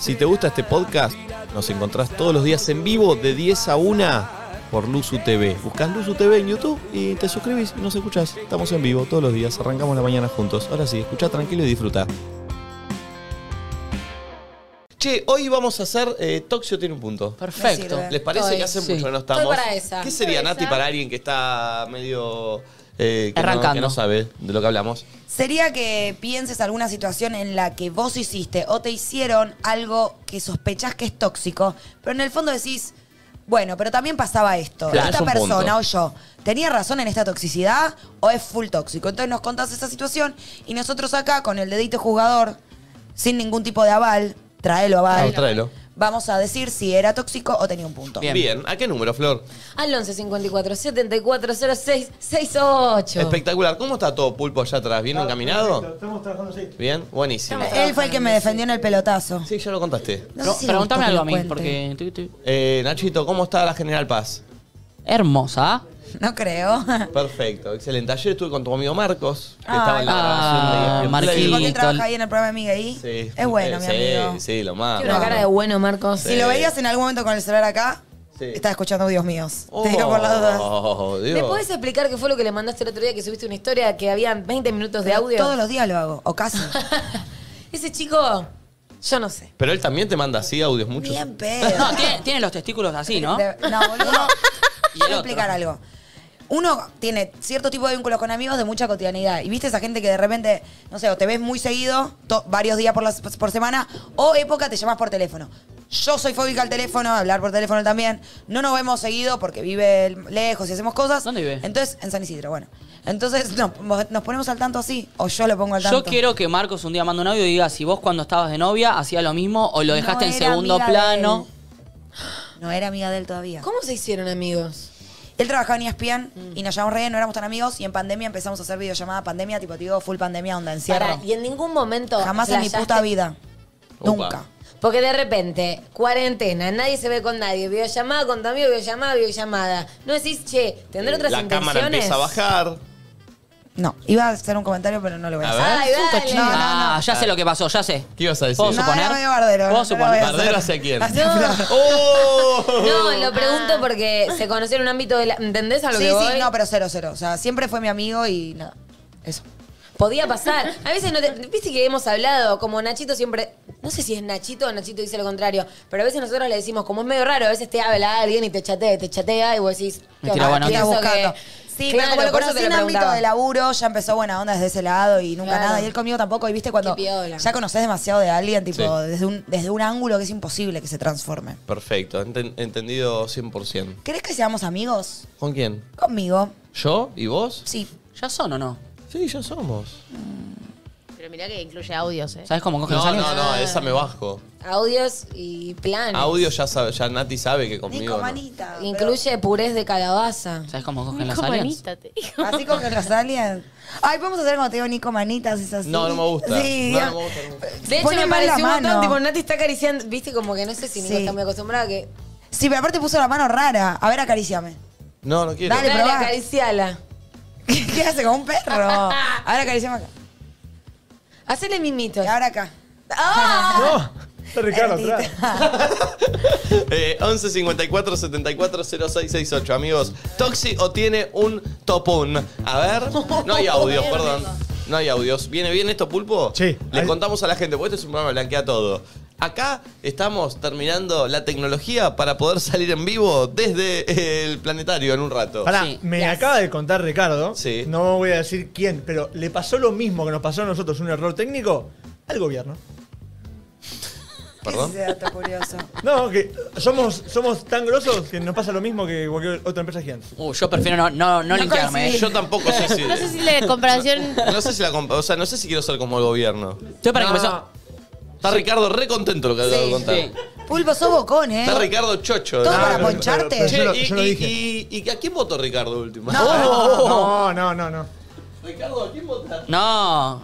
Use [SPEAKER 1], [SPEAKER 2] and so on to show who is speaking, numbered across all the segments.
[SPEAKER 1] Si te gusta este podcast, nos encontrás todos los días en vivo de 10 a 1 por Luzu TV. Buscás Luzu TV en YouTube y te suscribís y nos escuchás. Estamos en vivo todos los días, arrancamos la mañana juntos. Ahora sí, escuchá tranquilo y disfruta. Che, hoy vamos a hacer eh, Toxio tiene un punto.
[SPEAKER 2] Perfecto.
[SPEAKER 3] Me sirve.
[SPEAKER 1] ¿Les parece
[SPEAKER 2] Estoy-
[SPEAKER 1] que hace
[SPEAKER 2] sí.
[SPEAKER 1] mucho que no estamos?
[SPEAKER 3] Estoy para esa.
[SPEAKER 1] ¿Qué sería
[SPEAKER 3] Estoy
[SPEAKER 1] Nati
[SPEAKER 3] esa.
[SPEAKER 1] para alguien que está medio... eh, que no-
[SPEAKER 2] Arrancando.
[SPEAKER 1] que no sabe de lo que hablamos.
[SPEAKER 3] Sería que pienses alguna situación en la que vos hiciste o te hicieron algo que sospechás que es tóxico, pero en el fondo decís, bueno, pero también pasaba esto.
[SPEAKER 1] Claro, es
[SPEAKER 3] esta
[SPEAKER 1] un punto.
[SPEAKER 3] persona o yo, ¿tenía razón en esta toxicidad o es full tóxico? Entonces nos contás esa situación y nosotros acá con el dedito jugador, sin ningún tipo de aval, traelo aval,
[SPEAKER 1] Ah, tráelo.
[SPEAKER 3] vamos a decir si era tóxico o tenía un punto.
[SPEAKER 2] Bien.
[SPEAKER 1] Bien, ¿a qué número, Flor?
[SPEAKER 4] Al 11 54 74 06 68.
[SPEAKER 1] Espectacular. ¿Cómo está todo pulpo allá atrás? ¿Bien encaminado?
[SPEAKER 5] Estamos trabajando así.
[SPEAKER 1] Bien, buenísimo.
[SPEAKER 3] Él fue el que me defendió en el pelotazo.
[SPEAKER 1] Sí, ya lo contaste.
[SPEAKER 3] No
[SPEAKER 2] Pro-
[SPEAKER 3] sé si le gustó
[SPEAKER 2] Pregúntame
[SPEAKER 3] que
[SPEAKER 2] algo
[SPEAKER 3] lo
[SPEAKER 2] a mí,
[SPEAKER 3] cuente.
[SPEAKER 2] porque. tu, tu.
[SPEAKER 1] Eh, Nachito, ¿cómo está la General Paz?
[SPEAKER 2] Hermosa. ¿ah?
[SPEAKER 3] No creo.
[SPEAKER 1] Perfecto, excelente. Ayer estuve con tu amigo Marcos, que
[SPEAKER 3] Ay.
[SPEAKER 1] estaba en la
[SPEAKER 2] Ah,
[SPEAKER 1] grabación de
[SPEAKER 3] Sí, porque él
[SPEAKER 2] Marquito.
[SPEAKER 3] trabaja ahí en el programa de Miguel ahí.
[SPEAKER 1] Sí.
[SPEAKER 3] Es bueno, mi
[SPEAKER 1] Sí,
[SPEAKER 3] amigo.
[SPEAKER 1] Sí, lo más.
[SPEAKER 4] Tiene una
[SPEAKER 1] más.
[SPEAKER 4] cara de bueno, Marcos.
[SPEAKER 3] Si lo veías en algún momento con el celular acá,
[SPEAKER 1] Sí.
[SPEAKER 3] estás escuchando audios míos.
[SPEAKER 1] Oh,
[SPEAKER 3] Te digo por las dudas.
[SPEAKER 1] Dios.
[SPEAKER 4] ¿Me puedes explicar qué fue lo que le mandaste el otro día que subiste una historia que habían 20 minutos de audio?
[SPEAKER 3] Todos los días lo hago, o casi.
[SPEAKER 4] Ese chico, yo no sé.
[SPEAKER 1] Pero él también te manda así audios muchos.
[SPEAKER 3] Bien pedo.
[SPEAKER 2] No, tiene, tiene los testículos así, ¿no?
[SPEAKER 3] Eh, De- no, boludo.
[SPEAKER 2] ¿Ah? Y el
[SPEAKER 3] Quiero
[SPEAKER 2] otro.
[SPEAKER 3] explicar algo. Uno tiene cierto tipo de vínculos con amigos de mucha cotidianidad. Y viste esa gente que de repente, no sé, o te ves muy seguido, to- varios días por, las- por semana, o época te llamas por teléfono. Yo soy fóbica al teléfono, a hablar por teléfono también. No nos vemos seguido porque vive el- lejos y hacemos cosas.
[SPEAKER 2] ¿Dónde vive?
[SPEAKER 3] Entonces, en San Isidro, bueno. Entonces no, mo- nos ponemos al tanto así, o yo lo pongo al tanto.
[SPEAKER 2] Yo quiero que Marcos un día mande un audio y diga si vos cuando estabas de novia hacías lo mismo o lo dejaste
[SPEAKER 3] No
[SPEAKER 2] en
[SPEAKER 3] era
[SPEAKER 2] segundo
[SPEAKER 3] amiga de
[SPEAKER 2] plano.
[SPEAKER 3] él. No era amiga de él todavía.
[SPEAKER 4] ¿Cómo se hicieron amigos?
[SPEAKER 3] Él trabajaba en E ESPN
[SPEAKER 4] Mm.
[SPEAKER 3] y nos llamamos re, bien, no éramos tan amigos y en pandemia empezamos a hacer videollamada pandemia, tipo, te digo, full pandemia, onda, encierro.
[SPEAKER 4] Pará, y en ningún momento.
[SPEAKER 3] Jamás en mi
[SPEAKER 4] flashaste-
[SPEAKER 3] puta vida.
[SPEAKER 1] Opa.
[SPEAKER 3] Nunca.
[SPEAKER 4] Porque de repente, cuarentena, nadie se ve con nadie, videollamada con tu amigo, videollamada, videollamada. No decís, che, ¿tendré otras
[SPEAKER 1] la
[SPEAKER 4] intenciones?
[SPEAKER 1] cámara empieza a bajar.
[SPEAKER 3] No, iba a hacer un comentario, pero no lo voy a
[SPEAKER 1] A
[SPEAKER 3] hacer.
[SPEAKER 1] ver.
[SPEAKER 4] Ay,
[SPEAKER 2] Un
[SPEAKER 4] dale.
[SPEAKER 2] cochino.
[SPEAKER 3] No, no, no.
[SPEAKER 2] Ah, ya sé lo que pasó, ya sé.
[SPEAKER 1] ¿Qué ibas a decir?
[SPEAKER 2] ¿Puedo
[SPEAKER 1] No,
[SPEAKER 2] suponer?
[SPEAKER 3] era medio bardero,
[SPEAKER 2] ¿Puedo
[SPEAKER 3] no
[SPEAKER 2] suponer?
[SPEAKER 3] lo voy a
[SPEAKER 1] ¿Bardero hacia quién?
[SPEAKER 3] Hacia Flor.
[SPEAKER 1] ¡Oh!
[SPEAKER 4] No, lo pregunto porque se conoció en un ámbito de la... ¿Entendés a lo
[SPEAKER 3] Ah. Sí,
[SPEAKER 4] que voy?
[SPEAKER 3] sí, no, pero cero, cero. O sea, siempre fue mi amigo y nada. Eso.
[SPEAKER 4] Podía pasar. A veces no te, viste que hemos hablado, como Nachito siempre, no sé si es Nachito o Nachito dice lo contrario, pero a veces nosotros le decimos, como es medio raro, a veces te habla alguien y te chatea, te chatea y vos decís,
[SPEAKER 2] Me tira buena
[SPEAKER 3] Estás
[SPEAKER 4] pienso
[SPEAKER 2] onda.
[SPEAKER 3] buscando.
[SPEAKER 4] que-
[SPEAKER 3] Sí,
[SPEAKER 4] Claro,
[SPEAKER 3] pero como lo
[SPEAKER 4] por eso te
[SPEAKER 3] conocí en ámbito
[SPEAKER 4] preguntaba.
[SPEAKER 3] de laburo, ya empezó buena onda desde ese lado y nunca
[SPEAKER 4] Claro.
[SPEAKER 3] nada. Y él conmigo tampoco. Y viste cuando
[SPEAKER 4] Qué piola.
[SPEAKER 3] ya conoces demasiado de alguien, tipo,
[SPEAKER 1] Sí.
[SPEAKER 3] desde, un, desde un ángulo que es imposible que se transforme.
[SPEAKER 1] Perfecto, enten- entendido 100%.
[SPEAKER 3] ¿Crees que seamos amigos?
[SPEAKER 1] ¿Con quién?
[SPEAKER 3] Conmigo.
[SPEAKER 1] ¿Yo y vos?
[SPEAKER 3] Sí.
[SPEAKER 2] ¿Ya son o no?
[SPEAKER 1] Sí, ya somos.
[SPEAKER 6] Pero mirá que incluye audios, ¿eh?
[SPEAKER 2] ¿Sabes cómo cogen los
[SPEAKER 1] No,
[SPEAKER 2] años?
[SPEAKER 1] no, no, esa me bajo.
[SPEAKER 4] Audios y planes.
[SPEAKER 1] Audio ya sabe, ya Nati sabe que conmigo.
[SPEAKER 3] Nico,
[SPEAKER 1] no.
[SPEAKER 3] manita. pero-
[SPEAKER 4] Incluye purés de calabaza.
[SPEAKER 2] ¿Sabes cómo cogen los
[SPEAKER 6] Nico
[SPEAKER 2] aliens?
[SPEAKER 6] Manita, te digo.
[SPEAKER 3] Así con los aliens. Ay, podemos hacer cuando te digo Nico Manitas, es así.
[SPEAKER 1] No, no me gusta.
[SPEAKER 3] Sí,
[SPEAKER 1] No,
[SPEAKER 3] ya.
[SPEAKER 1] no me gusta, no me gusta.
[SPEAKER 4] De hecho,
[SPEAKER 3] Pone
[SPEAKER 4] me
[SPEAKER 3] mal la
[SPEAKER 4] pareció un montón,
[SPEAKER 3] mano.
[SPEAKER 4] tipo, Nati está acariciando, viste, como que no sé si Nico
[SPEAKER 3] Sí.
[SPEAKER 4] está muy acostumbrado que...
[SPEAKER 3] Sí, pero aparte puso la mano rara. A ver, acariciame.
[SPEAKER 1] No, no quiero.
[SPEAKER 3] Dale,
[SPEAKER 4] Dale,
[SPEAKER 3] probá.
[SPEAKER 4] acariciala.
[SPEAKER 3] ¿Qué hace con un perro? Ahora acariciame acá.
[SPEAKER 4] Hacele mimitos. Ah.
[SPEAKER 3] Y ahora acá.
[SPEAKER 5] Está Ricardo atrás.
[SPEAKER 1] Eh, 11 54 74 0668, amigos. Toxi o tiene un topón. A ver, no hay audios, perdón. No hay audios. ¿Viene bien esto, Pulpo?
[SPEAKER 5] Sí.
[SPEAKER 1] Les
[SPEAKER 5] Ahí-
[SPEAKER 1] contamos a la gente, porque este es un programa que blanquea todo. Acá estamos terminando la tecnología para poder salir en vivo desde el planetario en un rato.
[SPEAKER 5] Pará,
[SPEAKER 2] Sí.
[SPEAKER 5] me acaba de contar Ricardo,
[SPEAKER 1] Sí.
[SPEAKER 5] no voy a decir quién, pero le pasó lo mismo que nos pasó a nosotros, un error técnico, al gobierno.
[SPEAKER 1] ¿Perdón?
[SPEAKER 3] ¿Qué es ese dato curioso?
[SPEAKER 5] No, que somos, somos tan grosos que nos pasa lo mismo que cualquier otra empresa gigante.
[SPEAKER 2] Uh, yo prefiero no, no, no, linkearme.
[SPEAKER 3] coincidí.
[SPEAKER 2] eh. Yo-
[SPEAKER 1] Yo tampoco sé si.
[SPEAKER 6] No sé si la comparación.
[SPEAKER 1] No sé si la compa- o sea, no sé si quiero ser como el gobierno.
[SPEAKER 2] Yo para que
[SPEAKER 5] No.
[SPEAKER 2] empezó-
[SPEAKER 1] Está Ricardo re contento lo que acabo de contar.
[SPEAKER 2] Sí.
[SPEAKER 3] Pulpo, sos bocón, ¿eh?
[SPEAKER 1] Está Ricardo chocho.
[SPEAKER 3] Todo
[SPEAKER 1] ¿eh?
[SPEAKER 3] para
[SPEAKER 5] Ah, pero-
[SPEAKER 3] poncharte.
[SPEAKER 5] pero- pero
[SPEAKER 1] Che,
[SPEAKER 5] yo lo-
[SPEAKER 1] y,
[SPEAKER 5] yo lo
[SPEAKER 1] y-
[SPEAKER 5] dije.
[SPEAKER 1] y- y a quién votó Ricardo último?
[SPEAKER 5] No, Oh, no, no, no.
[SPEAKER 1] Ricardo, ¿a quién vota?
[SPEAKER 2] No.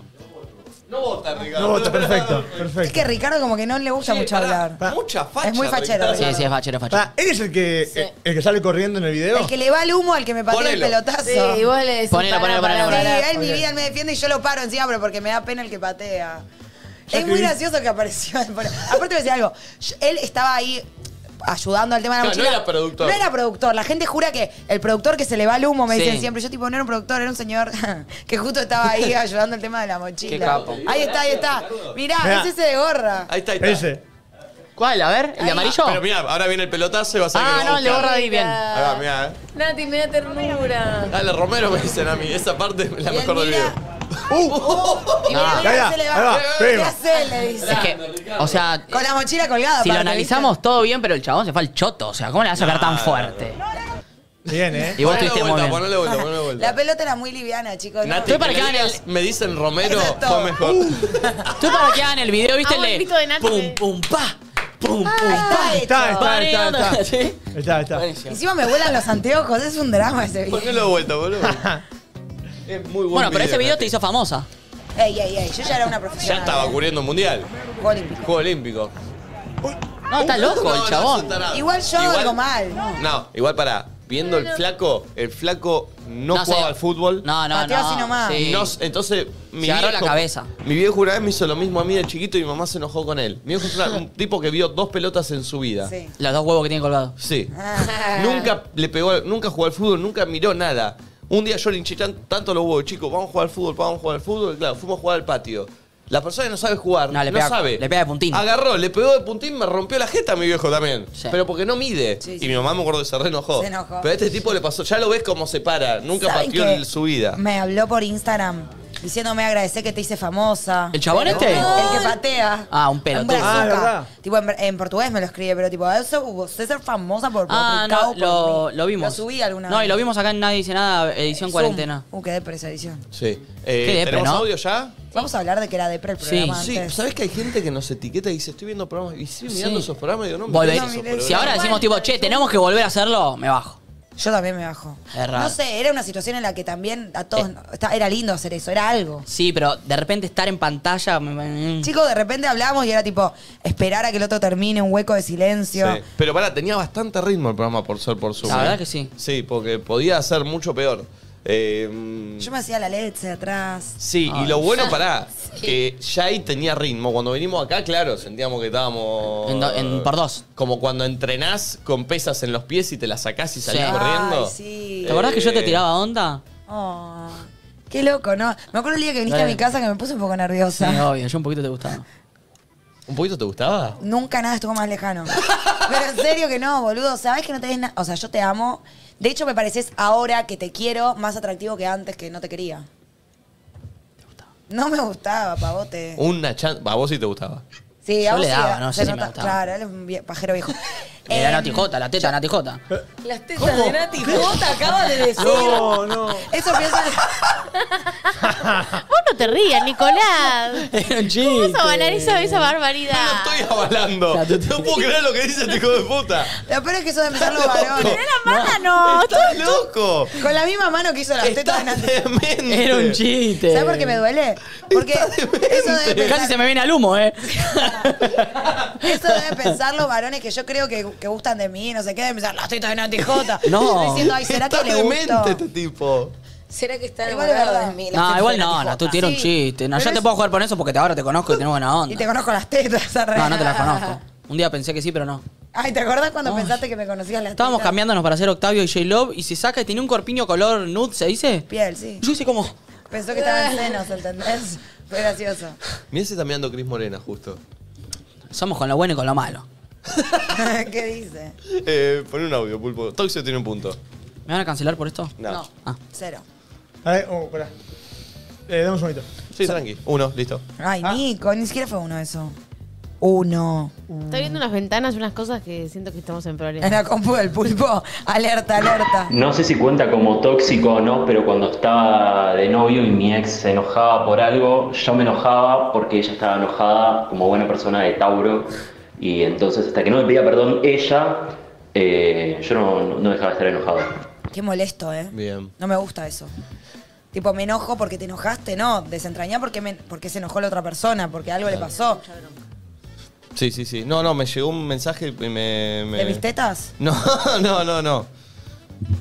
[SPEAKER 1] No vota, Ricardo.
[SPEAKER 5] No vota, perfecto,
[SPEAKER 3] Es que
[SPEAKER 5] perfecto.
[SPEAKER 3] Ricardo como que no le gusta
[SPEAKER 1] Che,
[SPEAKER 3] mucho
[SPEAKER 1] pará,
[SPEAKER 3] hablar.
[SPEAKER 5] Pará.
[SPEAKER 1] Mucha facha.
[SPEAKER 3] Es muy fachero,
[SPEAKER 1] Ricardo.
[SPEAKER 2] Sí, sí, es fachero, es fachero.
[SPEAKER 5] Pará, ¿él es el que, el, el que sale corriendo en el video?
[SPEAKER 3] El que le va el humo al que me patea el
[SPEAKER 1] Ponelo.
[SPEAKER 3] pelotazo.
[SPEAKER 4] Sí, y vos le decís...
[SPEAKER 2] Ponelo, ponelo,
[SPEAKER 4] pará, pará,
[SPEAKER 2] ponelo,
[SPEAKER 4] pará.
[SPEAKER 3] Sí, él mi vida él me defiende y yo lo paro encima, pero porque me da pena el que patea. Es muy gracioso que apareció. Bueno, aparte, me decía algo. Yo- Él estaba ahí ayudando al tema de la
[SPEAKER 1] Claro, no
[SPEAKER 3] mochila.
[SPEAKER 1] era productor.
[SPEAKER 3] No era productor. La gente jura que el productor que se le va el humo, me
[SPEAKER 2] Sí.
[SPEAKER 3] dicen siempre. Yo, tipo, no era un productor, era un señor que justo estaba ahí ayudando al tema de la mochila.
[SPEAKER 2] Qué capo.
[SPEAKER 3] Ahí está, ahí está. Mirá,
[SPEAKER 5] Mirá.
[SPEAKER 3] es ese de gorra.
[SPEAKER 1] Ahí está, ahí está.
[SPEAKER 5] Ese.
[SPEAKER 2] ¿Cuál? A ver, ¿el de amarillo?
[SPEAKER 1] Pero mirá, ahora viene el pelotazo y vas a
[SPEAKER 2] Ah, no, el de gorra ahí, bien.
[SPEAKER 1] Ahí va, mirá, eh.
[SPEAKER 4] Nati, me da ternura.
[SPEAKER 1] Dale, Romero me dicen a mí. Esa parte es la
[SPEAKER 3] Y él
[SPEAKER 1] mejor del
[SPEAKER 3] mira-
[SPEAKER 1] video. Uh,
[SPEAKER 3] Y mirá,
[SPEAKER 5] Ah,
[SPEAKER 3] mirá,
[SPEAKER 5] ahí va,
[SPEAKER 3] se le va.
[SPEAKER 5] ahí va,
[SPEAKER 3] ¿Qué
[SPEAKER 5] prima.
[SPEAKER 3] hace? Le dice.
[SPEAKER 2] Es que, o sea,
[SPEAKER 3] Con la mochila colgada.
[SPEAKER 2] si lo
[SPEAKER 3] aparte,
[SPEAKER 2] analizamos todo bien, pero el chabón se fue al choto. O sea, ¿cómo le vas a sacar tan fuerte?
[SPEAKER 5] Bien, ¿eh?
[SPEAKER 2] Y vos
[SPEAKER 1] Ponele
[SPEAKER 2] estuviste muy
[SPEAKER 1] vuelta,
[SPEAKER 2] bien.
[SPEAKER 1] ponele vuelta, ponele
[SPEAKER 3] ¿viste?
[SPEAKER 1] vuelta.
[SPEAKER 3] La pelota era muy liviana, chicos. ¿no?
[SPEAKER 1] Nati,
[SPEAKER 2] Estoy para
[SPEAKER 1] que
[SPEAKER 2] que
[SPEAKER 1] me,
[SPEAKER 2] hagan el-
[SPEAKER 1] digas, me dicen Romero,
[SPEAKER 3] Exacto.
[SPEAKER 1] fue mejor.
[SPEAKER 2] Tú para que hagan el video, ¿viste?
[SPEAKER 6] Hago el
[SPEAKER 2] el de
[SPEAKER 6] grito de Nati
[SPEAKER 2] pum,
[SPEAKER 6] de-
[SPEAKER 2] pum, pa, pum,
[SPEAKER 3] Ahí
[SPEAKER 2] pum.
[SPEAKER 3] está, hecho.
[SPEAKER 5] Está, está, está, está.
[SPEAKER 2] ¿Sí?
[SPEAKER 5] Está, está.
[SPEAKER 2] Buenísimo.
[SPEAKER 3] Encima me vuelan los anteojos, es un drama ese video.
[SPEAKER 1] Ponelo de vuelta, boludo. es muy buen
[SPEAKER 2] Bueno, pero ese video
[SPEAKER 1] Nati.
[SPEAKER 2] te hizo famosa.
[SPEAKER 3] Ey, ey, ey, yo ya era una
[SPEAKER 1] Ya
[SPEAKER 3] profesional.
[SPEAKER 1] estaba cubriendo un mundial.
[SPEAKER 3] Juego olímpico.
[SPEAKER 1] Juego olímpico.
[SPEAKER 2] No, está loco el chabón.
[SPEAKER 3] Igual yo hago algo mal. No.
[SPEAKER 1] No, igual para. Viendo el flaco, el flaco no,
[SPEAKER 2] No sé.
[SPEAKER 1] jugaba al fútbol.
[SPEAKER 2] No, no,
[SPEAKER 3] Pateó así
[SPEAKER 2] no.
[SPEAKER 3] nomás.
[SPEAKER 2] sí.
[SPEAKER 1] No, entonces,
[SPEAKER 2] Se agarró la cabeza.
[SPEAKER 1] Mi viejo una vez me hizo lo mismo a mí de chiquito y mi mamá se enojó con él. Mi viejo es una- un tipo que vio dos pelotas en su vida.
[SPEAKER 3] Sí.
[SPEAKER 2] Los dos huevos que tiene colgados.
[SPEAKER 1] Sí.
[SPEAKER 3] Ah.
[SPEAKER 1] Nunca le pegó, nunca jugó al fútbol, nunca miró nada. Un día yo le hinché tan- tanto los huevos, chicos, vamos a jugar al fútbol, vamos a jugar al fútbol. Claro, fuimos a jugar al patio. La persona que no sabe jugar,
[SPEAKER 2] No,
[SPEAKER 1] no,
[SPEAKER 2] le pega-
[SPEAKER 1] sabe.
[SPEAKER 2] le pega de puntín.
[SPEAKER 1] Agarró, le pegó de puntín, me rompió la jeta a mi viejo también.
[SPEAKER 2] Sí.
[SPEAKER 1] Pero porque no mide.
[SPEAKER 3] Sí,
[SPEAKER 1] y
[SPEAKER 3] sí.
[SPEAKER 1] mi mamá me acuerdo que se re enojó.
[SPEAKER 3] Se enojó.
[SPEAKER 1] Pero a este tipo le pasó, ya lo ves como se para, nunca
[SPEAKER 3] ¿Saben
[SPEAKER 1] partió
[SPEAKER 3] qué?
[SPEAKER 1] en su vida.
[SPEAKER 3] Me habló por Instagram diciéndome agradecer que te hice famosa.
[SPEAKER 2] ¿El chabón
[SPEAKER 3] Pero-
[SPEAKER 2] este?
[SPEAKER 3] El que patea.
[SPEAKER 2] Ah, un pelotudo.
[SPEAKER 3] brazuca.
[SPEAKER 5] Ah, es verdad.
[SPEAKER 3] tipo, en, en portugués me lo escribe, pero tipo, eso hubo ser famosa por
[SPEAKER 2] Ah,
[SPEAKER 3] por
[SPEAKER 2] no,
[SPEAKER 3] Ricardo,
[SPEAKER 2] lo,
[SPEAKER 3] por mí.
[SPEAKER 2] lo vimos.
[SPEAKER 3] Lo subí alguna
[SPEAKER 2] No,
[SPEAKER 3] vez.
[SPEAKER 2] y lo vimos acá en Nadie Dice Nada, edición
[SPEAKER 3] Zoom.
[SPEAKER 2] cuarentena.
[SPEAKER 3] Uh, qué depre esa edición.
[SPEAKER 1] Sí. Eh,
[SPEAKER 2] Qué depre,
[SPEAKER 1] ¿Tenemos
[SPEAKER 2] ¿no?
[SPEAKER 1] audio ya?
[SPEAKER 3] Vamos a hablar de que era depre el
[SPEAKER 2] Sí.
[SPEAKER 3] programa
[SPEAKER 1] Sí,
[SPEAKER 3] antes.
[SPEAKER 1] ¿sabés que hay gente que nos etiqueta y dice, estoy viendo programas? Y sigue mirando
[SPEAKER 2] Sí.
[SPEAKER 1] esos programas y digo, no, mirá
[SPEAKER 2] Volver-
[SPEAKER 1] esos programas.
[SPEAKER 2] si ahora decimos tipo, che, tenemos que volver a hacerlo, me bajo.
[SPEAKER 3] Yo también me bajo.
[SPEAKER 2] Es raro.
[SPEAKER 3] No sé, era una situación en la que también a todos...
[SPEAKER 2] Eh.
[SPEAKER 3] está- era lindo hacer eso, era algo.
[SPEAKER 2] Sí, pero de repente estar en pantalla. me- me-
[SPEAKER 3] Chicos, Mm. de repente hablamos y era tipo, esperar a que el otro termine, un hueco de silencio.
[SPEAKER 1] Sí. Pero pará, tenía bastante ritmo el programa por ser por Zoom.
[SPEAKER 2] La
[SPEAKER 1] ¿eh?
[SPEAKER 2] verdad que sí.
[SPEAKER 1] Sí, porque podía ser mucho peor. Eh, mm,
[SPEAKER 3] Yo me hacía la leche atrás.
[SPEAKER 1] Sí, y
[SPEAKER 2] Ay.
[SPEAKER 1] lo bueno, pará, que ya ahí tenía ritmo. Cuando venimos acá, claro, sentíamos que estábamos...
[SPEAKER 2] En do- en por dos.
[SPEAKER 1] Como cuando entrenás con pesas en los pies y te las sacás y salís
[SPEAKER 2] Sí.
[SPEAKER 1] corriendo.
[SPEAKER 3] Ay, sí.
[SPEAKER 2] ¿Te acordás que yo te
[SPEAKER 1] Eh,
[SPEAKER 2] tiraba onda?
[SPEAKER 3] Oh, qué loco, ¿no? Me acuerdo el día que viniste
[SPEAKER 2] Dale.
[SPEAKER 3] a mi casa que me puse un poco
[SPEAKER 2] Sí,
[SPEAKER 3] nerviosa.
[SPEAKER 2] obvio, yo un poquito te gustaba.
[SPEAKER 1] ¿Un poquito te gustaba?
[SPEAKER 3] Nunca nada estuvo más lejano. Pero en serio que no, boludo. Sabes que no tenés nada. O sea, yo te amo. De hecho, me pareces ahora que te quiero más atractivo que antes que no te quería. No me gustaba, pavote.
[SPEAKER 1] Una chan... A vos sí te gustaba.
[SPEAKER 3] Sí,
[SPEAKER 2] Yo
[SPEAKER 3] a vos
[SPEAKER 2] le
[SPEAKER 3] sí,
[SPEAKER 2] daba,
[SPEAKER 3] a-
[SPEAKER 2] no
[SPEAKER 3] se
[SPEAKER 2] sé si me
[SPEAKER 3] nota-
[SPEAKER 2] gustaba.
[SPEAKER 3] Claro, él es un vie- pajero viejo.
[SPEAKER 2] Era
[SPEAKER 3] Em,
[SPEAKER 2] la Jota, la teta Nati Jota.
[SPEAKER 4] Las tetas de Nati Jota acaba de decir.
[SPEAKER 5] No, no.
[SPEAKER 3] Eso piensa.
[SPEAKER 6] Vos no te rías, Nicolás.
[SPEAKER 2] Era un
[SPEAKER 6] ¿Cómo vas
[SPEAKER 2] chiste.
[SPEAKER 6] a avalar esa, esa barbaridad?
[SPEAKER 3] Ah.
[SPEAKER 1] No estoy avalando. No puedo creer lo que dice este hijo de puta.
[SPEAKER 3] Lo peor es que eso de empezar los varones.
[SPEAKER 6] Mirá la mala, no.
[SPEAKER 1] ¡Estás loco!
[SPEAKER 3] Con la misma mano que hizo las tetas de
[SPEAKER 1] ¡Estás
[SPEAKER 3] Nati.
[SPEAKER 1] demente!
[SPEAKER 2] Era un chiste.
[SPEAKER 3] ¿Sabes por qué me duele? Porque eso debe,
[SPEAKER 2] Casi se
[SPEAKER 3] pensar,
[SPEAKER 2] me viene al humo, eh.
[SPEAKER 3] eso debe pensar los varones que yo creo que, que gustan de mí, no sé qué, deben pensar las tetas de Nati Jota.
[SPEAKER 2] No.
[SPEAKER 3] Yo diciendo, ay, ¿será
[SPEAKER 1] Está
[SPEAKER 3] que le
[SPEAKER 1] demente
[SPEAKER 3] gusto?
[SPEAKER 1] este tipo.
[SPEAKER 4] ¿Será que está
[SPEAKER 3] Igual es
[SPEAKER 4] enamorado
[SPEAKER 3] verdad.
[SPEAKER 4] de mí? Las
[SPEAKER 2] No,
[SPEAKER 4] tetas
[SPEAKER 2] igual
[SPEAKER 4] de Nati
[SPEAKER 2] no,
[SPEAKER 4] Jota.
[SPEAKER 2] la tú era un
[SPEAKER 3] Sí.
[SPEAKER 2] chiste. No,
[SPEAKER 3] Pero
[SPEAKER 2] yo te
[SPEAKER 3] es-
[SPEAKER 2] puedo jugar con eso porque te- ahora te conozco y tenés buena
[SPEAKER 3] Y
[SPEAKER 2] onda.
[SPEAKER 3] te conozco las tetas, arre.
[SPEAKER 2] No, no te la conozco. Un día pensé que sí, pero no.
[SPEAKER 3] Ay, ¿te acordás cuando
[SPEAKER 2] Ay.
[SPEAKER 3] pensaste que me conocías las
[SPEAKER 2] Estábamos
[SPEAKER 3] tetas?
[SPEAKER 2] cambiándonos para hacer Octavio y J-Love y se saca y tenía un corpiño color nude, ¿se dice?
[SPEAKER 3] Piel, sí.
[SPEAKER 2] Yo hice como.
[SPEAKER 3] Pensó que estaban senos, ¿entendés? Fue gracioso.
[SPEAKER 1] Mirá se está mirando Cris Morena, justo.
[SPEAKER 2] Somos con lo bueno y con lo malo.
[SPEAKER 3] ¿Qué dice?
[SPEAKER 1] Eh, pon un audio, pulpo. Toxio tiene un punto.
[SPEAKER 2] ¿Me van a cancelar por esto?
[SPEAKER 1] No.
[SPEAKER 2] Ah.
[SPEAKER 3] Cero.
[SPEAKER 5] A ver, oh, pará. Eh, dame un momento.
[SPEAKER 1] Sí, tranqui. Uno, listo.
[SPEAKER 3] Ay, Nico, ni siquiera fue uno eso. Uno.
[SPEAKER 6] Estoy viendo unas ventanas, unas cosas que siento que estamos en
[SPEAKER 3] En
[SPEAKER 6] problemas.
[SPEAKER 3] la compu del pulpo. Alerta, alerta.
[SPEAKER 7] No sé si cuenta como tóxico o no, pero cuando estaba de novio y mi ex se enojaba por algo, yo me enojaba porque ella estaba enojada como buena persona de Tauro. Y entonces, hasta que no me pedía perdón ella, eh, yo no, no dejaba de estar enojado.
[SPEAKER 3] Qué molesto, ¿eh?
[SPEAKER 1] Bien.
[SPEAKER 3] No me gusta eso. Tipo, me enojo porque te enojaste, no. Desentrañá porque, me- porque se enojó la otra persona, porque algo le pasó.
[SPEAKER 1] Sí, sí, sí. No, no, me llegó un mensaje y me. me-
[SPEAKER 3] ¿De mis tetas?
[SPEAKER 1] No, no, no, no.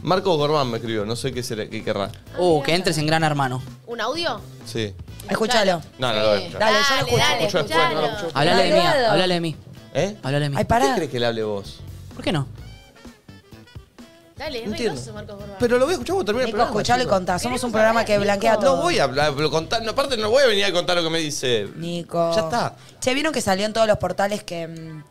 [SPEAKER 1] Marco Gormán me escribió, no sé qué, será, qué querrá.
[SPEAKER 2] Uh, que entres en Gran Hermano.
[SPEAKER 6] ¿Un audio?
[SPEAKER 1] Sí.
[SPEAKER 3] Escúchalo.
[SPEAKER 1] No, no lo voy a escuchar.
[SPEAKER 3] Dale, yo lo escucho.
[SPEAKER 6] dale,
[SPEAKER 1] Mucho después, no lo
[SPEAKER 6] escuchalo.
[SPEAKER 1] escucho.
[SPEAKER 2] Hablale de mí,
[SPEAKER 4] Malvado.
[SPEAKER 2] hablale de mí.
[SPEAKER 1] ¿Eh?
[SPEAKER 2] Hablale de mí.
[SPEAKER 3] Ay,
[SPEAKER 1] ¿Por qué
[SPEAKER 3] pará.
[SPEAKER 1] crees que le hable vos?
[SPEAKER 2] ¿Por qué no?
[SPEAKER 6] Dale, es
[SPEAKER 1] Entiendo.
[SPEAKER 6] reigoso, Marcos Borba.
[SPEAKER 1] Pero lo voy a escuchar cuando termine el
[SPEAKER 3] Nico,
[SPEAKER 1] programa.
[SPEAKER 3] escuchalo y
[SPEAKER 1] chico.
[SPEAKER 3] contá. Somos un programa que blanquea todo.
[SPEAKER 1] No voy a hablar, lo contar, no, aparte no voy a venir a contar lo que me dice.
[SPEAKER 3] Nico.
[SPEAKER 1] Ya está.
[SPEAKER 3] Che, ¿vieron que salió en todos los portales que, mm,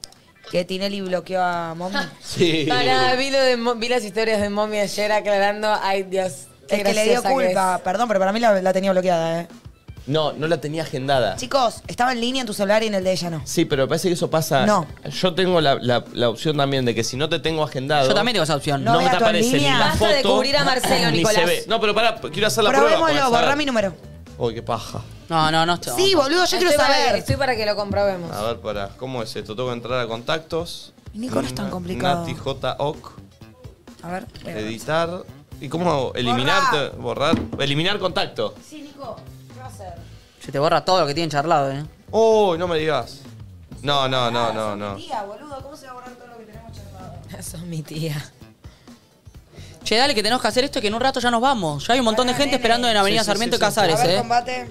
[SPEAKER 3] que Tinelli bloqueó a Momi?
[SPEAKER 1] Sí.
[SPEAKER 4] Pará, vi, lo de Mo- vi las historias de Mommy ayer aclarando. Ay, Dios. qué
[SPEAKER 3] Es que le dio
[SPEAKER 4] graciosa que
[SPEAKER 3] culpa.
[SPEAKER 4] es.
[SPEAKER 3] Perdón, pero para mí la, la tenía bloqueada, ¿eh?
[SPEAKER 1] No, no la tenía agendada.
[SPEAKER 3] Chicos, estaba en línea en tu celular y en el de ella no.
[SPEAKER 1] Sí, pero me parece que eso pasa.
[SPEAKER 3] No.
[SPEAKER 1] Yo tengo la, la- la opción también de que si no te tengo agendado.
[SPEAKER 2] Yo también tengo esa opción.
[SPEAKER 3] No.
[SPEAKER 1] No me
[SPEAKER 3] vea
[SPEAKER 1] te
[SPEAKER 3] tu
[SPEAKER 1] aparece ni
[SPEAKER 3] línea.
[SPEAKER 1] la
[SPEAKER 4] Basta de
[SPEAKER 1] foto,
[SPEAKER 4] cubrir a Marcelo,
[SPEAKER 1] ni
[SPEAKER 4] Nicolás.
[SPEAKER 1] se ve. No, pero pará, quiero hacer la prueba.
[SPEAKER 3] Probémoslo,
[SPEAKER 1] para
[SPEAKER 3] borrá
[SPEAKER 1] saber.
[SPEAKER 3] mi número.
[SPEAKER 1] Uy, qué paja.
[SPEAKER 2] No, no, no. estoy-
[SPEAKER 3] Sí, boludo, yo quiero
[SPEAKER 4] estoy para
[SPEAKER 3] saber.
[SPEAKER 4] que- estoy para que lo comprobemos.
[SPEAKER 1] A ver, pará, ¿cómo es esto? Tengo que entrar a contactos.
[SPEAKER 3] Nico, no es tan
[SPEAKER 1] Na-
[SPEAKER 3] complicado.
[SPEAKER 1] Nati J. Oc,
[SPEAKER 3] A ver, voy a ver.
[SPEAKER 1] editar. ¿Y cómo hago? eliminar? te- Borrar. Eliminar contacto.
[SPEAKER 3] Sí, Nico, ¿qué va a hacer?
[SPEAKER 2] Se te borra todo lo que tienen charlado, ¿eh?
[SPEAKER 1] Uy, no me digas. No, no, no, no, no.
[SPEAKER 3] Tía, boludo, ¿cómo se va a borrar todo lo que tenemos charlado?
[SPEAKER 4] Sos mi tía.
[SPEAKER 2] Che, dale, que tenemos que hacer esto y que en un rato ya nos vamos. Ya hay un montón de
[SPEAKER 3] Pará,
[SPEAKER 2] gente
[SPEAKER 3] nene.
[SPEAKER 2] esperando en Avenida
[SPEAKER 1] Sí, sí,
[SPEAKER 2] Sarmiento
[SPEAKER 1] sí,
[SPEAKER 2] y
[SPEAKER 1] sí.
[SPEAKER 3] A
[SPEAKER 2] Casares,
[SPEAKER 3] ver,
[SPEAKER 2] ¿eh?
[SPEAKER 3] combate.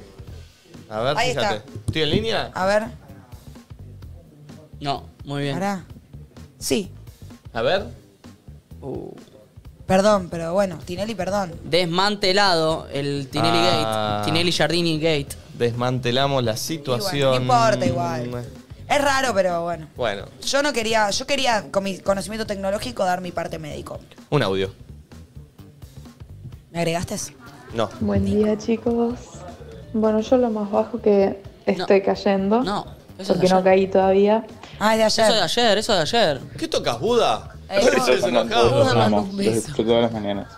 [SPEAKER 1] A ver,
[SPEAKER 3] Ahí
[SPEAKER 1] fíjate.
[SPEAKER 3] está.
[SPEAKER 1] ¿Estoy en línea?
[SPEAKER 3] A ver,
[SPEAKER 2] No, muy bien.
[SPEAKER 3] pará. Sí,
[SPEAKER 1] A ver.
[SPEAKER 3] perdón, pero bueno, Tinelli, perdón.
[SPEAKER 2] Desmantelado el Tinelli
[SPEAKER 1] Ah.
[SPEAKER 2] Gate. Tinelli Jardini Gate.
[SPEAKER 1] Desmantelamos la
[SPEAKER 3] Y
[SPEAKER 1] situación.
[SPEAKER 3] bueno, no importa igual. Es raro, pero bueno.
[SPEAKER 1] Bueno,
[SPEAKER 3] Yo no quería, yo quería con mi conocimiento tecnológico dar mi parte médico.
[SPEAKER 1] un audio.
[SPEAKER 3] ¿Me agregaste?
[SPEAKER 1] No.
[SPEAKER 8] Buen día, chicos. Bueno, yo lo más bajo que estoy cayendo,
[SPEAKER 2] No, eso es de
[SPEAKER 8] porque no
[SPEAKER 2] ayer.
[SPEAKER 8] caí todavía.
[SPEAKER 3] Ah, es de
[SPEAKER 2] Eso de
[SPEAKER 3] ayer.
[SPEAKER 2] ayer, eso de ayer.
[SPEAKER 1] ¿Qué tocas, Buda?
[SPEAKER 4] Eso
[SPEAKER 1] ¿Estás enojado?
[SPEAKER 4] Buda manda un beso.
[SPEAKER 9] todas las mañanas.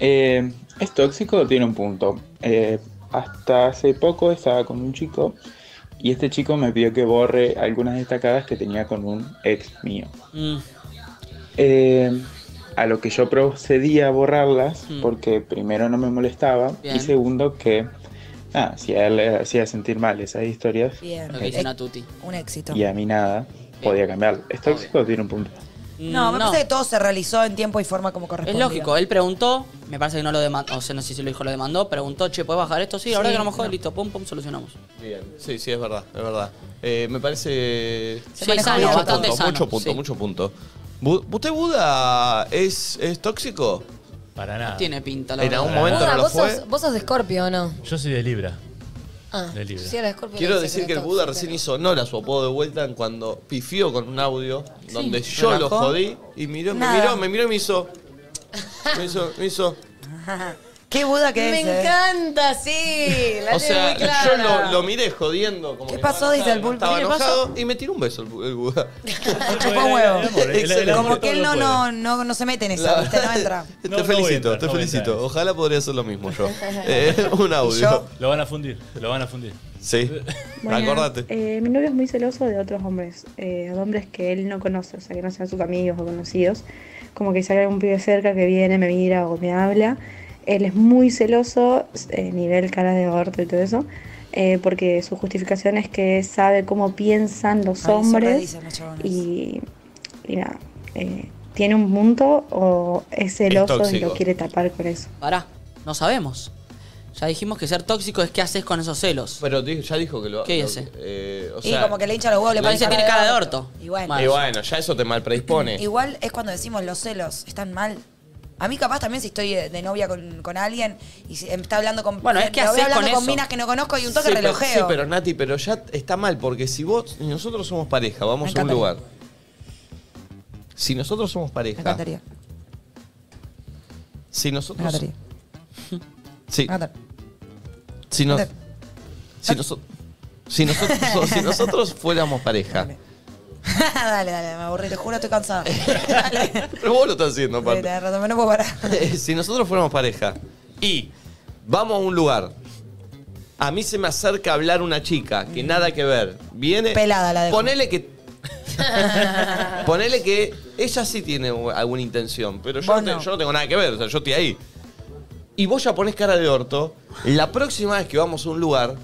[SPEAKER 9] Eh, es tóxico, tiene un punto. Eh, hasta hace poco estaba con un chico y este chico me pidió que borre algunas destacadas que tenía con un ex mío.
[SPEAKER 2] Mm,
[SPEAKER 9] Eh, a lo que yo procedí a borrarlas
[SPEAKER 2] Mm.
[SPEAKER 9] porque primero no me molestaba
[SPEAKER 2] Bien.
[SPEAKER 9] y segundo que nada, si a él le hacía sentir mal esas historias
[SPEAKER 3] Bien. eh,
[SPEAKER 2] lo que dicen a Tuti.
[SPEAKER 3] Un éxito.
[SPEAKER 9] y a mí nada, podía cambiarlo. Es tóxico, tiene un punto.
[SPEAKER 3] No, me
[SPEAKER 2] Mm,
[SPEAKER 3] parece que todo se realizó en tiempo y forma como
[SPEAKER 2] Es
[SPEAKER 3] corresponde.
[SPEAKER 2] lógico, él preguntó, me parece que no lo demandó, o sea, no sé si lo dijo, lo demandó, preguntó, che, ¿puedes bajar esto? Sí, la
[SPEAKER 3] Sí,
[SPEAKER 2] verdad que no me jode,
[SPEAKER 3] no.
[SPEAKER 2] listo, pum, pum, solucionamos.
[SPEAKER 1] Bien. Sí, sí, es verdad, es verdad. Eh, me parece.
[SPEAKER 2] Sí,
[SPEAKER 3] maneja
[SPEAKER 2] sano,
[SPEAKER 3] bien.
[SPEAKER 2] Ah, bastante
[SPEAKER 1] punto,
[SPEAKER 2] sano.
[SPEAKER 1] mucho punto,
[SPEAKER 2] sí.
[SPEAKER 1] mucho punto. Bu- ¿Usted Buda es, es tóxico?
[SPEAKER 10] Para nada.
[SPEAKER 2] Tiene pinta, la
[SPEAKER 1] En
[SPEAKER 2] verdad.
[SPEAKER 1] algún momento
[SPEAKER 4] Buda,
[SPEAKER 1] no lo
[SPEAKER 4] vos
[SPEAKER 1] fue.
[SPEAKER 4] sos, vos sos de Scorpio, ¿o no?
[SPEAKER 10] Yo soy de Libra.
[SPEAKER 4] Ah,
[SPEAKER 10] De Libra.
[SPEAKER 4] sí, era de Scorpio.
[SPEAKER 1] Quiero
[SPEAKER 4] le
[SPEAKER 1] decir
[SPEAKER 4] decía
[SPEAKER 1] que el
[SPEAKER 4] era
[SPEAKER 1] Buda
[SPEAKER 4] tóxico.
[SPEAKER 1] recién hizo honor a su apodo de vuelta en cuando pifió con un audio donde yo lo
[SPEAKER 2] relajó.
[SPEAKER 1] jodí y miró, me
[SPEAKER 3] Nada.
[SPEAKER 1] miró, me miró y me hizo. Me hizo, me hizo.
[SPEAKER 3] Qué Buda que
[SPEAKER 4] Me
[SPEAKER 3] es. eh.
[SPEAKER 4] encanta, sí. La
[SPEAKER 1] O sea,
[SPEAKER 4] muy clara.
[SPEAKER 1] yo lo, lo miré jodiendo. Como
[SPEAKER 3] ¿Qué
[SPEAKER 1] que
[SPEAKER 3] pasó? Dice el
[SPEAKER 1] no
[SPEAKER 3] pulpo.
[SPEAKER 1] Estaba
[SPEAKER 3] ¿Qué le
[SPEAKER 1] enojado y me tiró un beso el, el Buda.
[SPEAKER 3] Me chupó un huevo.
[SPEAKER 10] El amor, el- el- el
[SPEAKER 1] Excelente.
[SPEAKER 10] amor
[SPEAKER 3] Como que él
[SPEAKER 10] todo
[SPEAKER 3] no,
[SPEAKER 10] lo
[SPEAKER 3] no, no, no se mete en esa, ¿viste? No entra.
[SPEAKER 1] Te
[SPEAKER 10] No, no voy a
[SPEAKER 1] felicito,
[SPEAKER 10] entrar,
[SPEAKER 1] te
[SPEAKER 10] no voy a
[SPEAKER 1] felicito.
[SPEAKER 10] entrar.
[SPEAKER 1] Ojalá podría hacer lo mismo yo. Eh, un audio.
[SPEAKER 3] ¿Y yo?
[SPEAKER 10] puede. Lo van a fundir, lo van a fundir.
[SPEAKER 1] Sí.
[SPEAKER 8] Buenas.
[SPEAKER 1] Acordate.
[SPEAKER 8] Eh, mi novio es muy celoso de otros hombres, eh, de hombres que él no conoce, o sea, que no sean sus amigos o conocidos. Como que si hay algún pibe cerca que viene, me mira o me habla. Él es muy celoso, eh, nivel cara de aborto y todo eso, eh, porque su justificación es que sabe cómo piensan los
[SPEAKER 3] Ay, siempre
[SPEAKER 8] hombres
[SPEAKER 3] dicen los chabones.
[SPEAKER 8] y, y nada, eh, tiene un punto o es celoso y
[SPEAKER 1] tóxico.
[SPEAKER 8] lo quiere tapar con eso.
[SPEAKER 2] Pará, no sabemos. Ya dijimos que ser tóxico es qué haces con esos celos.
[SPEAKER 1] Pero di- ya dijo que lo.
[SPEAKER 2] ¿Qué
[SPEAKER 1] lo-
[SPEAKER 2] dice?
[SPEAKER 1] eh, o
[SPEAKER 3] Y
[SPEAKER 1] sea,
[SPEAKER 3] como que le hincha los huevos, le
[SPEAKER 2] Pero
[SPEAKER 3] parece
[SPEAKER 2] dice tiene cara de orto.
[SPEAKER 3] Y bueno.
[SPEAKER 2] Mal.
[SPEAKER 1] Y bueno, ya eso te mal predispone.
[SPEAKER 3] Igual es cuando decimos los celos están mal. A mí capaz también si estoy eh, de, de novia con, con alguien y si- em, está hablando con
[SPEAKER 2] Bueno, es que
[SPEAKER 3] lo veo
[SPEAKER 2] hacés
[SPEAKER 3] hablando
[SPEAKER 2] con
[SPEAKER 3] con
[SPEAKER 2] eso.
[SPEAKER 3] minas que no conozco y un toque
[SPEAKER 1] Sí, pero-
[SPEAKER 3] relojeo.
[SPEAKER 1] sí, pero Nati, pero ya está mal, porque si vos y nosotros somos pareja,
[SPEAKER 3] Me
[SPEAKER 1] vamos a un
[SPEAKER 3] encantaría.
[SPEAKER 1] lugar. Si nosotros somos
[SPEAKER 3] Me
[SPEAKER 1] pareja,
[SPEAKER 3] encantaría.
[SPEAKER 1] si
[SPEAKER 3] Me
[SPEAKER 1] nosotros,
[SPEAKER 3] encantaría.
[SPEAKER 1] si,
[SPEAKER 3] Me encantaría.
[SPEAKER 1] si, nos-
[SPEAKER 3] encantaría.
[SPEAKER 1] si noso- si nosotros, si nosotros fuéramos pareja,
[SPEAKER 3] Dale. dale, dale, me aburrí, te juro, estoy cansada. dale.
[SPEAKER 1] pero vos lo estás haciendo,
[SPEAKER 3] Sí,
[SPEAKER 1] aparte.
[SPEAKER 3] tenés razón, no puedo parar.
[SPEAKER 1] si nosotros fuéramos pareja y vamos a un lugar, a mí se me acerca a hablar una chica que nada que ver, viene.
[SPEAKER 3] Pelada la dejo.
[SPEAKER 1] Ponele que. ponele que ella sí tiene u- alguna intención, pero yo,
[SPEAKER 3] Vos
[SPEAKER 1] no te-
[SPEAKER 3] no.
[SPEAKER 1] yo no tengo nada que ver, o sea, yo estoy ahí. Y vos ya ponés cara de orto, la próxima vez que vamos a un lugar.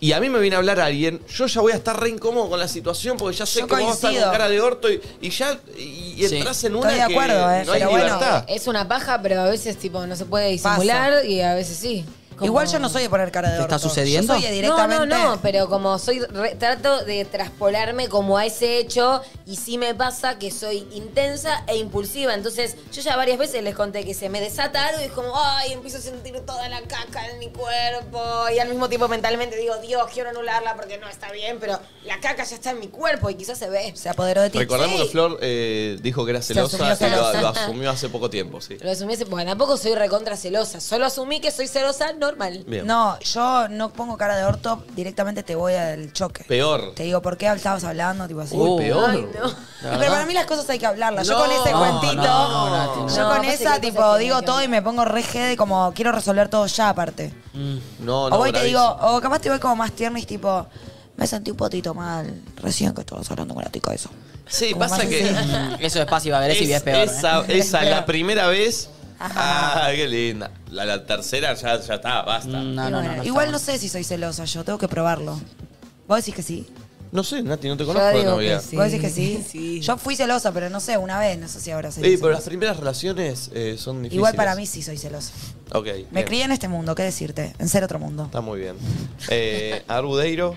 [SPEAKER 1] Y a mí me viene a hablar alguien, yo ya voy a estar re incómodo con la situación porque ya sé
[SPEAKER 3] Yo
[SPEAKER 1] que vos vas a estar
[SPEAKER 3] coincido.
[SPEAKER 1] con cara de orto y, y ya y, y
[SPEAKER 2] Sí.
[SPEAKER 1] entras en una
[SPEAKER 3] Estoy de
[SPEAKER 1] que
[SPEAKER 3] acuerdo, eh,
[SPEAKER 1] no hay
[SPEAKER 3] pero bueno.
[SPEAKER 1] libertad.
[SPEAKER 4] Es una paja, pero a veces tipo no se puede disimular y a veces sí.
[SPEAKER 3] Igual yo no soy de poner cara de
[SPEAKER 2] ¿Te está
[SPEAKER 3] orto.
[SPEAKER 2] sucediendo?
[SPEAKER 3] Yo soy de
[SPEAKER 4] No,
[SPEAKER 3] directamente...
[SPEAKER 4] no, no, pero como soy, re- trato de traspolarme como a ese hecho y sí me pasa que soy intensa e impulsiva. Entonces, yo ya varias veces les conté que se me desata algo y es como, ay, empiezo a sentir toda la caca en mi cuerpo. Y al mismo tiempo mentalmente digo, Dios, quiero anularla porque no está bien, pero la caca ya está en mi cuerpo y quizás se ve.
[SPEAKER 3] Se apoderó de
[SPEAKER 1] Recordemos que Flor eh, dijo que era
[SPEAKER 4] Se
[SPEAKER 1] celosa
[SPEAKER 4] asumió
[SPEAKER 1] y lo,
[SPEAKER 4] celosa.
[SPEAKER 1] lo asumió hace poco tiempo, sí.
[SPEAKER 4] Lo asumí, hace- porque tampoco soy recontra celosa. Solo asumí que soy celosa normal.
[SPEAKER 1] Bien.
[SPEAKER 3] No, yo no pongo cara de orto, directamente te voy al choque.
[SPEAKER 1] Peor.
[SPEAKER 3] Te digo, ¿por qué estabas hablando?
[SPEAKER 2] Uh.
[SPEAKER 3] Tipo así.
[SPEAKER 1] Uy, peor.
[SPEAKER 3] Ay,
[SPEAKER 1] La
[SPEAKER 3] Pero
[SPEAKER 1] verdad.
[SPEAKER 3] para mí las cosas hay que hablarlas.
[SPEAKER 1] No.
[SPEAKER 3] yo con ese
[SPEAKER 1] No,
[SPEAKER 3] cuentito,
[SPEAKER 1] no, no, Nati, no.
[SPEAKER 3] yo
[SPEAKER 1] No,
[SPEAKER 3] con
[SPEAKER 1] pasa
[SPEAKER 3] esa,
[SPEAKER 4] que hay
[SPEAKER 3] tipo, digo todo y me pongo re jede, como quiero resolver todo ya aparte.
[SPEAKER 1] No, no,
[SPEAKER 3] o voy y te digo,
[SPEAKER 1] bravísimo.
[SPEAKER 3] o capaz te voy como más tierno y es tipo, me sentí un potito mal recién que estabas hablando con la tica eso.
[SPEAKER 1] Sí,
[SPEAKER 3] Como
[SPEAKER 1] pasa
[SPEAKER 3] más
[SPEAKER 1] que.
[SPEAKER 2] mm, Eso es pasiva agresiva y es peor.
[SPEAKER 1] Esa,
[SPEAKER 2] ¿eh?
[SPEAKER 1] esa la primera vez. Ah, qué linda. La, la tercera ya, ya está, basta.
[SPEAKER 2] Mm,
[SPEAKER 1] No,
[SPEAKER 3] Bueno, Igual no sé si soy celosa yo, tengo que probarlo. ¿Vos decís que sí?
[SPEAKER 1] No sé, Nati, no te
[SPEAKER 3] Yo
[SPEAKER 1] conozco de
[SPEAKER 3] digo
[SPEAKER 1] novia.
[SPEAKER 3] que sí. ¿Vos decís que sí? Yo fui celosa, pero no sé, una vez, no sé si ahora soy
[SPEAKER 1] Sí, pero
[SPEAKER 3] celosa.
[SPEAKER 1] las primeras relaciones eh, son difíciles.
[SPEAKER 3] Igual para mí sí soy celosa.
[SPEAKER 1] Ok.
[SPEAKER 3] Me
[SPEAKER 1] bien.
[SPEAKER 3] crié en este mundo, ¿qué decirte? En ser otro mundo.
[SPEAKER 1] Está muy bien. Eh, Arbudeiro.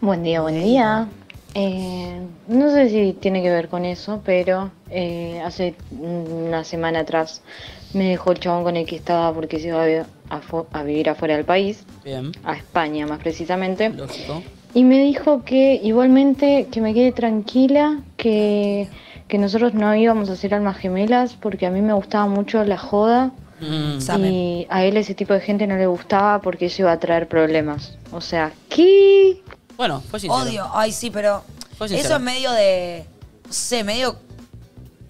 [SPEAKER 11] Buen día, buen día. Eh, no sé si tiene que ver con eso, pero eh, hace una semana atrás me dejó el chabón con el que estaba porque se iba a, vi- a fu- a vivir afuera del país,
[SPEAKER 2] Bien.
[SPEAKER 11] a España más precisamente.
[SPEAKER 2] Lógico.
[SPEAKER 11] Y me dijo que igualmente que me quede tranquila, que, que nosotros no íbamos a ser almas gemelas porque a mí me gustaba mucho la joda.
[SPEAKER 2] Mm,
[SPEAKER 11] Y a él ese tipo de gente no le gustaba porque eso iba a traer problemas. O sea, ¿qué?
[SPEAKER 2] Bueno, fue sincero.
[SPEAKER 3] Odio, ay sí, pero
[SPEAKER 2] Fue sincero.
[SPEAKER 3] eso es medio de. No sé, medio.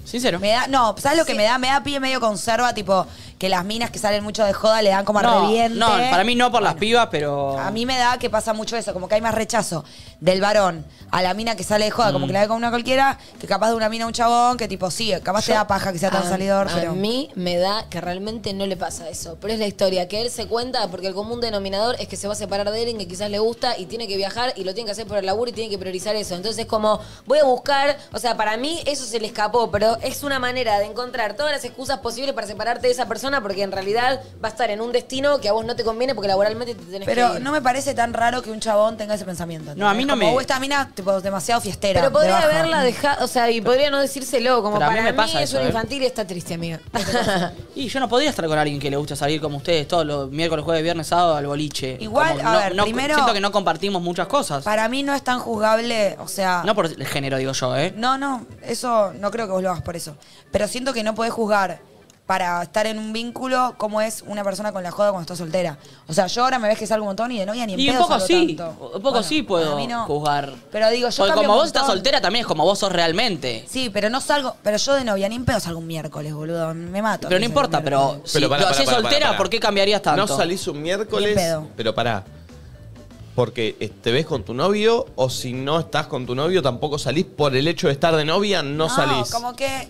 [SPEAKER 2] Sincero.
[SPEAKER 3] Me da, no, ¿sabes lo que me da? Me da pie medio conserva, tipo, que las minas que salen mucho de joda le dan como a
[SPEAKER 2] no,
[SPEAKER 3] reviente.
[SPEAKER 2] no, para mí no por las pibas, pero.
[SPEAKER 3] A mí me da que pasa mucho eso, como que hay más rechazo del varón a la mina que sale de joda,
[SPEAKER 4] Mm.
[SPEAKER 3] como que la ve con una cualquiera, que capaz de una mina a un chabón, que tipo, sí, capaz te da paja que sea tan
[SPEAKER 4] A-
[SPEAKER 3] salidor,
[SPEAKER 4] a
[SPEAKER 3] pero.
[SPEAKER 4] mí me da que realmente no le pasa eso. Pero es la historia, que él se cuenta porque el común denominador es que se va a separar de alguien que quizás le gusta y tiene que viajar y lo tiene que hacer por el laburo y tiene que priorizar eso. Entonces es como, voy a buscar, o sea, para mí eso se le escapó, pero es una manera de encontrar todas las excusas posibles para separarte de esa persona porque en realidad va a estar en un destino que a vos no te conviene porque laboralmente te tenés que
[SPEAKER 3] Pero
[SPEAKER 4] ir.
[SPEAKER 3] no me parece tan raro que un chabón tenga ese pensamiento.
[SPEAKER 4] No, a mí
[SPEAKER 3] ¿entendés?
[SPEAKER 4] no
[SPEAKER 3] Como,
[SPEAKER 4] me-
[SPEAKER 3] "Oh, esta mina, tipo, demasiado fiestera.
[SPEAKER 4] Pero
[SPEAKER 3] de
[SPEAKER 4] podría
[SPEAKER 3] baja".
[SPEAKER 4] haberla dejado, o sea, y podría no decírselo, como
[SPEAKER 2] Pero a mí
[SPEAKER 4] para mí,
[SPEAKER 2] me pasa
[SPEAKER 4] es
[SPEAKER 2] eso,
[SPEAKER 4] un
[SPEAKER 2] ¿eh?
[SPEAKER 4] infantil y está triste, amiga.
[SPEAKER 2] Y yo no podría estar con alguien que le gusta salir como ustedes todos los miércoles, jueves, viernes, sábado al boliche.
[SPEAKER 3] Igual,
[SPEAKER 2] Como
[SPEAKER 3] a
[SPEAKER 2] no-
[SPEAKER 3] ver,
[SPEAKER 2] no-
[SPEAKER 3] primero-
[SPEAKER 2] Siento que no compartimos muchas cosas.
[SPEAKER 3] Para mí no es tan juzgable, o sea.
[SPEAKER 2] No por el género, digo yo, ¿eh?
[SPEAKER 3] No, no, eso no creo que vos lo hagas por eso. Pero siento que no podés juzgar para estar en un vínculo como es una persona con la joda cuando está soltera. O sea, yo ahora me ves que salgo un montón y de novia ni en
[SPEAKER 2] Y un
[SPEAKER 3] pedo
[SPEAKER 2] poco
[SPEAKER 3] salgo
[SPEAKER 2] sí,
[SPEAKER 3] tanto.
[SPEAKER 2] un poco sí
[SPEAKER 3] a
[SPEAKER 2] puedo
[SPEAKER 3] mí no.
[SPEAKER 2] juzgar.
[SPEAKER 3] Pero digo, yo
[SPEAKER 2] Porque
[SPEAKER 3] cambio
[SPEAKER 2] como
[SPEAKER 3] un
[SPEAKER 2] vos estás
[SPEAKER 3] montón.
[SPEAKER 2] soltera también es como vos sos realmente.
[SPEAKER 3] Sí, pero no salgo, pero yo de novia ni en pedo salgo un miércoles, boludo, me mato.
[SPEAKER 2] Pero no importa, pero si
[SPEAKER 1] Pero pará,
[SPEAKER 2] lo
[SPEAKER 1] pará,
[SPEAKER 2] hacés
[SPEAKER 1] pará,
[SPEAKER 2] soltera,
[SPEAKER 1] pará.
[SPEAKER 2] ¿por qué cambiarías
[SPEAKER 1] No
[SPEAKER 2] tanto?
[SPEAKER 1] salís un miércoles.
[SPEAKER 2] Ni en pedo.
[SPEAKER 1] Pero pará. Porque eh, te ves con tu novio o si no estás con tu novio tampoco salís por el hecho de estar de novia, no, salís.
[SPEAKER 3] como que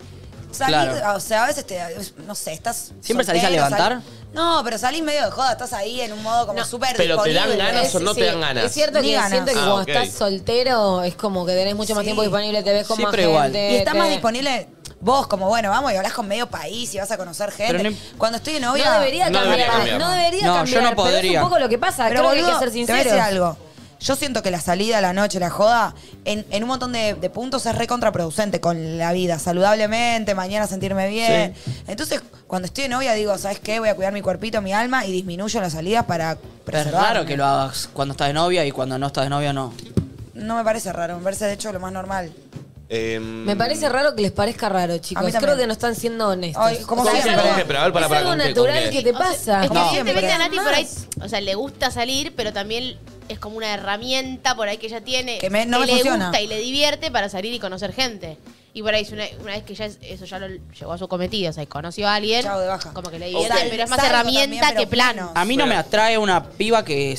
[SPEAKER 3] salir,
[SPEAKER 1] Claro.
[SPEAKER 3] o sea, a veces te, no sé, estás
[SPEAKER 1] ¿Siempre salís a levantar?
[SPEAKER 3] sal- no, pero salís medio de joda, estás ahí en un modo como súper
[SPEAKER 1] pero te dan
[SPEAKER 3] disponible.
[SPEAKER 1] ganas o no te dan ganas.
[SPEAKER 4] Es cierto
[SPEAKER 3] Ni
[SPEAKER 4] que
[SPEAKER 3] ganas.
[SPEAKER 4] siento que
[SPEAKER 1] Ah,
[SPEAKER 4] cuando
[SPEAKER 1] ok.
[SPEAKER 4] estás soltero es como que tenés mucho más
[SPEAKER 3] Sí.
[SPEAKER 4] tiempo disponible, te ves con más gente.
[SPEAKER 3] Y está
[SPEAKER 4] te-
[SPEAKER 3] más disponible vos, como bueno, vamos y hablas con medio país y vas a conocer gente.
[SPEAKER 4] Pero no-
[SPEAKER 3] Cuando estoy de novia.
[SPEAKER 4] No debería No cambiar, debería cambiar. no debería No, yo cambiar, no pero es un podría. poco lo que pasa, creo que hay que ser
[SPEAKER 3] Te voy a
[SPEAKER 4] sinceros.
[SPEAKER 3] decir algo. Yo siento que la salida, la noche, la joda, en, en un montón de, de puntos es re contraproducente con la vida. Saludablemente, mañana sentirme bien. Entonces, cuando estoy de novia, digo, ¿sabes qué? Voy a cuidar mi cuerpito, mi alma y disminuyo las salidas para
[SPEAKER 2] Pero es
[SPEAKER 3] preservarme.
[SPEAKER 2] raro que lo hagas cuando estás de novia y cuando no estás de novia no.
[SPEAKER 3] No me parece raro, me parece de hecho lo más normal.
[SPEAKER 1] Em,
[SPEAKER 4] Me parece raro que les parezca raro,
[SPEAKER 3] A
[SPEAKER 4] chicos.
[SPEAKER 3] mí también.
[SPEAKER 4] Creo que no están siendo honestos.
[SPEAKER 3] Ay, ¿cómo
[SPEAKER 4] O sea,
[SPEAKER 3] siempre?
[SPEAKER 4] como-
[SPEAKER 3] ¿Con qué?
[SPEAKER 1] Pero a ver, pará,
[SPEAKER 4] es
[SPEAKER 1] pará,
[SPEAKER 4] algo
[SPEAKER 1] ¿con qué? ¿Con
[SPEAKER 4] natural
[SPEAKER 1] qué?
[SPEAKER 4] que te
[SPEAKER 1] O
[SPEAKER 4] pasa.
[SPEAKER 6] Es que
[SPEAKER 1] No.
[SPEAKER 6] evidentemente a Nati por ahí, o sea, le gusta salir, pero también es como una herramienta por ahí que ella tiene.
[SPEAKER 3] Que me- no me
[SPEAKER 6] le
[SPEAKER 3] funciona.
[SPEAKER 6] gusta y le divierte para salir y conocer gente. Y por ahí, es una, una vez que ya es- eso ya lo llegó a su cometido, o sea, conoció a alguien, como que le divierte,
[SPEAKER 3] Sal-
[SPEAKER 6] pero es más
[SPEAKER 3] salgo
[SPEAKER 6] herramienta
[SPEAKER 3] también,
[SPEAKER 6] que
[SPEAKER 3] pero
[SPEAKER 6] plano.
[SPEAKER 2] A mí no me atrae una piba que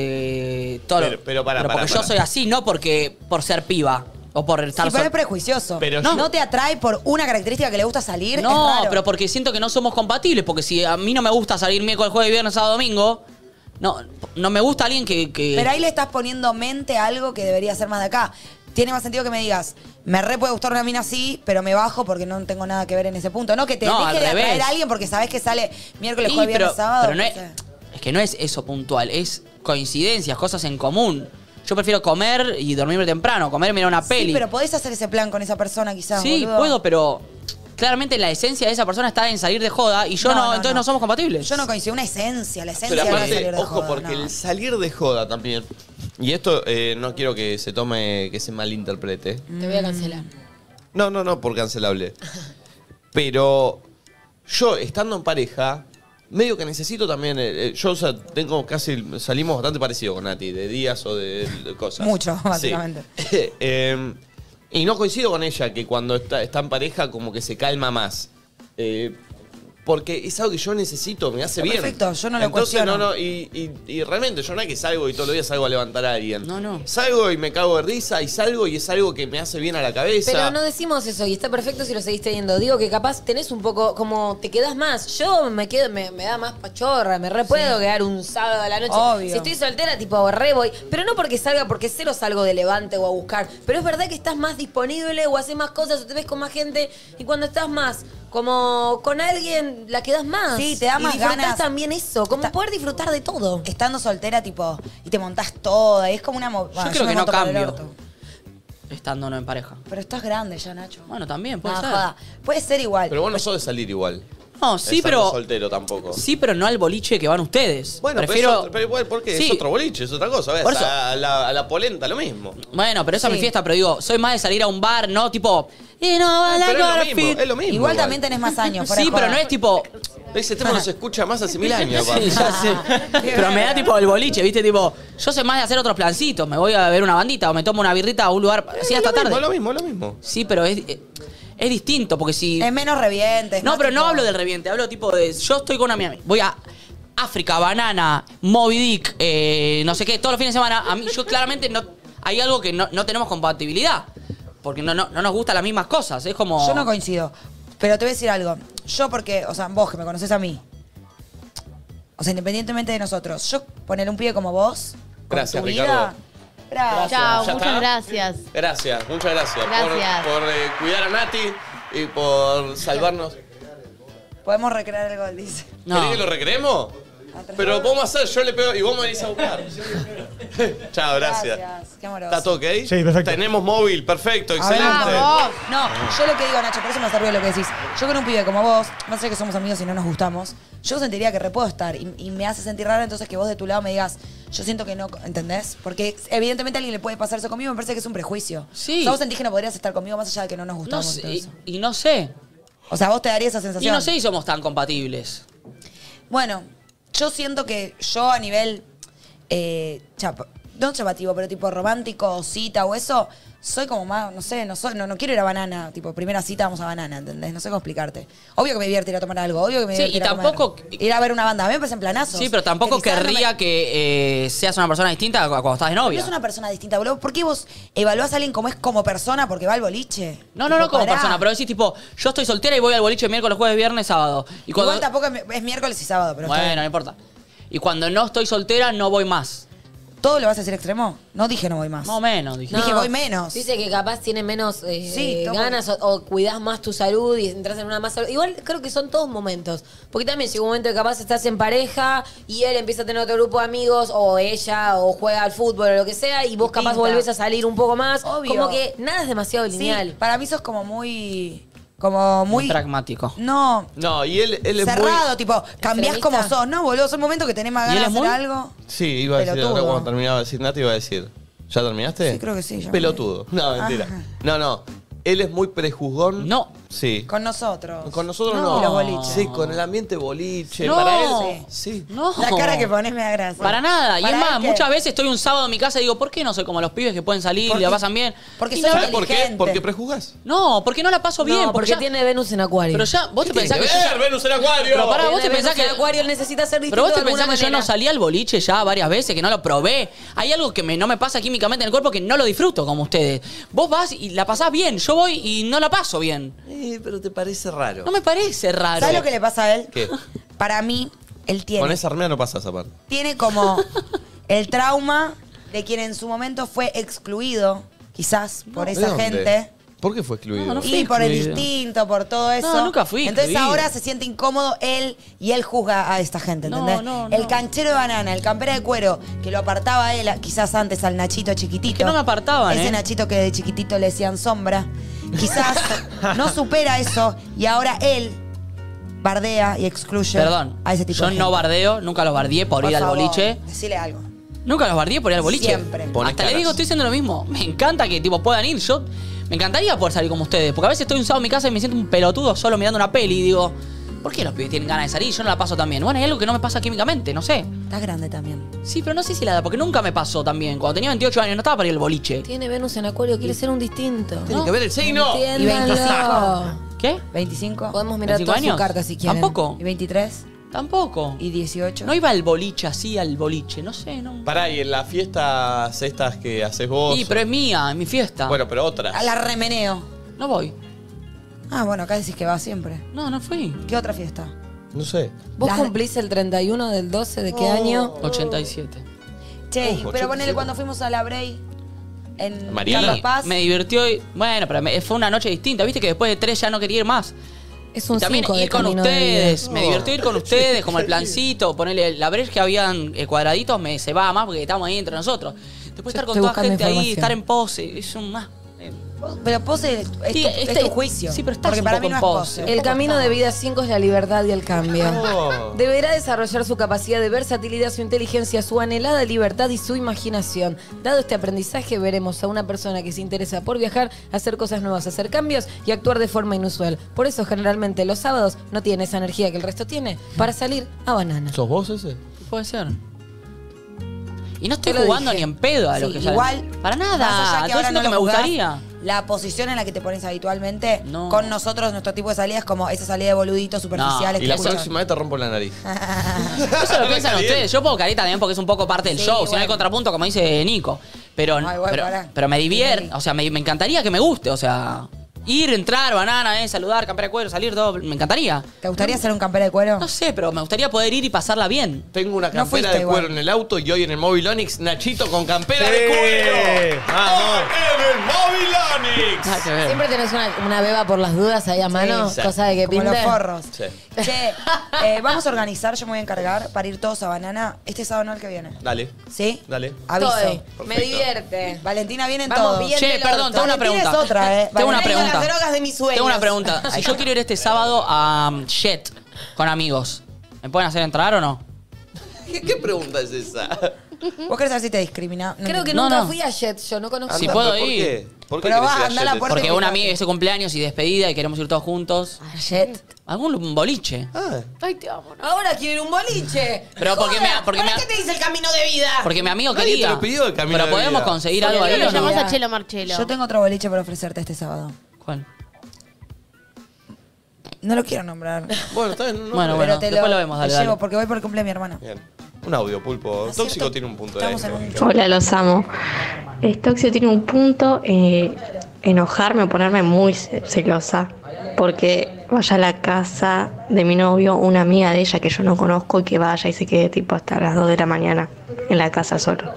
[SPEAKER 2] sale todo.
[SPEAKER 1] Pero- pero pará, pará,
[SPEAKER 2] porque
[SPEAKER 1] pará.
[SPEAKER 2] yo soy así, no porque por ser piba o por estar
[SPEAKER 3] Sí, pero
[SPEAKER 2] sol-
[SPEAKER 3] es prejuicioso.
[SPEAKER 2] Pero
[SPEAKER 3] no,
[SPEAKER 2] yo-
[SPEAKER 3] no te atrae por una característica que le gusta salir. es
[SPEAKER 2] No,
[SPEAKER 3] raro.
[SPEAKER 2] pero porque siento que no somos compatibles. Porque si a mí no me gusta salir miércoles, jueves, viernes, sábado, domingo, no, no me gusta alguien que. que-
[SPEAKER 3] Pero ahí le estás poniendo mente a algo que debería ser más de acá. Tiene más sentido que me digas, me re puede gustar una mina así, pero me bajo porque no tengo nada que ver en ese punto. No, que te
[SPEAKER 2] No,
[SPEAKER 3] deje
[SPEAKER 2] al
[SPEAKER 3] de atraer
[SPEAKER 2] revés.
[SPEAKER 3] a alguien porque sabes que sale miércoles,
[SPEAKER 2] Sí,
[SPEAKER 3] jueves,
[SPEAKER 2] pero-
[SPEAKER 3] viernes, sábado.
[SPEAKER 2] pero no
[SPEAKER 3] o
[SPEAKER 2] es-
[SPEAKER 3] sea.
[SPEAKER 2] Es que no es eso puntual, es coincidencias, cosas en común. Yo prefiero comer y dormirme temprano, comer y mirar una peli.
[SPEAKER 3] Sí, pero podés hacer ese plan con esa persona quizás,
[SPEAKER 2] Sí,
[SPEAKER 3] boludo.
[SPEAKER 2] puedo, pero claramente la esencia de esa persona está en salir de joda y yo no, entonces no, somos compatibles.
[SPEAKER 3] Yo no coincido, una esencia, la esencia
[SPEAKER 1] Pero
[SPEAKER 3] de
[SPEAKER 1] aparte,
[SPEAKER 3] salir de
[SPEAKER 1] ojo,
[SPEAKER 3] joda,
[SPEAKER 1] porque
[SPEAKER 3] no.
[SPEAKER 1] el salir de joda también. Y esto eh, no quiero que se tome, que se malinterprete.
[SPEAKER 4] Te voy a cancelar.
[SPEAKER 1] No, no, no, por cancelable. Pero yo, estando en pareja, medio que necesito también. eh, eh, yo, o sea, tengo casi. Salimos bastante parecido con Nati, de días o de, de cosas.
[SPEAKER 3] Mucho,
[SPEAKER 1] Sí.
[SPEAKER 3] básicamente.
[SPEAKER 1] Eh, y no coincido con ella, que cuando está, está en pareja, como que se calma más. Eh, porque es algo que yo necesito, me hace
[SPEAKER 3] Está
[SPEAKER 1] bien.
[SPEAKER 3] perfecto, yo no lo
[SPEAKER 1] Entonces,
[SPEAKER 3] cuestiono.
[SPEAKER 1] No, no, y, y- y realmente, yo no es que salgo y todos los días salgo a levantar a alguien.
[SPEAKER 2] No, no.
[SPEAKER 1] Salgo y me cago de risa y salgo y es algo que me hace bien a la cabeza.
[SPEAKER 4] Pero no decimos eso y está perfecto si lo seguís teniendo. Digo que capaz tenés un poco, como te quedás más. Yo me quedo, me, me da más pachorra, me re puedo quedar un sábado a la noche.
[SPEAKER 3] Obvio.
[SPEAKER 4] Si estoy soltera, tipo re voy. Pero no porque salga, porque cero salgo de levante o a buscar. Pero es verdad que estás más disponible o haces más cosas o te ves con más gente. Y cuando estás más como con alguien, la quedas más.
[SPEAKER 3] Sí, te da
[SPEAKER 4] Y
[SPEAKER 3] más
[SPEAKER 4] disfrutás
[SPEAKER 3] ganas.
[SPEAKER 4] también eso, como poder disfrutar de todo.
[SPEAKER 3] Estando soltera, tipo, y te montás toda, y es como una... mo-
[SPEAKER 2] Yo
[SPEAKER 3] Bueno,
[SPEAKER 2] creo
[SPEAKER 3] me
[SPEAKER 2] que no
[SPEAKER 3] monto por el
[SPEAKER 2] cambio
[SPEAKER 3] orto.
[SPEAKER 2] estando no en pareja.
[SPEAKER 3] Pero estás grande ya, Nacho.
[SPEAKER 2] Bueno, también, puede
[SPEAKER 3] No,
[SPEAKER 2] ser.
[SPEAKER 3] joda. Puede ser igual.
[SPEAKER 1] Pero vos no sos de salir igual.
[SPEAKER 2] No, sí,
[SPEAKER 1] Estando
[SPEAKER 2] pero-
[SPEAKER 1] soltero tampoco.
[SPEAKER 2] Sí, pero no al boliche que van ustedes.
[SPEAKER 1] Bueno,
[SPEAKER 2] prefiero.
[SPEAKER 1] pero, es otro- pero igual, ¿por qué?
[SPEAKER 2] Sí.
[SPEAKER 1] Es otro boliche, es otra cosa. ¿ves?
[SPEAKER 2] Por eso-
[SPEAKER 1] A, la, a la polenta, lo mismo.
[SPEAKER 2] Bueno, pero esa es mi
[SPEAKER 1] Sí.
[SPEAKER 2] fiesta, pero digo, soy más de salir a un bar, no tipo. Y no, va la
[SPEAKER 1] Ah, pero es lo mismo,
[SPEAKER 2] Garfield.
[SPEAKER 1] es lo mismo Igual también igual. tenés más años, fuera
[SPEAKER 2] Sí,
[SPEAKER 1] de
[SPEAKER 2] pero
[SPEAKER 1] joda.
[SPEAKER 2] no es tipo.
[SPEAKER 1] Ese tema no se escucha más hace mil años.
[SPEAKER 2] Sí, ya sé. Pero me da tipo el boliche, ¿viste? Tipo, yo sé más de hacer otros plancitos. Me voy a ver una bandita o me tomo una birrita a un lugar. Así hasta
[SPEAKER 1] lo mismo,
[SPEAKER 2] tarde.
[SPEAKER 1] lo mismo, lo mismo.
[SPEAKER 2] Sí, pero es, es distinto, porque si.
[SPEAKER 3] Es menos reviente. es
[SPEAKER 2] No,
[SPEAKER 3] más
[SPEAKER 2] pero no
[SPEAKER 3] tipo-
[SPEAKER 2] hablo del reviente, hablo tipo de. Yo estoy con una mía. Voy a África, Banana, Moby Dick, eh, no sé qué, todos los fines de semana. A mí, yo claramente no. Hay algo que no, no tenemos compatibilidad. Porque no, no, no nos gustan las mismas cosas. Es como.
[SPEAKER 3] Yo no coincido. Pero te voy a decir algo. Yo porque, o sea, vos que me conoces a mí. O sea, independientemente de nosotros. Yo poner un pibe como vos.
[SPEAKER 1] Gracias,
[SPEAKER 3] tu
[SPEAKER 1] Ricardo.
[SPEAKER 3] vida. Gracias.
[SPEAKER 6] Chao,
[SPEAKER 1] Ya
[SPEAKER 6] muchas
[SPEAKER 1] está.
[SPEAKER 6] gracias.
[SPEAKER 1] Gracias, muchas gracias.
[SPEAKER 6] Gracias.
[SPEAKER 1] Por, por, eh, cuidar a Nati y por salvarnos.
[SPEAKER 3] Podemos recrear el gol, dice.
[SPEAKER 1] ¿Querés que lo recreemos? Pero podemos hacer, yo le pego y vos me venís a buscar. Chao, gracias.
[SPEAKER 3] Qué amoroso.
[SPEAKER 1] ¿Está todo ok? Sí, perfecto. Tenemos móvil, perfecto,
[SPEAKER 2] Ah,
[SPEAKER 3] A ver,
[SPEAKER 1] excelente.
[SPEAKER 3] vamos. No, yo lo que digo, Nacho, por eso me hace ruido lo que decís. Yo con un pibe como vos, más allá de que somos amigos y no nos gustamos, yo sentiría que re puedo estar. Y, y me hace sentir raro entonces que vos de tu lado me digas, yo siento que no, ¿entendés? Porque evidentemente a alguien le puede pasar eso conmigo, me parece que es un prejuicio.
[SPEAKER 2] Sí.
[SPEAKER 3] O sea, vos sentís que no podrías estar conmigo más allá de que no nos
[SPEAKER 2] No
[SPEAKER 3] gustamos.
[SPEAKER 2] sé,
[SPEAKER 3] todo eso.
[SPEAKER 2] y, y no sé.
[SPEAKER 3] O sea, vos te darías esa
[SPEAKER 2] Y
[SPEAKER 3] sensación.
[SPEAKER 2] no sé si somos tan compatibles.
[SPEAKER 3] Bueno, yo siento que yo a nivel. eh, chapa- no chapativo, pero tipo romántico, o cita o eso, soy como más, no sé, no, soy, no, no quiero ir a banana. Tipo, primera cita vamos a banana, ¿entendés? No sé cómo explicarte. Obvio que me divierte ir a tomar algo, obvio que me
[SPEAKER 2] Sí,
[SPEAKER 3] divierte
[SPEAKER 2] y
[SPEAKER 3] ir a comer.
[SPEAKER 2] tampoco-
[SPEAKER 3] ir a ver una banda. A mí me parecen planazos.
[SPEAKER 2] Sí, pero tampoco
[SPEAKER 3] Que quizás no me-
[SPEAKER 2] querría que eh, seas una persona distinta a cuando estás de
[SPEAKER 3] No
[SPEAKER 2] novia.
[SPEAKER 3] es una persona distinta, boludo. ¿Por qué vos evaluás a alguien como es como persona porque va al boliche?
[SPEAKER 2] No, no, no
[SPEAKER 3] Tipo,
[SPEAKER 2] como
[SPEAKER 3] pará.
[SPEAKER 2] persona, pero decís tipo, yo estoy soltera y voy al boliche miércoles, jueves, viernes, sábado. Y cuando,
[SPEAKER 3] Igual tampoco es, es miércoles y sábado, pero está
[SPEAKER 2] bueno, no
[SPEAKER 3] bien.
[SPEAKER 2] importa. Y cuando no estoy soltera, no voy más.
[SPEAKER 3] ¿Todo lo vas a hacer extremo? No dije no voy más.
[SPEAKER 2] Más o menos, dije.
[SPEAKER 3] Dije
[SPEAKER 4] No,
[SPEAKER 3] voy menos.
[SPEAKER 4] Dice que capaz tiene menos eh,
[SPEAKER 3] Sí,
[SPEAKER 4] eh,
[SPEAKER 3] tomo-
[SPEAKER 4] ganas o, o cuidás más tu salud y entras en una más salud. Igual creo que son todos momentos. Porque también llega un momento que capaz estás en pareja y él empieza a tener otro grupo de amigos o ella o juega al fútbol o lo que sea y vos capaz
[SPEAKER 3] pinta.
[SPEAKER 4] volvés a salir un poco más.
[SPEAKER 3] Obvio.
[SPEAKER 4] Como que nada es demasiado
[SPEAKER 3] Sí,
[SPEAKER 4] lineal.
[SPEAKER 3] para mí sos como muy. Como muy.
[SPEAKER 2] pragmático.
[SPEAKER 3] No.
[SPEAKER 1] No, y él, él es
[SPEAKER 3] cerrado,
[SPEAKER 1] muy...
[SPEAKER 3] tipo, cambiás como
[SPEAKER 4] Extremista.
[SPEAKER 3] sos, ¿no, boludo? Son momentos que tenés más
[SPEAKER 2] ¿Y él
[SPEAKER 3] ganas de
[SPEAKER 2] es
[SPEAKER 3] hacer algo.
[SPEAKER 1] Sí, iba a decir, ahora
[SPEAKER 3] Pelotudo.
[SPEAKER 1] cuando terminaba de decir Nati, iba a decir, ¿ya terminaste?
[SPEAKER 3] Sí, creo que sí, ya me-
[SPEAKER 1] Pelotudo. No, mentira.
[SPEAKER 3] Ajá.
[SPEAKER 1] No, no. Él es muy prejuzgón.
[SPEAKER 2] No.
[SPEAKER 1] Sí.
[SPEAKER 3] Con nosotros.
[SPEAKER 1] Con nosotros
[SPEAKER 3] Y
[SPEAKER 1] no.
[SPEAKER 3] los boliches.
[SPEAKER 1] Sí, con el ambiente boliche.
[SPEAKER 2] No.
[SPEAKER 1] Para él, sí.
[SPEAKER 2] No.
[SPEAKER 3] La cara que pones me da gracia.
[SPEAKER 2] Para nada. y
[SPEAKER 3] Para
[SPEAKER 2] es más,
[SPEAKER 3] él que-
[SPEAKER 2] muchas veces estoy un sábado en mi casa y digo, ¿por qué no soy como los pibes que pueden salir y
[SPEAKER 3] Porque-
[SPEAKER 2] la pasan bien?
[SPEAKER 3] Porque
[SPEAKER 2] Y
[SPEAKER 3] soy
[SPEAKER 2] no-
[SPEAKER 1] ¿Sabes por qué?
[SPEAKER 3] inteligente.
[SPEAKER 1] Porque prejuzgas.
[SPEAKER 2] No, porque no la paso
[SPEAKER 4] No,
[SPEAKER 2] bien.
[SPEAKER 4] porque
[SPEAKER 2] ya-
[SPEAKER 4] tiene Venus en Acuario.
[SPEAKER 2] Pero ya, vos te
[SPEAKER 1] Tiene
[SPEAKER 2] pensás
[SPEAKER 1] que
[SPEAKER 2] que. yo
[SPEAKER 1] ver,
[SPEAKER 2] ya-
[SPEAKER 1] Venus en Acuario.
[SPEAKER 2] Pero pará, vos te
[SPEAKER 4] Venus
[SPEAKER 2] pensás que.
[SPEAKER 4] en Acuario él necesita ser distinto
[SPEAKER 2] Pero vos te
[SPEAKER 4] de alguna
[SPEAKER 2] pensás que yo no
[SPEAKER 4] manera.
[SPEAKER 2] salí al boliche ya varias veces, que no lo probé. Hay algo que me- no me pasa químicamente en el cuerpo que no lo disfruto como ustedes. Vos vas y la pasás bien, yo voy y no la paso bien.
[SPEAKER 1] Eh, pero te parece raro.
[SPEAKER 2] No me parece raro.
[SPEAKER 3] ¿Sabes lo que le pasa a él?
[SPEAKER 1] ¿Qué?
[SPEAKER 3] Para mí, él
[SPEAKER 1] Con
[SPEAKER 3] tiene.
[SPEAKER 1] esa armea no pasas aparte.
[SPEAKER 3] Tiene como el trauma de quien en su momento fue excluido, quizás, por
[SPEAKER 1] ¿De
[SPEAKER 3] esa
[SPEAKER 1] dónde?
[SPEAKER 3] gente.
[SPEAKER 1] ¿Por qué fue excluido?
[SPEAKER 3] y por el instinto, por todo eso.
[SPEAKER 1] nunca fui
[SPEAKER 3] Entonces
[SPEAKER 1] incluido.
[SPEAKER 3] ahora se siente incómodo él y él juzga a esta gente, ¿entendés? El canchero de banana, el campera de cuero, que lo apartaba él, quizás antes al Nachito chiquitito.
[SPEAKER 2] no me apartaban,
[SPEAKER 3] Ese
[SPEAKER 2] ¿eh?
[SPEAKER 3] Nachito que de chiquitito le decían sombra. Quizás no supera eso y ahora él bardea y excluye
[SPEAKER 2] Perdón.
[SPEAKER 3] a ese tipo
[SPEAKER 2] yo
[SPEAKER 3] de gente.
[SPEAKER 2] no bardeo, nunca los bardeé por,
[SPEAKER 3] Por
[SPEAKER 2] ir al
[SPEAKER 3] favor,
[SPEAKER 2] boliche.
[SPEAKER 3] Decile algo.
[SPEAKER 2] Nunca los bardeé por ir al boliche.
[SPEAKER 3] Siempre. Pone
[SPEAKER 2] Hasta
[SPEAKER 3] caras.
[SPEAKER 2] le digo, estoy haciendo lo mismo. Me encanta que tipo puedan ir. Yo me encantaría poder salir como ustedes. Porque a veces estoy un sábado en mi casa y me siento un pelotudo solo mirando una peli y digo, ¿por qué los pibes tienen ganas de salir? Yo no la paso tan bien. Bueno, hay algo que no me pasa químicamente, no sé.
[SPEAKER 3] Estás grande también.
[SPEAKER 2] Sí, pero no sé si la edad, porque nunca me pasó tan bien. Cuando tenía 28 años no estaba para ir al boliche.
[SPEAKER 4] Tiene Venus en Acuario, quiere ser un distinto.
[SPEAKER 2] Tiene que ver el signo.
[SPEAKER 4] Entiéndanlo.
[SPEAKER 2] Y 25. ¿Qué?
[SPEAKER 3] 25.
[SPEAKER 4] Podemos mirar
[SPEAKER 2] 25
[SPEAKER 4] todas sus
[SPEAKER 2] años.
[SPEAKER 4] cartas si quieren.
[SPEAKER 2] Tampoco.
[SPEAKER 3] ¿Y 23?
[SPEAKER 2] Tampoco.
[SPEAKER 3] ¿Y 18?
[SPEAKER 2] No iba al boliche así, al boliche, no sé, no.
[SPEAKER 1] Pará, y en las fiestas estas que haces vos.
[SPEAKER 2] Sí, pero es mía, es mi fiesta.
[SPEAKER 1] Bueno, pero otras.
[SPEAKER 3] A la remeneo.
[SPEAKER 2] No voy.
[SPEAKER 3] Ah, bueno, acá decís que va siempre.
[SPEAKER 2] No, no fui.
[SPEAKER 3] ¿Qué otra fiesta?
[SPEAKER 1] No sé.
[SPEAKER 4] ¿Vos
[SPEAKER 3] Las-
[SPEAKER 4] cumplís el 31 del 12 de qué
[SPEAKER 3] Oh.
[SPEAKER 4] año?
[SPEAKER 2] 87.
[SPEAKER 3] Che,
[SPEAKER 2] Uh,
[SPEAKER 3] pero
[SPEAKER 2] 87.
[SPEAKER 3] ponele cuando fuimos a la Bray en
[SPEAKER 2] Mariana.
[SPEAKER 3] Carlos Paz.
[SPEAKER 2] Me divirtió y. Bueno, pero me- fue una noche distinta. Viste que después de tres ya no quería ir más.
[SPEAKER 4] Es un
[SPEAKER 2] Y también
[SPEAKER 4] cinco de
[SPEAKER 2] ir con
[SPEAKER 4] camino de
[SPEAKER 2] ustedes.
[SPEAKER 4] vida.
[SPEAKER 2] Me
[SPEAKER 4] Oh.
[SPEAKER 2] divirtió ir con ustedes, como el plancito. Ponerle la brecha que habían eh, cuadraditos, me cebaba más porque estábamos ahí entre nosotros. Después estar con
[SPEAKER 4] estoy
[SPEAKER 2] toda
[SPEAKER 4] buscando
[SPEAKER 2] gente ahí,
[SPEAKER 4] información.
[SPEAKER 2] estar en pose, es un más. eh,
[SPEAKER 3] Pero pose es, es tu, es
[SPEAKER 4] este-
[SPEAKER 3] tu juicio.
[SPEAKER 4] sí,
[SPEAKER 2] pero estás
[SPEAKER 3] Porque
[SPEAKER 2] un
[SPEAKER 3] para
[SPEAKER 2] poco
[SPEAKER 3] mí no
[SPEAKER 2] en
[SPEAKER 3] es
[SPEAKER 2] pose.
[SPEAKER 3] pose.
[SPEAKER 4] El camino de vida 5 es la libertad y el cambio.
[SPEAKER 3] Oh.
[SPEAKER 4] Deberá desarrollar su capacidad de versatilidad, su inteligencia, su anhelada libertad y su imaginación. Dado este aprendizaje, veremos a una persona que se interesa por viajar, hacer cosas nuevas, hacer cambios y actuar de forma inusual. Por eso, generalmente, los sábados no tiene esa energía que el resto tiene para salir a banana.
[SPEAKER 1] ¿Sos vos ese?
[SPEAKER 2] Puede ser. Y no estoy
[SPEAKER 4] Te lo
[SPEAKER 2] jugando
[SPEAKER 4] dije.
[SPEAKER 2] ni en pedo a lo
[SPEAKER 3] Sí,
[SPEAKER 2] que sale.
[SPEAKER 3] igual.
[SPEAKER 2] Para
[SPEAKER 3] más allá
[SPEAKER 2] nada.
[SPEAKER 3] que
[SPEAKER 2] Estoy
[SPEAKER 3] ahora
[SPEAKER 2] diciendo
[SPEAKER 3] no
[SPEAKER 2] que me
[SPEAKER 3] lo jugás,
[SPEAKER 2] gustaría.
[SPEAKER 3] La posición en la que te pones habitualmente con nosotros, nuestro tipo de salida es como esa salida de boluditos
[SPEAKER 1] Y
[SPEAKER 3] superficiales. que
[SPEAKER 1] la
[SPEAKER 3] escuchan.
[SPEAKER 1] próxima vez te rompo la nariz.
[SPEAKER 2] Ah. Eso lo piensan ustedes. Yo pongo carita también porque es un poco parte del
[SPEAKER 3] Sí,
[SPEAKER 2] show. Si no
[SPEAKER 3] bueno.
[SPEAKER 2] hay contrapunto, como dice Nico. Pero,
[SPEAKER 3] Ay, bueno,
[SPEAKER 2] pero,
[SPEAKER 3] pará.
[SPEAKER 2] pero me divierte. O sea, me, me encantaría que me guste. O sea, ir, entrar, banana, eh, saludar, campera de cuero, salir, todo. Me encantaría.
[SPEAKER 3] ¿Te gustaría ser un campera de cuero?
[SPEAKER 2] No sé, pero me gustaría poder ir y pasarla bien.
[SPEAKER 1] Tengo una
[SPEAKER 2] fuiste
[SPEAKER 1] campera de
[SPEAKER 2] igual.
[SPEAKER 1] cuero en el auto y hoy en el móvil Onix, Nachito con campera de cuero. ¡Vamos! ¡En el móvil Onix!
[SPEAKER 4] Siempre tenés una, una beba por las dudas ahí a mano,
[SPEAKER 1] Sí.
[SPEAKER 4] cosa de que
[SPEAKER 3] Como los
[SPEAKER 4] pinte.
[SPEAKER 3] forros. Che, eh, vamos a organizar, yo me voy a encargar para ir todos a banana este sábado no el que viene.
[SPEAKER 1] Dale.
[SPEAKER 3] ¿Sí?
[SPEAKER 1] Dale.
[SPEAKER 3] Aviso.
[SPEAKER 4] Me divierte.
[SPEAKER 3] Valentina viene en
[SPEAKER 4] Vamos
[SPEAKER 3] todo.
[SPEAKER 4] bien Che, del perdón, orto.
[SPEAKER 2] tengo una
[SPEAKER 3] Valentina
[SPEAKER 2] pregunta.
[SPEAKER 3] Es otra, eh.
[SPEAKER 2] Tengo una
[SPEAKER 3] Valentina y
[SPEAKER 2] pregunta.
[SPEAKER 3] Las drogas de mis sueños.
[SPEAKER 2] Tengo una pregunta. Si yo quiero ir este sábado a um, Jet con amigos, ¿me pueden hacer entrar o no?
[SPEAKER 1] ¿Qué, qué pregunta es esa?
[SPEAKER 3] ¿Vos querés saber si te discrimina?
[SPEAKER 4] Creo que
[SPEAKER 2] No,
[SPEAKER 4] nunca
[SPEAKER 2] no.
[SPEAKER 4] fui a Jet, yo no conozco.
[SPEAKER 2] Si puedo
[SPEAKER 1] ¿Por
[SPEAKER 2] ir.
[SPEAKER 1] qué? ¿Por qué querés
[SPEAKER 3] Pero vas,
[SPEAKER 1] ir a
[SPEAKER 3] anda a
[SPEAKER 1] Jet
[SPEAKER 3] la
[SPEAKER 1] de-
[SPEAKER 3] puerta
[SPEAKER 2] Porque una amiga es su cumpleaños y despedida y queremos ir todos juntos.
[SPEAKER 4] ¿A Jet?
[SPEAKER 2] Algún boliche.
[SPEAKER 1] Ah,
[SPEAKER 4] Ay, te amo. Ahora quiero un boliche.
[SPEAKER 2] Pero porque me- porque
[SPEAKER 4] ¿para
[SPEAKER 2] me-
[SPEAKER 4] qué te dice el camino de vida?
[SPEAKER 2] Porque mi amigo
[SPEAKER 1] Nadie
[SPEAKER 2] quería.
[SPEAKER 1] te lo pidió el camino
[SPEAKER 2] Pero
[SPEAKER 1] de
[SPEAKER 2] podemos
[SPEAKER 1] vida.
[SPEAKER 2] conseguir
[SPEAKER 6] ¿Por
[SPEAKER 2] algo
[SPEAKER 6] qué
[SPEAKER 2] ahí.
[SPEAKER 6] no
[SPEAKER 2] o
[SPEAKER 6] lo llamás
[SPEAKER 2] no?
[SPEAKER 6] a Chelo Marchelo?
[SPEAKER 3] Yo tengo otro boliche para ofrecerte este sábado.
[SPEAKER 2] ¿Cuál?
[SPEAKER 3] No lo quiero nombrar.
[SPEAKER 1] Bueno, está bien. no,
[SPEAKER 2] Bueno,
[SPEAKER 1] pero-
[SPEAKER 2] bueno,
[SPEAKER 3] pero te
[SPEAKER 2] después lo vemos,
[SPEAKER 3] te
[SPEAKER 2] dale,
[SPEAKER 3] llevo
[SPEAKER 2] dale.
[SPEAKER 3] porque voy por el cumple de mi hermana.
[SPEAKER 1] Bien. Un audio,
[SPEAKER 2] Ah,
[SPEAKER 1] pulpo. Tóxico tiene un punto de
[SPEAKER 3] Estamos en
[SPEAKER 1] esto.
[SPEAKER 11] Hola, los amo. Estoxio tiene un punto, eh, enojarme o ponerme muy ce- celosa, porque vaya a la casa de mi novio, una amiga de ella que yo no conozco, y que vaya y se quede tipo hasta las 2 de la mañana en la casa solo.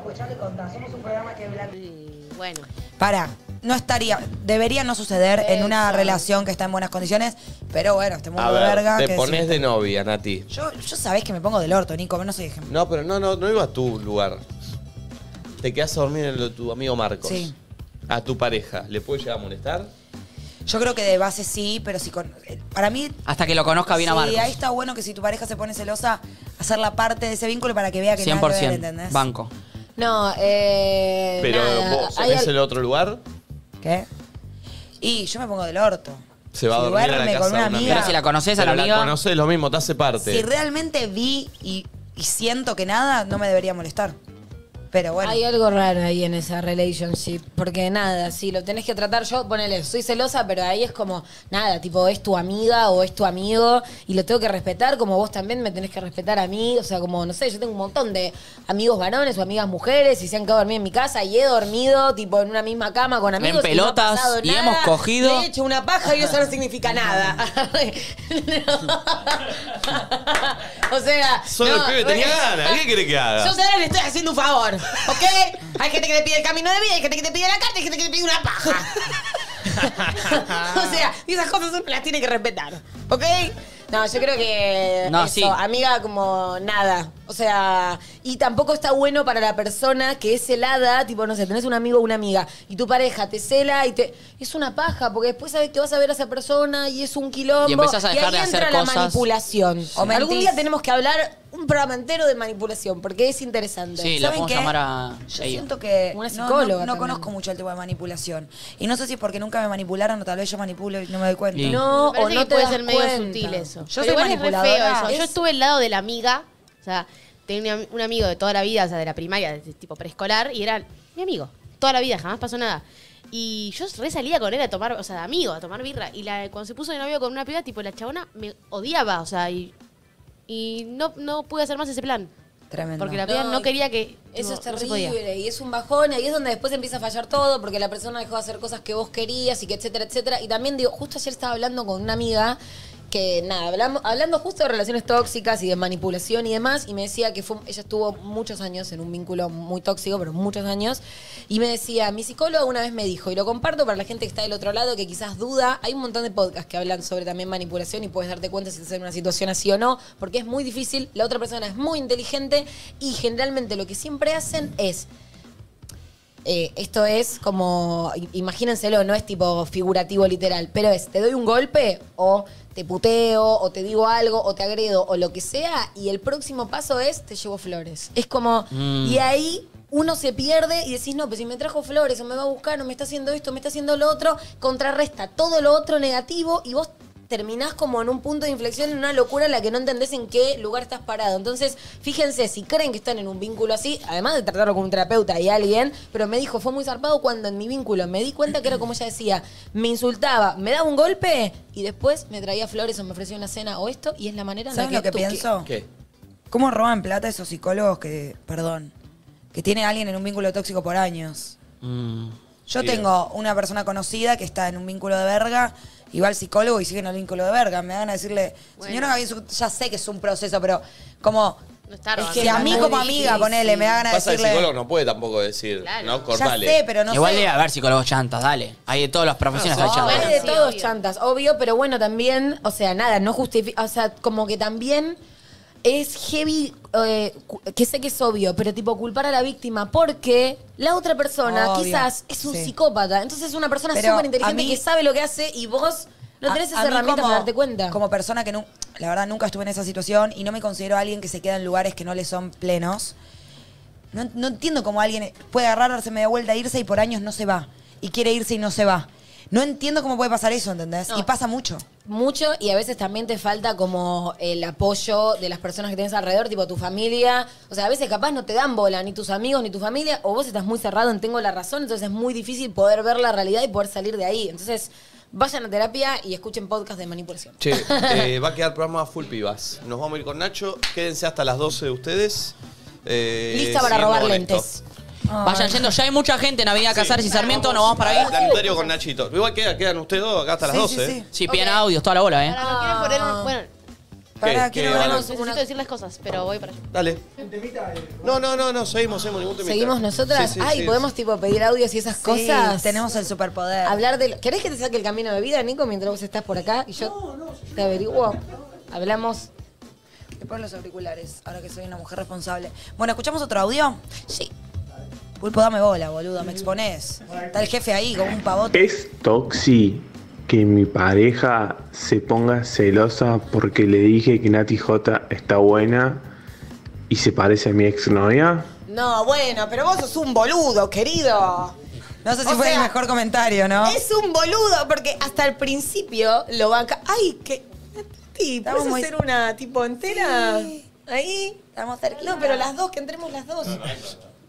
[SPEAKER 6] Bueno.
[SPEAKER 3] Para, no estaría, debería no suceder en una relación que está en buenas condiciones, pero bueno, este mundo
[SPEAKER 1] A
[SPEAKER 3] de verga.
[SPEAKER 1] ver,
[SPEAKER 3] que
[SPEAKER 1] te pones
[SPEAKER 3] decimos.
[SPEAKER 1] de novia, Nati.
[SPEAKER 3] Yo, yo sabés que me pongo del orto, Nico, no soy ejemplo.
[SPEAKER 1] No, pero no, no, no iba a tu lugar. Te quedas a dormir en lo de tu amigo Marcos.
[SPEAKER 3] Sí.
[SPEAKER 1] A tu pareja. ¿Le puede llegar a molestar?
[SPEAKER 3] Yo creo que de base sí, pero si con. eh, Para mí.
[SPEAKER 2] Hasta que lo conozca bien a
[SPEAKER 3] sí,
[SPEAKER 2] Marcos.
[SPEAKER 3] ahí está bueno que si tu pareja se pone celosa, hacerla parte de ese vínculo para que vea que nada que ver,
[SPEAKER 2] 100%.
[SPEAKER 3] ¿entendés?
[SPEAKER 2] Banco.
[SPEAKER 4] No, eh.
[SPEAKER 1] Pero
[SPEAKER 4] nada.
[SPEAKER 1] vos
[SPEAKER 4] Hay
[SPEAKER 1] tenés
[SPEAKER 4] al-
[SPEAKER 1] el otro lugar,
[SPEAKER 3] ¿Qué? Y yo me pongo del orto.
[SPEAKER 1] se va a
[SPEAKER 3] Si
[SPEAKER 1] dormir a la
[SPEAKER 3] duerme
[SPEAKER 1] casa
[SPEAKER 3] con
[SPEAKER 1] de
[SPEAKER 3] una
[SPEAKER 1] una
[SPEAKER 3] amiga- Pero si la conoces a la
[SPEAKER 1] Pero
[SPEAKER 2] amiga-
[SPEAKER 1] la conoces, lo mismo, te hace parte.
[SPEAKER 3] Si realmente vi y, y siento que nada, no me debería molestar. Pero bueno.
[SPEAKER 4] Hay algo raro ahí en esa relationship, porque nada, si lo tenés que tratar yo, ponele, soy celosa, pero ahí es como, nada, tipo, es tu amiga o es tu amigo y lo tengo que respetar como vos también me tenés que respetar a mí, o sea, como, no sé, yo tengo un montón de amigos varones o amigas mujeres y se han quedado a dormir en mi casa y he dormido, tipo, en una misma cama con amigos. y no ha
[SPEAKER 2] pelotas,
[SPEAKER 4] pasado
[SPEAKER 2] y
[SPEAKER 4] nada,
[SPEAKER 2] hemos cogido.
[SPEAKER 4] Le he hecho una paja y eso no significa nada. No. o sea...
[SPEAKER 1] Solo el
[SPEAKER 4] no,
[SPEAKER 1] pibe tenía
[SPEAKER 4] eh,
[SPEAKER 1] ganas. ¿Qué quiere que
[SPEAKER 4] yo
[SPEAKER 1] haga?
[SPEAKER 4] solo le estoy haciendo un favor, ¿ok? Hay gente que te pide el camino de vida, hay gente que te pide la carta, hay gente que te pide una paja. o sea, y esas cosas uno las tiene que respetar. ¿Ok? No, yo creo que
[SPEAKER 2] No,
[SPEAKER 4] eso,
[SPEAKER 2] sí.
[SPEAKER 4] amiga, como nada. O sea, y tampoco está bueno para la persona que es helada, tipo, no sé, tenés un amigo o una amiga, y tu pareja te cela y te. Es una paja, porque después sabes que vas a ver a esa persona y es un quilombo.
[SPEAKER 2] Y empezás a
[SPEAKER 4] y
[SPEAKER 2] dejar
[SPEAKER 4] ahí
[SPEAKER 2] de hacer
[SPEAKER 4] entra
[SPEAKER 2] cosas.
[SPEAKER 4] la manipulación.
[SPEAKER 2] O mentís.
[SPEAKER 4] Algún día tenemos que hablar un programa entero de manipulación, porque es interesante.
[SPEAKER 2] Sí, la podemos llamar a
[SPEAKER 4] Yo
[SPEAKER 2] ella.
[SPEAKER 3] Siento que
[SPEAKER 4] Una
[SPEAKER 3] no-
[SPEAKER 4] psicóloga
[SPEAKER 3] no, no
[SPEAKER 4] también.
[SPEAKER 3] conozco mucho el tema de manipulación. Y no sé si es porque nunca me manipularon o tal vez yo manipulo y no me doy cuenta.
[SPEAKER 6] Sí.
[SPEAKER 4] No,
[SPEAKER 6] Me parece que puede ser medio
[SPEAKER 4] cuenta.
[SPEAKER 6] sutil eso.
[SPEAKER 3] Yo
[SPEAKER 6] Pero
[SPEAKER 3] soy
[SPEAKER 6] igual es re feo
[SPEAKER 3] manipuladora.
[SPEAKER 6] eso. Yo
[SPEAKER 3] Es-
[SPEAKER 6] estuve al lado de la amiga, o sea, tenía un am- un amigo de toda la vida, o sea, de la primaria, de tipo preescolar, y era mi amigo. Toda la vida, jamás pasó nada. Y yo re salía con él a tomar, o sea, de amigo, a tomar birra. Y la, cuando se puso de novio con una piba, tipo, la chabona me odiaba, o sea, y, y no, no pude hacer más ese plan.
[SPEAKER 3] Tremendo.
[SPEAKER 6] Porque la piba no,
[SPEAKER 4] y
[SPEAKER 6] quería que.
[SPEAKER 4] Eso
[SPEAKER 6] no-
[SPEAKER 4] es
[SPEAKER 6] no se podía.
[SPEAKER 4] terrible y es un bajón y ahí es donde después empieza a fallar todo porque la persona dejó de hacer cosas que vos querías y que etcétera, etcétera. Y también digo, justo ayer estaba hablando con una amiga que nada, hablamos, hablando justo de relaciones tóxicas y de manipulación y demás y me decía que fue, ella estuvo muchos años en un vínculo muy tóxico, pero muchos años y me decía, mi psicóloga una vez me dijo y lo comparto para la gente que está del otro lado que quizás duda, hay un montón de podcasts que hablan sobre también manipulación y puedes darte cuenta si estás en una situación así o no, porque es muy difícil, la otra persona es muy inteligente y generalmente lo que siempre hacen es eh, esto es como, i- imagínenselo, no es tipo figurativo literal, pero es, te doy un golpe o te puteo o te digo algo o te agredo o lo que sea y el próximo paso es te llevo flores. Es como,
[SPEAKER 12] Mm.
[SPEAKER 4] y ahí uno se pierde y decís, no, pues si me trajo flores o me va a buscar o me está haciendo esto, me está haciendo lo otro, contrarresta todo lo otro negativo y vos terminás como en un punto de inflexión, en una locura en la que no entendés en qué lugar estás parado. Entonces, fíjense, si creen que están en un vínculo así, además de tratarlo con un terapeuta y alguien, pero me dijo, fue muy zarpado cuando en mi vínculo me di cuenta que era como ella decía, me insultaba, me daba un golpe y después me traía flores o me ofrecía una cena o esto y es la manera en la
[SPEAKER 3] ¿Saben
[SPEAKER 4] que
[SPEAKER 3] lo que
[SPEAKER 4] tú-
[SPEAKER 3] pienso? ¿Cómo roban plata esos psicólogos que, perdón, que tiene alguien en un vínculo tóxico por años? Yo
[SPEAKER 1] Mm,
[SPEAKER 12] Sí.
[SPEAKER 3] tengo una persona conocida que está en un vínculo de verga y va al psicólogo y sigue en el vínculo de verga. Me van a decirle, señora Gaby, su- ya sé que es un proceso, pero como... es
[SPEAKER 4] robando.
[SPEAKER 3] que a mí
[SPEAKER 4] Muy
[SPEAKER 3] como amiga,
[SPEAKER 4] difícil.
[SPEAKER 3] ponele, me van a
[SPEAKER 1] Pasa que el psicólogo
[SPEAKER 3] decirle...
[SPEAKER 1] no puede tampoco decir, ¿no? Cortale.
[SPEAKER 3] sé, pero no
[SPEAKER 2] Igual
[SPEAKER 3] sé.
[SPEAKER 2] debe haber psicólogos chantas, dale. Hay de todas las profesiones hay
[SPEAKER 3] Ah,
[SPEAKER 4] No,
[SPEAKER 2] chantas.
[SPEAKER 4] hay de todos chantas, obvio, pero bueno, también, o sea, nada, no justifica, o sea, como que también es heavy, eh, cu- que sé que es obvio, pero tipo culpar a la víctima porque la otra persona
[SPEAKER 3] Obvio,
[SPEAKER 4] quizás es un
[SPEAKER 3] sí.
[SPEAKER 4] psicópata, entonces es una persona
[SPEAKER 3] Pero
[SPEAKER 4] súper
[SPEAKER 3] a
[SPEAKER 4] inteligente
[SPEAKER 3] mí-
[SPEAKER 4] que sabe lo que hace y vos no
[SPEAKER 3] A-
[SPEAKER 4] tenés
[SPEAKER 3] a
[SPEAKER 4] esa
[SPEAKER 3] mí
[SPEAKER 4] herramienta
[SPEAKER 3] como-
[SPEAKER 4] para darte cuenta.
[SPEAKER 3] Como persona que nu- la verdad nunca estuve en esa situación y no me considero alguien que se queda en lugares que no le son plenos. No, no entiendo cómo alguien puede agarrar, darse media vuelta, irse y por años no se va. Y quiere irse y no se va. No entiendo cómo puede pasar eso, ¿entendés?
[SPEAKER 4] No.
[SPEAKER 3] Y pasa mucho.
[SPEAKER 4] Mucho y a veces también te falta como el apoyo de las personas que tienes alrededor, tipo tu familia. O sea, a veces capaz no te dan bola ni tus amigos ni tu familia, o vos estás muy cerrado en tengo la razón, entonces es muy difícil poder ver la realidad y poder salir de ahí. Entonces, vayan a terapia y escuchen podcast de manipulación.
[SPEAKER 1] Che, eh, va a quedar programa full pibas. Nos vamos a ir con Nacho. Quédense hasta las 12 de ustedes. Eh,
[SPEAKER 4] Lista para
[SPEAKER 1] siguiendo
[SPEAKER 4] robar
[SPEAKER 1] con esto.
[SPEAKER 4] lentes.
[SPEAKER 2] Vayan yendo, ya hay mucha gente en Avenida Casares y Sarmiento, nos vamos para
[SPEAKER 1] El
[SPEAKER 2] ahí.
[SPEAKER 1] Ah, planetario con Nachito. Igual queda- quedan ustedes dos acá hasta las 12. ¿eh?
[SPEAKER 2] Sí, pidan audios, toda la bola, eh.
[SPEAKER 6] Ahora, no quiero poner un- Bueno,
[SPEAKER 1] Pará, ¿Qué? quiero ¿Qué? ver-
[SPEAKER 6] ponemos- necesito decirles cosas, pero voy para allá.
[SPEAKER 1] Dale. eh. No, no, no, no, seguimos, seguimos ningún temita.
[SPEAKER 4] ¿Seguimos nosotras?
[SPEAKER 1] Sí, sí,
[SPEAKER 4] Ay,
[SPEAKER 1] sí.
[SPEAKER 4] podemos tipo pedir audios y esas
[SPEAKER 3] Sí,
[SPEAKER 4] cosas.
[SPEAKER 3] tenemos el superpoder.
[SPEAKER 4] Hablar de. lo- ¿Querés que te saque el camino de vida, Nico, mientras vos estás por acá? Y yo te averiguo. Hablamos.
[SPEAKER 3] Me ponen los auriculares, ahora que soy una mujer responsable. Bueno, ¿escuchamos otro audio? Sí. Pulpo, dame bola, boludo, me exponés. Está el jefe ahí con un pavote.
[SPEAKER 13] ¿Es toxi que mi pareja se ponga celosa porque le dije que Nati J está buena y se parece a mi exnovia?
[SPEAKER 4] No, bueno, pero vos sos un boludo, querido.
[SPEAKER 3] No sé si fue el mejor comentario, ¿no?
[SPEAKER 4] Es un boludo, porque hasta el principio lo banca. Ay, que. Nati, ¿puedes
[SPEAKER 3] muy-
[SPEAKER 4] hacer una tipo entera? Ahí.
[SPEAKER 3] Estamos cerquita.
[SPEAKER 4] No, pero las dos, que entremos las dos.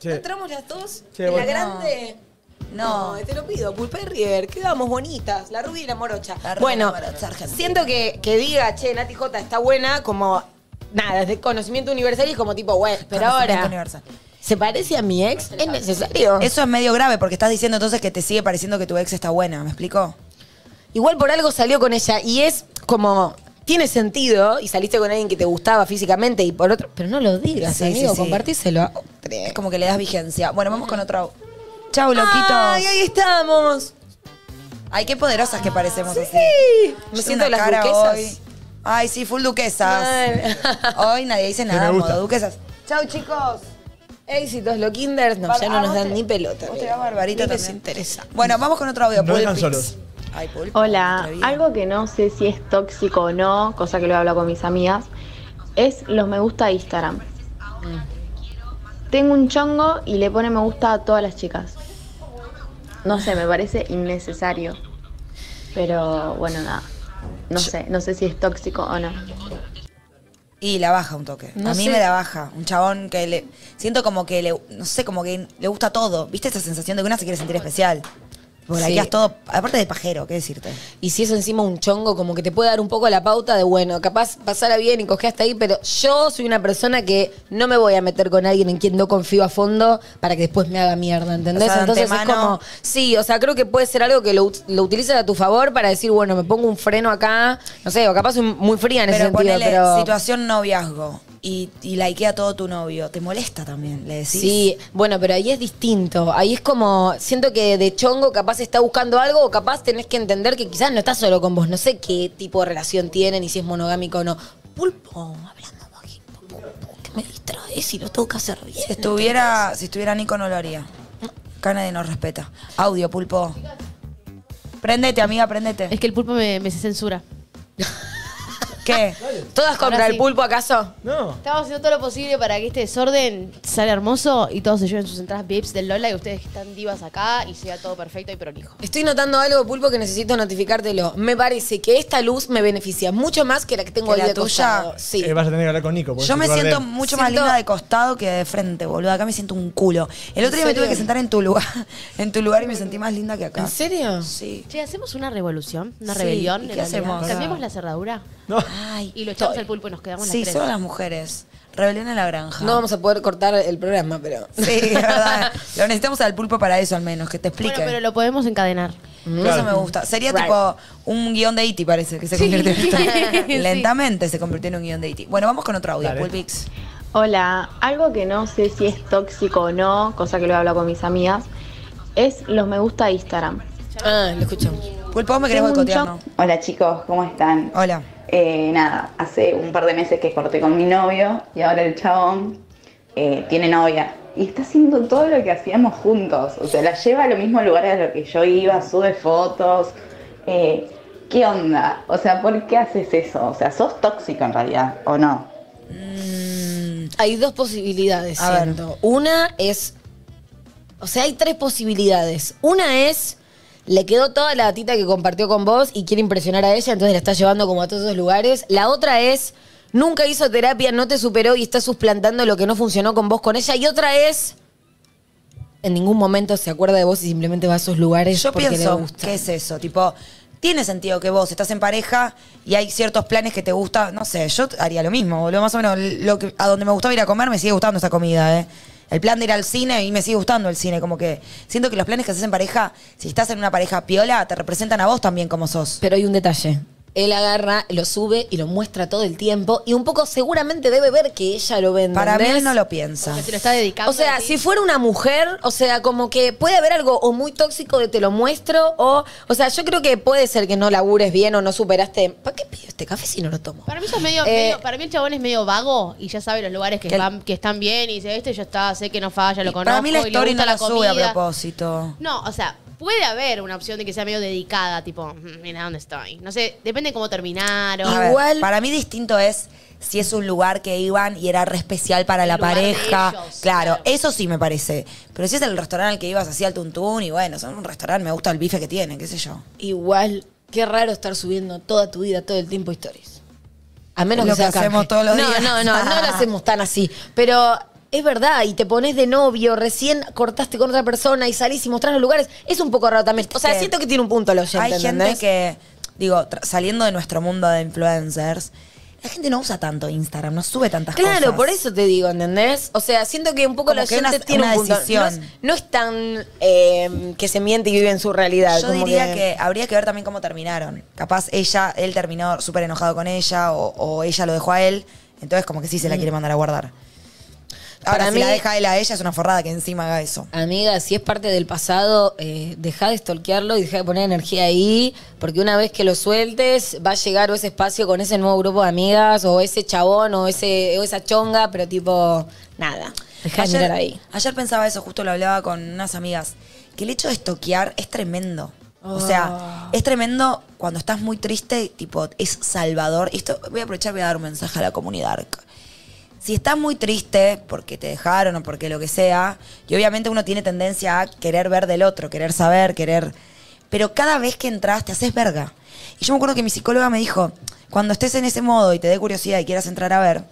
[SPEAKER 4] Entramos las dos.
[SPEAKER 3] Sí,
[SPEAKER 4] en la
[SPEAKER 3] bueno.
[SPEAKER 4] grande. No, te lo pido, Pulpe River, quedamos bonitas, la rubia y la morocha.
[SPEAKER 3] rubia y
[SPEAKER 4] bueno,
[SPEAKER 3] la morocha argentina.
[SPEAKER 4] siento que, que diga, che, Nati J está buena, como nada, es de conocimiento universal y es como tipo, bueno, pero
[SPEAKER 3] Conocimiento
[SPEAKER 4] ahora.
[SPEAKER 3] universal.
[SPEAKER 4] ¿Se parece a mi ex? ¿Es necesario?
[SPEAKER 3] Eso es medio grave porque estás diciendo entonces que te sigue pareciendo que tu ex está buena, ¿me explico?
[SPEAKER 4] Igual por algo salió con ella y es como. Tiene sentido y saliste con alguien que te gustaba físicamente y por otro. Pero no lo digas,
[SPEAKER 3] Sí,
[SPEAKER 4] amigo,
[SPEAKER 3] sí, sí.
[SPEAKER 4] compartíselo. a-
[SPEAKER 3] Es como que le das vigencia. Bueno, vamos con otro. au- Chau, loquitos.
[SPEAKER 4] ¡Ay, ahí estamos!
[SPEAKER 3] Ay, qué poderosas que parecemos así.
[SPEAKER 4] Me siento
[SPEAKER 3] Yo siento
[SPEAKER 4] las
[SPEAKER 3] la cara
[SPEAKER 4] duquesas.
[SPEAKER 3] hoy. Ay, sí, full duquesas. hoy nadie dice
[SPEAKER 4] me
[SPEAKER 3] nada,
[SPEAKER 4] gusta.
[SPEAKER 3] modo duquesas. Chau, chicos.
[SPEAKER 4] Éxitos, lo kinders, no,
[SPEAKER 3] Va-
[SPEAKER 4] ya no
[SPEAKER 3] a
[SPEAKER 4] nos
[SPEAKER 3] vos
[SPEAKER 4] dan
[SPEAKER 3] te-
[SPEAKER 4] ni pelota.
[SPEAKER 3] vos te
[SPEAKER 4] mira.
[SPEAKER 3] va Barbarita
[SPEAKER 4] Ni les
[SPEAKER 3] también.
[SPEAKER 4] interesa.
[SPEAKER 3] Bueno, vamos con otro audio.
[SPEAKER 4] No dejan
[SPEAKER 3] Pulpix.
[SPEAKER 4] solos.
[SPEAKER 3] Ay, Pulpix,
[SPEAKER 11] Hola,
[SPEAKER 3] atrevida.
[SPEAKER 11] algo que no sé si es tóxico o no, cosa que lo he hablado con mis amigas, es los me gusta de Instagram. Tengo un chongo y le pone me gusta a todas las chicas. No sé, me parece innecesario. Pero bueno, nada. No sé, no sé si es tóxico o no.
[SPEAKER 3] Y la baja un toque.
[SPEAKER 11] No
[SPEAKER 3] a mí
[SPEAKER 11] sé.
[SPEAKER 3] me la baja. Un chabón que le. Siento como que le. No sé, como que le gusta todo. ¿Viste esa sensación de que una se quiere sentir especial? Por ahí
[SPEAKER 4] Sí.
[SPEAKER 3] es todo. Aparte de pajero, ¿qué decirte?
[SPEAKER 4] Y si es encima un chongo, como que te puede dar un poco la pauta de, bueno, capaz pasara bien y cogé hasta ahí, pero yo soy una persona que no me voy a meter con alguien en quien no confío a fondo para que después me haga mierda, ¿entendés?
[SPEAKER 3] O sea, de
[SPEAKER 4] Entonces es
[SPEAKER 3] antemano-
[SPEAKER 4] como, sí, o sea, creo que puede ser algo que lo, ut- lo utilices a tu favor para decir, bueno, me pongo un freno acá, no sé, o capaz soy muy fría en ese
[SPEAKER 3] pero
[SPEAKER 4] sentido,
[SPEAKER 3] ponele
[SPEAKER 4] pero...
[SPEAKER 3] situación noviazgo y, y likea todo tu novio. Te molesta también, le decís.
[SPEAKER 4] Sí, bueno, pero ahí es distinto. Ahí es como, siento que de chongo capaz está buscando algo o capaz tenés que entender que quizás no está solo con vos. No sé qué tipo de relación tienen y si es monogámico o no. Pulpo, hablando bajito, pulpo, que me distrae si lo tengo que hacer bien.
[SPEAKER 3] Si estuviera, si estuviera Nico no lo haría. Acá nadie nos respeta. Audio, pulpo. Prendete, amiga, prendete.
[SPEAKER 6] Es que el pulpo me, me se censura.
[SPEAKER 3] ¿Qué?
[SPEAKER 4] ¿Todas contra
[SPEAKER 6] Ahora
[SPEAKER 4] el
[SPEAKER 6] sí.
[SPEAKER 4] pulpo acaso?
[SPEAKER 5] No.
[SPEAKER 6] Estamos haciendo todo lo posible para que este desorden salga hermoso y todos se lleven sus entradas VIPs del Lola y ustedes que están divas acá y sea todo perfecto y prolijo.
[SPEAKER 4] Estoy notando algo, Pulpo, que necesito notificártelo. Me parece que esta luz me beneficia mucho más que la que tengo
[SPEAKER 3] ¿Que
[SPEAKER 4] ahí
[SPEAKER 3] la
[SPEAKER 4] de
[SPEAKER 3] tuya?
[SPEAKER 4] costado. Sí.
[SPEAKER 5] Eh, vas a tener que hablar con Nico. porque
[SPEAKER 3] Yo
[SPEAKER 5] es
[SPEAKER 3] me
[SPEAKER 5] el lugar
[SPEAKER 3] siento
[SPEAKER 5] de él.
[SPEAKER 3] mucho más linda de costado que de frente, boludo. Acá me siento un culo. El otro día me
[SPEAKER 4] serio?
[SPEAKER 3] tuve que sentar en tu lugar, en tu lugar y me sentí más linda que acá.
[SPEAKER 4] ¿En serio?
[SPEAKER 3] Sí.
[SPEAKER 6] Che, hacemos una revolución, una
[SPEAKER 3] Sí,
[SPEAKER 6] rebelión.
[SPEAKER 3] ¿y
[SPEAKER 6] en
[SPEAKER 3] qué
[SPEAKER 6] realidad?
[SPEAKER 3] hacemos?
[SPEAKER 6] Cambiamos la cerradura
[SPEAKER 3] Ay,
[SPEAKER 6] y lo echamos
[SPEAKER 3] estoy-
[SPEAKER 6] al pulpo y nos quedamos
[SPEAKER 3] Sí,
[SPEAKER 6] las tres.
[SPEAKER 3] solo las mujeres. Rebelión en la granja.
[SPEAKER 4] No vamos a poder cortar el programa, pero.
[SPEAKER 3] Sí, es verdad. Lo necesitamos al pulpo para eso, al menos, que te explique.
[SPEAKER 6] Bueno, pero lo podemos encadenar.
[SPEAKER 3] Eso me gusta. Sería
[SPEAKER 6] Right.
[SPEAKER 3] tipo un guión de Iti, parece, que se
[SPEAKER 6] Sí.
[SPEAKER 3] convirtió en esto.
[SPEAKER 6] Sí.
[SPEAKER 3] Lentamente se convirtió en un guión de Iti. Bueno, vamos con otro audio,
[SPEAKER 11] Dale.
[SPEAKER 3] Pulpix.
[SPEAKER 11] Hola, algo que no sé si es tóxico o no, cosa que lo he hablado con mis amigas, es los me gusta de Instagram.
[SPEAKER 4] Ah, lo escucho.
[SPEAKER 3] Pulpo, vos me querés
[SPEAKER 11] Tengo un
[SPEAKER 3] boicotear,
[SPEAKER 11] chon-
[SPEAKER 3] ¿no?
[SPEAKER 12] Hola chicos, ¿cómo están?
[SPEAKER 3] Hola.
[SPEAKER 12] Eh, nada, hace un par de meses que corté con mi novio y ahora el chabón eh, tiene novia y está haciendo todo lo que hacíamos juntos. O sea, la lleva a los mismos lugares a los que yo iba, sube fotos. Eh, ¿Qué onda? O sea, ¿por qué haces eso? O sea, sos tóxico en realidad, ¿o no?
[SPEAKER 4] Hay dos posibilidades,
[SPEAKER 12] A ver.
[SPEAKER 4] siento. Una es. O sea, hay tres posibilidades. Una es. Le quedó toda la datita que compartió con vos y quiere impresionar a ella, entonces la está llevando como a todos esos lugares. La otra es. Nunca hizo terapia, no te superó y está suplantando lo que no funcionó con vos con ella. Y otra es. En ningún momento se acuerda de vos y simplemente va a esos lugares
[SPEAKER 3] Yo
[SPEAKER 4] porque le
[SPEAKER 3] pienso,
[SPEAKER 4] gusta.
[SPEAKER 3] ¿qué es eso? Tipo, tiene sentido que vos estás en pareja y hay ciertos planes que te gusta. No sé, yo haría lo mismo, boludo. Más o menos lo que, a donde me gustaba ir a comer me sigue gustando esa comida, ¿eh? El plan de ir al cine y me sigue gustando el cine. Como que siento que los planes que haces en pareja, si estás en una pareja piola, te representan a vos también como sos.
[SPEAKER 4] Pero hay un detalle. Él agarra, lo sube y lo muestra todo el tiempo. Y un poco seguramente debe ver que ella lo vende.
[SPEAKER 3] Para mí él no lo piensa.
[SPEAKER 6] Se lo está dedicando.
[SPEAKER 4] O sea, si fuera una mujer, o sea, como que puede haber algo o muy tóxico de te lo muestro, o, o sea, yo creo que puede ser que no labures bien o no superaste. ¿Para qué pido este café si no lo tomo?
[SPEAKER 6] Para mí, ya es medio,
[SPEAKER 4] Eh,
[SPEAKER 6] medio- para mí el chabón es medio vago y ya sabe los lugares que,
[SPEAKER 4] Que el-
[SPEAKER 6] van- que están bien y dice, este ya está, sé que no falla, lo conozco.
[SPEAKER 3] Para mí la
[SPEAKER 6] y le
[SPEAKER 3] story
[SPEAKER 6] gusta
[SPEAKER 3] no la sube a
[SPEAKER 6] comida".
[SPEAKER 3] propósito.
[SPEAKER 6] No, o sea, puede haber una opción de que sea medio dedicada, tipo, "Mm, mira dónde estoy. No sé, depende cómo terminaron.
[SPEAKER 3] A ver, para mí distinto es si es un lugar que iban y era re especial para la
[SPEAKER 6] lugar de
[SPEAKER 3] pareja.
[SPEAKER 6] ellos,
[SPEAKER 3] claro, eso sí me parece. Pero si es el restaurante al que ibas así al tuntún y bueno, son un restaurante, me gusta el bife que tienen, qué sé yo.
[SPEAKER 4] Igual, qué raro estar subiendo toda tu vida, todo el tiempo historias. A menos
[SPEAKER 3] Lo
[SPEAKER 4] que, sea
[SPEAKER 3] que hacemos
[SPEAKER 4] canje.
[SPEAKER 3] todos los
[SPEAKER 4] no,
[SPEAKER 3] días.
[SPEAKER 4] No, no, no, lo hacemos tan así. Pero es verdad, y te pones de novio, recién cortaste con otra persona y salís y mostrás los lugares. Es un poco raro también. O sea,
[SPEAKER 3] que
[SPEAKER 4] siento que tiene un punto lo
[SPEAKER 3] Hay gente que, digo, tra- saliendo de nuestro mundo de influencers, la gente no usa tanto Instagram, no sube tantas
[SPEAKER 4] Claro,
[SPEAKER 3] cosas.
[SPEAKER 4] por eso te digo, ¿entendés? O sea, siento que un poco
[SPEAKER 3] Como
[SPEAKER 4] la
[SPEAKER 3] que
[SPEAKER 4] gente
[SPEAKER 3] una-
[SPEAKER 4] tiene
[SPEAKER 3] una
[SPEAKER 4] un punto. No es,
[SPEAKER 3] decisión.
[SPEAKER 4] no es tan eh, que se miente y vive en su realidad.
[SPEAKER 3] Yo
[SPEAKER 4] como
[SPEAKER 3] diría que... habría que ver también cómo terminaron. Capaz ella, él terminó súper enojado con ella o, o ella lo dejó a él. Entonces como que sí se la quiere mandar a guardar. Ahora,
[SPEAKER 4] Mm. Para
[SPEAKER 3] si la
[SPEAKER 4] mí-
[SPEAKER 3] deja él a ella, es una forrada que encima haga eso.
[SPEAKER 4] Amiga, si es parte del pasado, eh, deja de stalkearlo y deja de poner energía ahí, porque una vez que lo sueltes, va a llegar o ese espacio con ese nuevo grupo de amigas, o ese chabón, o, ese, o esa chonga, pero tipo, nada. Deja de mirar ahí.
[SPEAKER 3] ayer pensaba eso, justo lo hablaba con unas amigas, que el hecho de estoquear es tremendo.
[SPEAKER 4] Ah.
[SPEAKER 3] O sea, es tremendo cuando estás muy triste, tipo, es salvador. Esto voy a aprovechar, voy a dar un mensaje a la comunidad. Si estás muy triste porque te dejaron o porque lo que sea, y obviamente uno tiene tendencia a querer ver del otro, querer saber, querer. Pero cada vez que entras te haces verga. Y yo me acuerdo que mi psicóloga me dijo, cuando estés en ese modo y te dé curiosidad y quieras entrar a ver,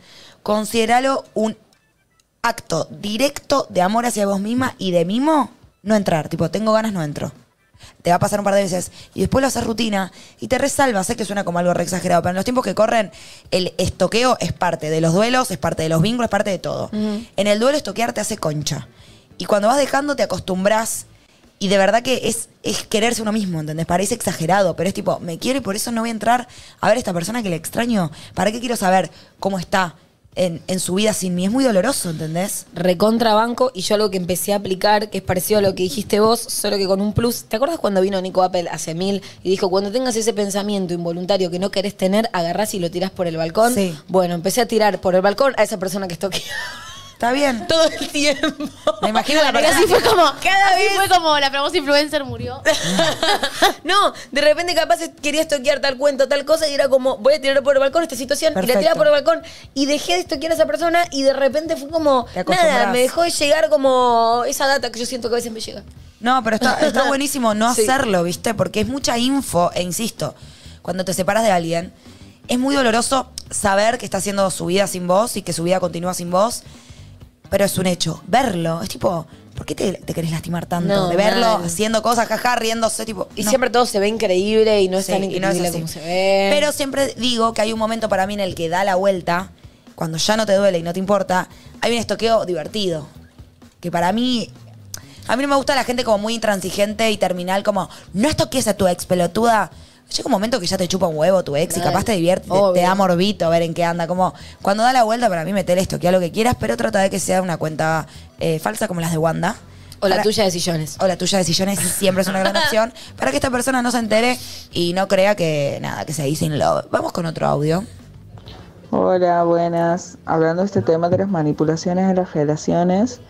[SPEAKER 3] consideralo un acto directo de amor hacia vos misma y de mimo, no entrar. Tipo, tengo ganas, no entro. Te va a pasar un par de veces y después lo haces rutina y te resalva. Sé que suena como algo re exagerado, pero en los tiempos que corren, el estoqueo es parte de los duelos, es parte de los vínculos, es parte de todo. En el duelo estoquear te hace concha. Y cuando vas dejando te acostumbras y de verdad que es, es quererse uno mismo, ¿entendés? Parece exagerado, pero es tipo, me quiero y por eso no voy a entrar a ver a esta persona que le extraño. ¿Para qué quiero saber cómo está en, en su vida sin mí? Es muy doloroso, ¿entendés?
[SPEAKER 4] Recontrabanco, y yo algo que empecé a aplicar, que es parecido a lo que dijiste vos, solo que con un plus. ¿Te acuerdas cuando vino Nico Apple hace mil y dijo, cuando tengas ese pensamiento involuntario que no querés tener, agarrás y lo tirás por el balcón?
[SPEAKER 3] Sí.
[SPEAKER 4] Bueno, empecé a tirar por el balcón a esa persona que estoquea.
[SPEAKER 3] Está bien.
[SPEAKER 4] Todo el tiempo.
[SPEAKER 3] Me imagino la
[SPEAKER 6] Porque
[SPEAKER 3] persona
[SPEAKER 6] así fue como,
[SPEAKER 4] Cada
[SPEAKER 6] así
[SPEAKER 4] vez-
[SPEAKER 6] fue como la famosa influencer murió.
[SPEAKER 4] No, de repente capaz quería estoquear tal cuento, tal cosa, y era como, voy a tirar por el balcón esta situación, y la
[SPEAKER 3] Perfecto.
[SPEAKER 4] tiraba por el balcón, y dejé de estoquear a esa persona, y de repente fue como,
[SPEAKER 3] Te acostumbras.
[SPEAKER 4] nada, me dejó de llegar como esa data que yo siento que a veces me llega.
[SPEAKER 3] No, pero está, está buenísimo no
[SPEAKER 4] Sí.
[SPEAKER 3] hacerlo, ¿viste? Porque es mucha info, e insisto, cuando te separas de alguien, es muy doloroso saber que está haciendo su vida sin vos y que su vida continúa sin vos, pero es un hecho. Verlo, es tipo, ¿por qué te, te querés lastimar tanto?
[SPEAKER 4] No,
[SPEAKER 3] de verlo
[SPEAKER 4] mal.
[SPEAKER 3] haciendo cosas, jaja, riéndose, tipo.
[SPEAKER 4] Y
[SPEAKER 3] no.
[SPEAKER 4] siempre todo se ve increíble, y no es
[SPEAKER 3] Sí,
[SPEAKER 4] tan
[SPEAKER 3] y no es
[SPEAKER 4] increíble
[SPEAKER 3] así.
[SPEAKER 4] como se ve.
[SPEAKER 3] Pero siempre digo que hay un momento para mí en el que da la vuelta, cuando ya no te duele y no te importa, hay un estoqueo divertido. Que para mí. A mí no me gusta la gente como muy intransigente y terminal, como, no estoquees a tu ex pelotuda. Llega un momento que ya te chupa un huevo tu ex y
[SPEAKER 4] Mal.
[SPEAKER 3] capaz te divierte, te- te,
[SPEAKER 4] Obvio.
[SPEAKER 3] da morbito a ver en qué anda. Como, cuando da la vuelta, para mí metele estoquea lo que quieras, pero trata de que sea una cuenta eh, falsa como las de Wanda.
[SPEAKER 4] o la
[SPEAKER 3] Para-
[SPEAKER 4] tuya de sillones.
[SPEAKER 3] o la tuya de sillones siempre es una gran opción para que esta persona no se entere y no crea que nada, que se dice in love. Vamos con otro audio.
[SPEAKER 14] Hola, buenas. Hablando de este tema de las manipulaciones de las relaciones,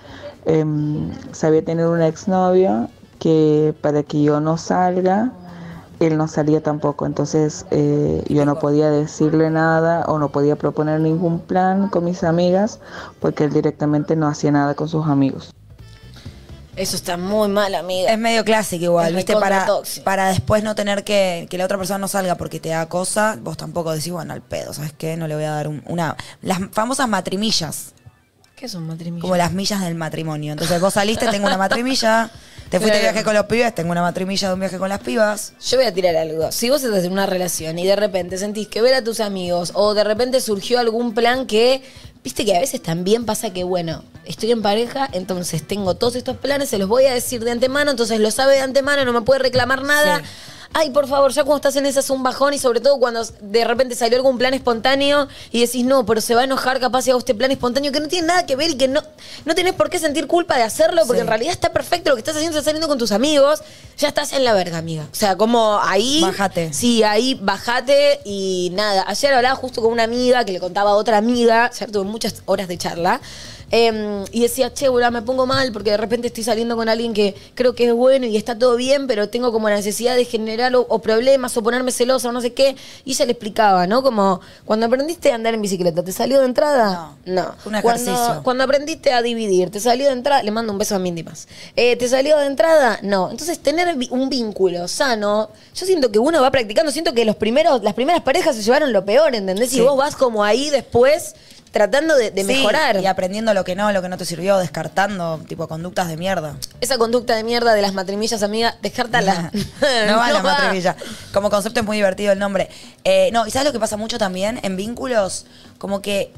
[SPEAKER 14] em, sabía tener un exnovio que para que yo no salga, él no salía tampoco. Entonces eh, yo no podía decirle nada o no podía proponer ningún plan con mis amigas porque él directamente no hacía nada con sus amigos.
[SPEAKER 4] Eso está muy mal, amiga.
[SPEAKER 3] Es medio clásico igual,
[SPEAKER 4] Es
[SPEAKER 3] ¿viste?
[SPEAKER 4] recontra
[SPEAKER 3] Para,
[SPEAKER 4] tóxico.
[SPEAKER 3] para después no tener que que la otra persona no salga porque te da cosa, vos tampoco decís, bueno, al pedo, ¿sabes qué? No le voy a dar un- una... Las famosas matrimillas,
[SPEAKER 4] ¿Qué son matrimonios?
[SPEAKER 3] como las millas del matrimonio. Entonces vos saliste, tengo una matrimilla, te fuiste de
[SPEAKER 4] Claro.
[SPEAKER 3] viaje con los pibes, tengo una matrimilla de un viaje con las pibas.
[SPEAKER 4] Yo voy a tirar algo. Si vos estás en una relación y de repente sentís que ver a tus amigos o de repente surgió algún plan que, viste que a veces también pasa que, bueno, estoy en pareja, entonces tengo todos estos planes, se los voy a decir de antemano, entonces lo sabe de antemano, no me puede reclamar nada. Ay, por favor, ya cuando estás en esa es un bajón y sobre todo cuando de repente salió algún plan espontáneo y decís, no, pero se va a enojar capaz si hago este plan espontáneo que no tiene nada que ver y que no, no tenés por qué sentir culpa de hacerlo porque
[SPEAKER 3] Sí.
[SPEAKER 4] en realidad está perfecto lo que estás haciendo, estás saliendo con tus amigos, ya estás en la verga, amiga. O sea, como ahí...
[SPEAKER 3] Bájate.
[SPEAKER 4] Sí, ahí bajate y nada. Ayer hablaba justo con una amiga que le contaba a otra amiga, ayer tuve muchas horas de charla, em, y decía, che, boluda, me pongo mal porque de repente estoy saliendo con alguien que creo que es bueno y está todo bien, pero tengo como la necesidad de generar o, o problemas o ponerme celosa o no sé qué. Y ella le explicaba, ¿no? Como, cuando aprendiste a andar en bicicleta, ¿te salió de entrada? No.
[SPEAKER 3] un
[SPEAKER 4] Cuando-
[SPEAKER 3] ejercicio.
[SPEAKER 4] cuando aprendiste a dividir, ¿te salió de entrada? Le mando un beso a Mindy más. Eh, ¿Te salió de entrada? No. Entonces, tener vi- un vínculo sano, yo siento que uno va practicando, siento que los primeros, las primeras parejas se llevaron lo peor, ¿entendés?
[SPEAKER 3] Sí.
[SPEAKER 4] Y vos vas como ahí después tratando de, de
[SPEAKER 3] Sí,
[SPEAKER 4] mejorar
[SPEAKER 3] Y aprendiendo lo que no, lo que no te sirvió, descartando, tipo, conductas de mierda.
[SPEAKER 4] esa conducta de mierda de las matrimillas, amiga, descártala.
[SPEAKER 3] no va la matrimilla. Como concepto es muy divertido el nombre. Eh, no, y ¿sabes lo que pasa mucho también? En vínculos, como que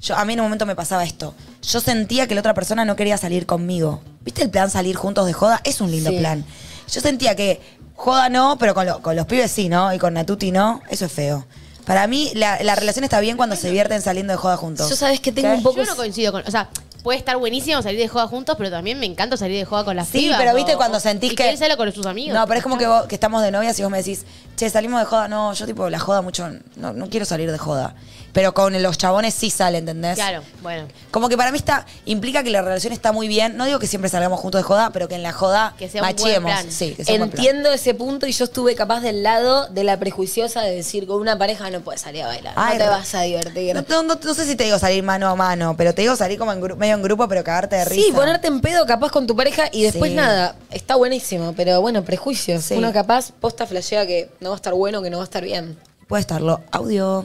[SPEAKER 3] yo, a mí en un momento me pasaba esto. Yo sentía que la otra persona no quería salir conmigo. ¿Viste el plan salir juntos de joda? Es un lindo
[SPEAKER 4] Sí.
[SPEAKER 3] plan. Yo sentía que joda no, pero con, lo- con los pibes sí, ¿no? Y con Natuti no. Eso es feo. Para mí, la, la relación está bien cuando se divierten saliendo de joda juntos.
[SPEAKER 4] Yo sabes que tengo
[SPEAKER 3] ¿Qué?
[SPEAKER 4] un poco...
[SPEAKER 6] Yo no coincido con. O sea, puede estar buenísimo salir de joda juntos, pero también me encanta salir de joda con las
[SPEAKER 3] Sí,
[SPEAKER 6] pibas,
[SPEAKER 3] pero viste
[SPEAKER 6] o-
[SPEAKER 3] cuando
[SPEAKER 6] o-
[SPEAKER 3] sentís
[SPEAKER 6] si
[SPEAKER 3] que-
[SPEAKER 6] querés hacerlo con sus amigos.
[SPEAKER 3] No, pero es como que, vos- que estamos de novias y vos me decís, che, salimos de joda. No, yo tipo la joda mucho, no, no quiero salir de joda. Pero con los chabones sí sale, ¿entendés?
[SPEAKER 6] Claro, bueno.
[SPEAKER 3] Como que para mí está, implica que la relación está muy bien. No digo que siempre salgamos juntos de joda, pero que en la joda
[SPEAKER 4] Que sea un buen
[SPEAKER 3] machiemos.
[SPEAKER 4] plan.
[SPEAKER 3] Sí, que sea un buen plan.
[SPEAKER 4] Entiendo ese punto y yo estuve capaz del lado de la prejuiciosa de decir con una pareja no puedes salir a bailar,
[SPEAKER 3] Ay,
[SPEAKER 4] no te
[SPEAKER 3] re-
[SPEAKER 4] vas a divertir.
[SPEAKER 3] No, no- no- no sé si te digo salir mano a mano, pero te digo salir como en gru- medio en grupo, pero cagarte de risa.
[SPEAKER 4] Sí, ponerte en pedo capaz con tu pareja y después
[SPEAKER 3] Sí.
[SPEAKER 4] nada. Está buenísimo, pero bueno, prejuicios.
[SPEAKER 3] Sí.
[SPEAKER 4] Uno capaz posta flashea que no va a estar bueno, que no va a estar bien.
[SPEAKER 3] Puede estarlo. Audio.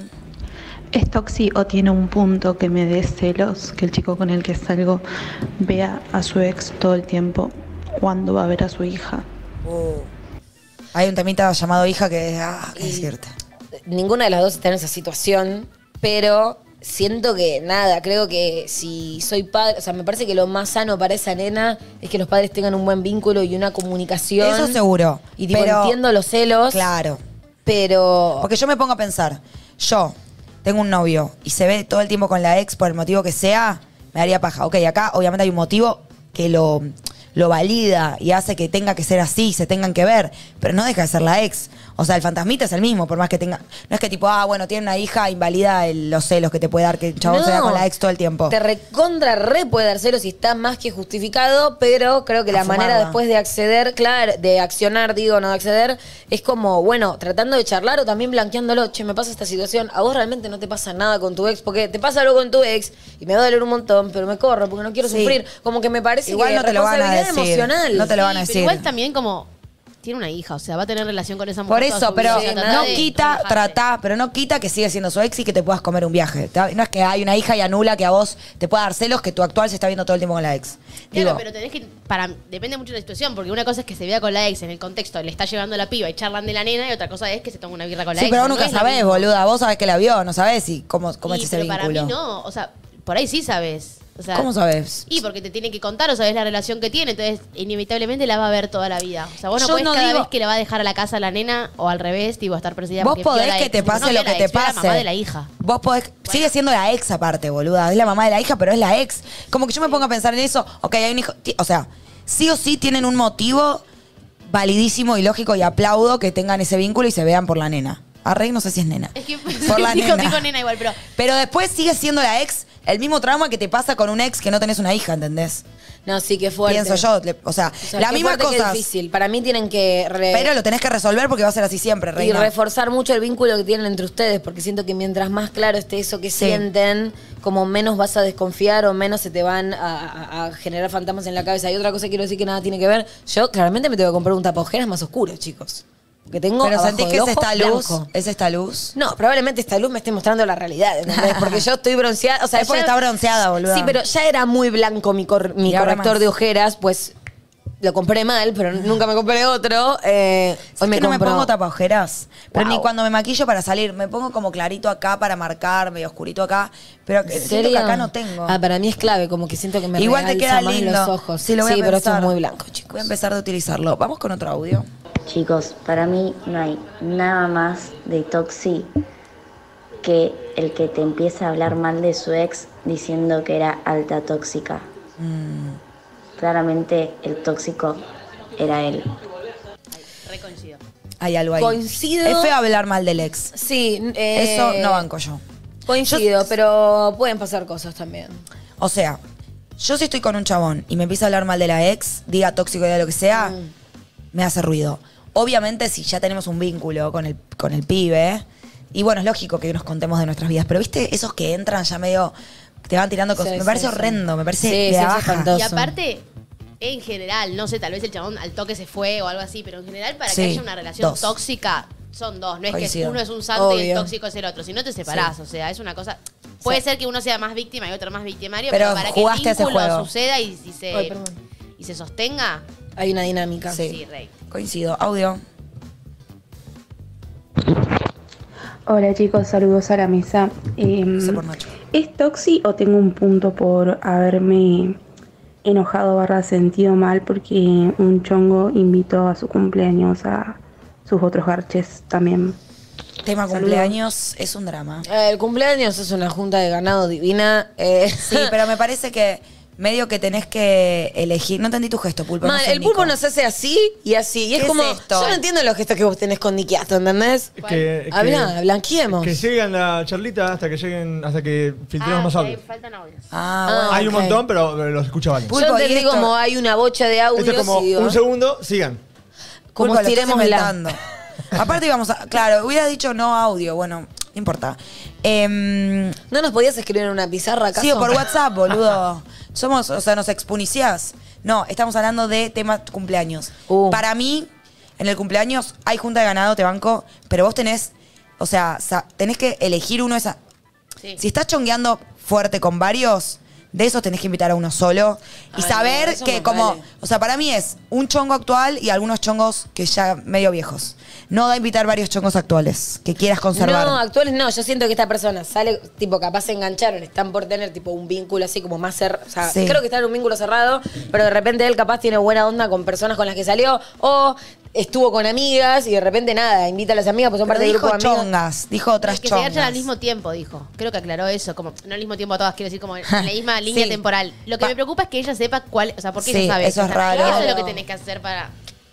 [SPEAKER 8] ¿Es toxi o tiene un punto que me dé celos que el chico con el que salgo vea a su ex todo el tiempo cuando va a ver a su hija?
[SPEAKER 4] Oh.
[SPEAKER 3] Hay un temita llamado hija que, ah, qué decirte.
[SPEAKER 4] Ninguna de las dos está en esa situación, pero siento que nada, creo que si soy padre, o sea, me parece que lo más sano para esa nena es que los padres tengan un buen vínculo y una comunicación.
[SPEAKER 3] Eso seguro.
[SPEAKER 4] Y tipo,
[SPEAKER 3] Pero-
[SPEAKER 4] entiendo los celos.
[SPEAKER 3] Claro.
[SPEAKER 4] Pero.
[SPEAKER 3] Porque yo me pongo a pensar, yo tengo un novio y se ve todo el tiempo con la ex por el motivo que sea, me daría paja. Ok, acá obviamente hay un motivo que lo, lo valida y hace que tenga que ser así, se tengan que ver, pero no deja de ser la ex. O sea, el fantasmita es el mismo, por más que tenga. No es que tipo, ah, bueno, tiene una hija, invalida el- los celos que te puede dar que el chabón se vea
[SPEAKER 4] No.
[SPEAKER 3] con la ex todo el tiempo.
[SPEAKER 4] Te recontra re puede dar celos y está más que justificado, pero creo que
[SPEAKER 3] A
[SPEAKER 4] la manera
[SPEAKER 3] fumarla.
[SPEAKER 4] después de acceder, claro, de accionar, digo, no de acceder, es como, bueno, tratando de charlar o también blanqueándolo, che, me pasa esta situación, a vos realmente no te pasa nada con tu ex, porque te pasa algo con tu ex y me va a doler un montón, pero me corro porque no quiero
[SPEAKER 3] Sí.
[SPEAKER 4] sufrir. Como que me parece
[SPEAKER 3] Igual
[SPEAKER 4] que
[SPEAKER 3] no te lo van a
[SPEAKER 4] responsabilidad
[SPEAKER 3] decir.
[SPEAKER 4] emocional.
[SPEAKER 3] No te lo van a
[SPEAKER 6] Sí,
[SPEAKER 3] decir.
[SPEAKER 6] Pero igual también como tiene una hija, o sea, va a tener relación con esa mujer.
[SPEAKER 3] Por
[SPEAKER 6] toda
[SPEAKER 3] eso,
[SPEAKER 6] su
[SPEAKER 3] pero
[SPEAKER 6] vida, o sea,
[SPEAKER 3] no
[SPEAKER 6] tratar de
[SPEAKER 3] quita,
[SPEAKER 6] relajarse.
[SPEAKER 3] tratá, pero no quita que sigue siendo su ex y que te puedas comer un viaje. Te- No es que hay una hija y anula que a vos te pueda dar celos que tu actual se está viendo todo el tiempo con la ex.
[SPEAKER 6] Claro,
[SPEAKER 3] Digo,
[SPEAKER 6] pero tenés que. Para, depende mucho de la situación, porque una cosa es que se vea con la ex en el contexto, le está llevando la piba y charlan de la nena, y otra cosa es que se toma una birra con la
[SPEAKER 3] sí,
[SPEAKER 6] ex.
[SPEAKER 3] pero vos
[SPEAKER 6] no
[SPEAKER 3] nunca
[SPEAKER 6] es la
[SPEAKER 3] sabés,
[SPEAKER 6] misma.
[SPEAKER 3] boluda. Vos sabés que la vio, no sabés y cómo, cómo
[SPEAKER 6] Y,
[SPEAKER 3] es ese
[SPEAKER 6] pero
[SPEAKER 3] vínculo.
[SPEAKER 6] para mí no, o sea, por ahí sí sabes. O sea,
[SPEAKER 3] ¿Cómo sabés?
[SPEAKER 6] Y porque te tiene que contar o sabes la relación que tiene, entonces inevitablemente la va a ver toda la vida. O sea, vos no
[SPEAKER 3] Yo
[SPEAKER 6] podés
[SPEAKER 3] no
[SPEAKER 6] cada
[SPEAKER 3] digo-
[SPEAKER 6] vez que la va a dejar a la casa la nena o al revés, tipo, estar perseguida
[SPEAKER 3] Vos
[SPEAKER 6] porque vio a
[SPEAKER 3] podés
[SPEAKER 6] la
[SPEAKER 3] que
[SPEAKER 6] ex.
[SPEAKER 3] te
[SPEAKER 6] Tipo,
[SPEAKER 3] pase
[SPEAKER 6] no
[SPEAKER 3] lo
[SPEAKER 6] vio a
[SPEAKER 3] que
[SPEAKER 6] la
[SPEAKER 3] te
[SPEAKER 6] ex, vio a
[SPEAKER 3] pase.
[SPEAKER 6] La mamá de la hija.
[SPEAKER 3] Vos podés. Sigue siendo la ex aparte, boluda. Es la mamá de la hija, pero es la ex. Como que yo me pongo a pensar en eso. Ok, hay un hijo. ti- O sea, sí o sí tienen un motivo validísimo y lógico y aplaudo que tengan ese vínculo y se vean por la nena. Arre, no sé si es nena.
[SPEAKER 6] Es que
[SPEAKER 3] Por la
[SPEAKER 6] dijo,
[SPEAKER 3] nena.
[SPEAKER 6] dijo nena igual, pero
[SPEAKER 3] Pero después sigue siendo la ex el mismo trauma que te pasa con un ex que no tenés una hija, ¿entendés?
[SPEAKER 4] No, sí, que fuerte.
[SPEAKER 3] Pienso yo, le- o sea,
[SPEAKER 4] O sea,
[SPEAKER 3] la
[SPEAKER 4] qué
[SPEAKER 3] misma
[SPEAKER 4] fuerte, qué
[SPEAKER 3] cosa.
[SPEAKER 4] difícil. Para mí tienen que. re-
[SPEAKER 3] Pero lo tenés que resolver porque va a ser así siempre, reina.
[SPEAKER 4] Y reforzar mucho el vínculo que tienen entre ustedes, porque siento que mientras más claro esté eso que sienten, como menos vas a desconfiar o menos se te van a, a- a generar fantasmas en la cabeza. Y otra cosa que quiero decir que nada tiene que ver, yo claramente me tengo que comprar un tapaojeras más oscuro, chicos. Que tengo
[SPEAKER 3] pero
[SPEAKER 4] abajo
[SPEAKER 3] sentís que
[SPEAKER 4] del
[SPEAKER 3] es
[SPEAKER 4] ojo
[SPEAKER 3] esta luz.
[SPEAKER 4] blanco.
[SPEAKER 3] Es esta luz.
[SPEAKER 4] No, probablemente esta luz me esté mostrando la realidad, ¿entendés? Porque yo estoy bronceada. O sea,
[SPEAKER 3] Es porque
[SPEAKER 4] ya-
[SPEAKER 3] está bronceada, boluda.
[SPEAKER 4] Sí, pero ya era muy blanco mi, cor- mi
[SPEAKER 3] Y ahora
[SPEAKER 4] corrector
[SPEAKER 3] más.
[SPEAKER 4] de ojeras, pues lo compré mal, pero nunca me compré otro. Eh, hoy me
[SPEAKER 3] que no me
[SPEAKER 4] compro-
[SPEAKER 3] pongo tapaojeras. Pero
[SPEAKER 4] Wow.
[SPEAKER 3] ni cuando me maquillo para salir, me pongo como clarito acá para marcar, medio oscurito acá. Pero que-
[SPEAKER 4] ¿En
[SPEAKER 3] siento que
[SPEAKER 4] serio?
[SPEAKER 3] acá no tengo.
[SPEAKER 4] Ah, para mí es clave, como que siento que me
[SPEAKER 3] Igual te
[SPEAKER 4] realza
[SPEAKER 3] queda
[SPEAKER 4] más
[SPEAKER 3] lindo.
[SPEAKER 4] los ojos.
[SPEAKER 3] Sí, lo voy a
[SPEAKER 4] pero esto es
[SPEAKER 3] pensar.
[SPEAKER 4] muy blanco, chicos.
[SPEAKER 3] Voy a empezar de utilizarlo. Vamos con otro audio.
[SPEAKER 15] Chicos, para mí no hay nada más de Toxi que el que te empieza a hablar mal de su ex diciendo que era alta tóxica. Claramente el tóxico era él.
[SPEAKER 6] recoincido.
[SPEAKER 3] Hay algo ahí.
[SPEAKER 4] Coincido.
[SPEAKER 3] Es feo hablar mal del ex.
[SPEAKER 4] Sí, eh,
[SPEAKER 3] Eso no banco yo.
[SPEAKER 4] Coincido, pero pueden pasar cosas también.
[SPEAKER 3] O sea, yo si estoy con un chabón y me empieza a hablar mal de la ex, diga tóxico, diga lo que sea,
[SPEAKER 4] Mm.
[SPEAKER 3] me hace ruido. Obviamente, si ya tenemos un vínculo con el, con el pibe, y bueno, es lógico que nos contemos de nuestras vidas, pero viste, esos que entran ya medio, te van tirando cosas.
[SPEAKER 4] Sí,
[SPEAKER 3] me
[SPEAKER 4] sí, sí.
[SPEAKER 3] parece horrendo, me parece
[SPEAKER 4] Sí,
[SPEAKER 3] de
[SPEAKER 4] sí, es
[SPEAKER 3] baja.
[SPEAKER 4] espantoso.
[SPEAKER 6] Y aparte, en general, no sé, tal vez el chabón al toque se fue o algo así, pero en general para
[SPEAKER 3] Sí,
[SPEAKER 6] que haya una relación
[SPEAKER 3] dos.
[SPEAKER 6] tóxica son dos, no es
[SPEAKER 3] Coincido.
[SPEAKER 6] que uno es un santo y el
[SPEAKER 3] Obvio.
[SPEAKER 6] tóxico es el otro, si no te separás,
[SPEAKER 3] Sí.
[SPEAKER 6] o sea, es una cosa... Puede ser que uno sea más víctima y otro más victimario,
[SPEAKER 3] Pero
[SPEAKER 6] pero, para que
[SPEAKER 3] jugaste a
[SPEAKER 6] el
[SPEAKER 3] ese
[SPEAKER 6] vínculo
[SPEAKER 3] juego.
[SPEAKER 6] suceda y, y se,
[SPEAKER 3] Ay, perdón.
[SPEAKER 6] y se sostenga,
[SPEAKER 4] Hay una dinámica.
[SPEAKER 3] Sí.
[SPEAKER 6] sí, rey.
[SPEAKER 3] Coincido. Audio.
[SPEAKER 8] Hola chicos, saludos a la mesa. Em, ¿Es toxi o tengo un punto por haberme enojado barra sentido mal porque un chongo invitó a su cumpleaños a sus otros garches también?
[SPEAKER 3] Tema
[SPEAKER 8] Saludos.
[SPEAKER 3] cumpleaños es un drama.
[SPEAKER 4] Eh, el cumpleaños es una junta de ganado divina. eh.
[SPEAKER 3] Sí, pero me parece que medio que tenés que elegir. No entendí tu gesto, pulpo.
[SPEAKER 4] Mal, el pulpo nos hace así y así. Y es
[SPEAKER 3] ¿Qué es
[SPEAKER 4] como.
[SPEAKER 3] esto?
[SPEAKER 4] Yo no entiendo los gestos que vos tenés con Nikiato, ¿entendés?
[SPEAKER 5] Que-
[SPEAKER 4] Habla,
[SPEAKER 5] que-
[SPEAKER 4] blanqueemos.
[SPEAKER 5] Que lleguen la charlita hasta que lleguen, hasta que
[SPEAKER 6] Ah,
[SPEAKER 5] filtremos más audios.
[SPEAKER 4] Ah,
[SPEAKER 5] Hay un
[SPEAKER 4] ok.
[SPEAKER 5] montón, pero eh, los escucha varios.
[SPEAKER 4] Yo entendí como hay una bocha de audios
[SPEAKER 5] Esto es como
[SPEAKER 4] y digo,
[SPEAKER 5] un segundo, sigan.
[SPEAKER 4] como
[SPEAKER 3] Pulpo, lo estás
[SPEAKER 4] estiremos la-
[SPEAKER 3] inventando. Aparte íbamos a... Claro, hubiera dicho no audio. Bueno, no importa.
[SPEAKER 4] ¿No nos podías escribir en una pizarra acaso?
[SPEAKER 3] Sí, o por WhatsApp, boludo. Somos, o sea, nos expuniciás. No, estamos hablando de temas cumpleaños. Para mí, en el cumpleaños hay junta de ganado, te banco, pero vos tenés, o sea, sa- tenés que elegir uno esa. Si estás chongueando fuerte con varios, de esos tenés que invitar a uno solo. Y
[SPEAKER 4] Ay, no,
[SPEAKER 3] saber
[SPEAKER 4] eso
[SPEAKER 3] que
[SPEAKER 4] más
[SPEAKER 3] como,
[SPEAKER 4] vale.
[SPEAKER 3] o sea, para mí es un chongo actual y algunos chongos que ya medio viejos. No da invitar varios chongos actuales que quieras conservar.
[SPEAKER 4] No, actuales no. Yo siento que esta persona sale, tipo, capaz se engancharon, están por tener, tipo, un vínculo así como más cerrado. O sea,
[SPEAKER 3] Sí.
[SPEAKER 4] creo que están en un vínculo cerrado, pero de repente él capaz tiene buena onda con personas con las que salió o estuvo con amigas y de repente nada, invita a las amigas, pues son
[SPEAKER 3] Pero
[SPEAKER 4] parte del
[SPEAKER 3] dijo
[SPEAKER 4] grupo de amigas.
[SPEAKER 3] chongas, dijo otras
[SPEAKER 6] que se garchan
[SPEAKER 3] chongas.
[SPEAKER 6] al mismo tiempo, dijo. Creo que aclaró eso, como no al mismo tiempo a todas, quiero decir, como en la misma línea
[SPEAKER 3] Sí.
[SPEAKER 6] temporal. Lo que me preocupa es que ella sepa cuál, o sea, porque
[SPEAKER 3] Sí,
[SPEAKER 6] ella sabe.
[SPEAKER 3] eso es
[SPEAKER 6] exactamente.
[SPEAKER 3] raro.
[SPEAKER 6] Eso es lo que tenés que hacer para.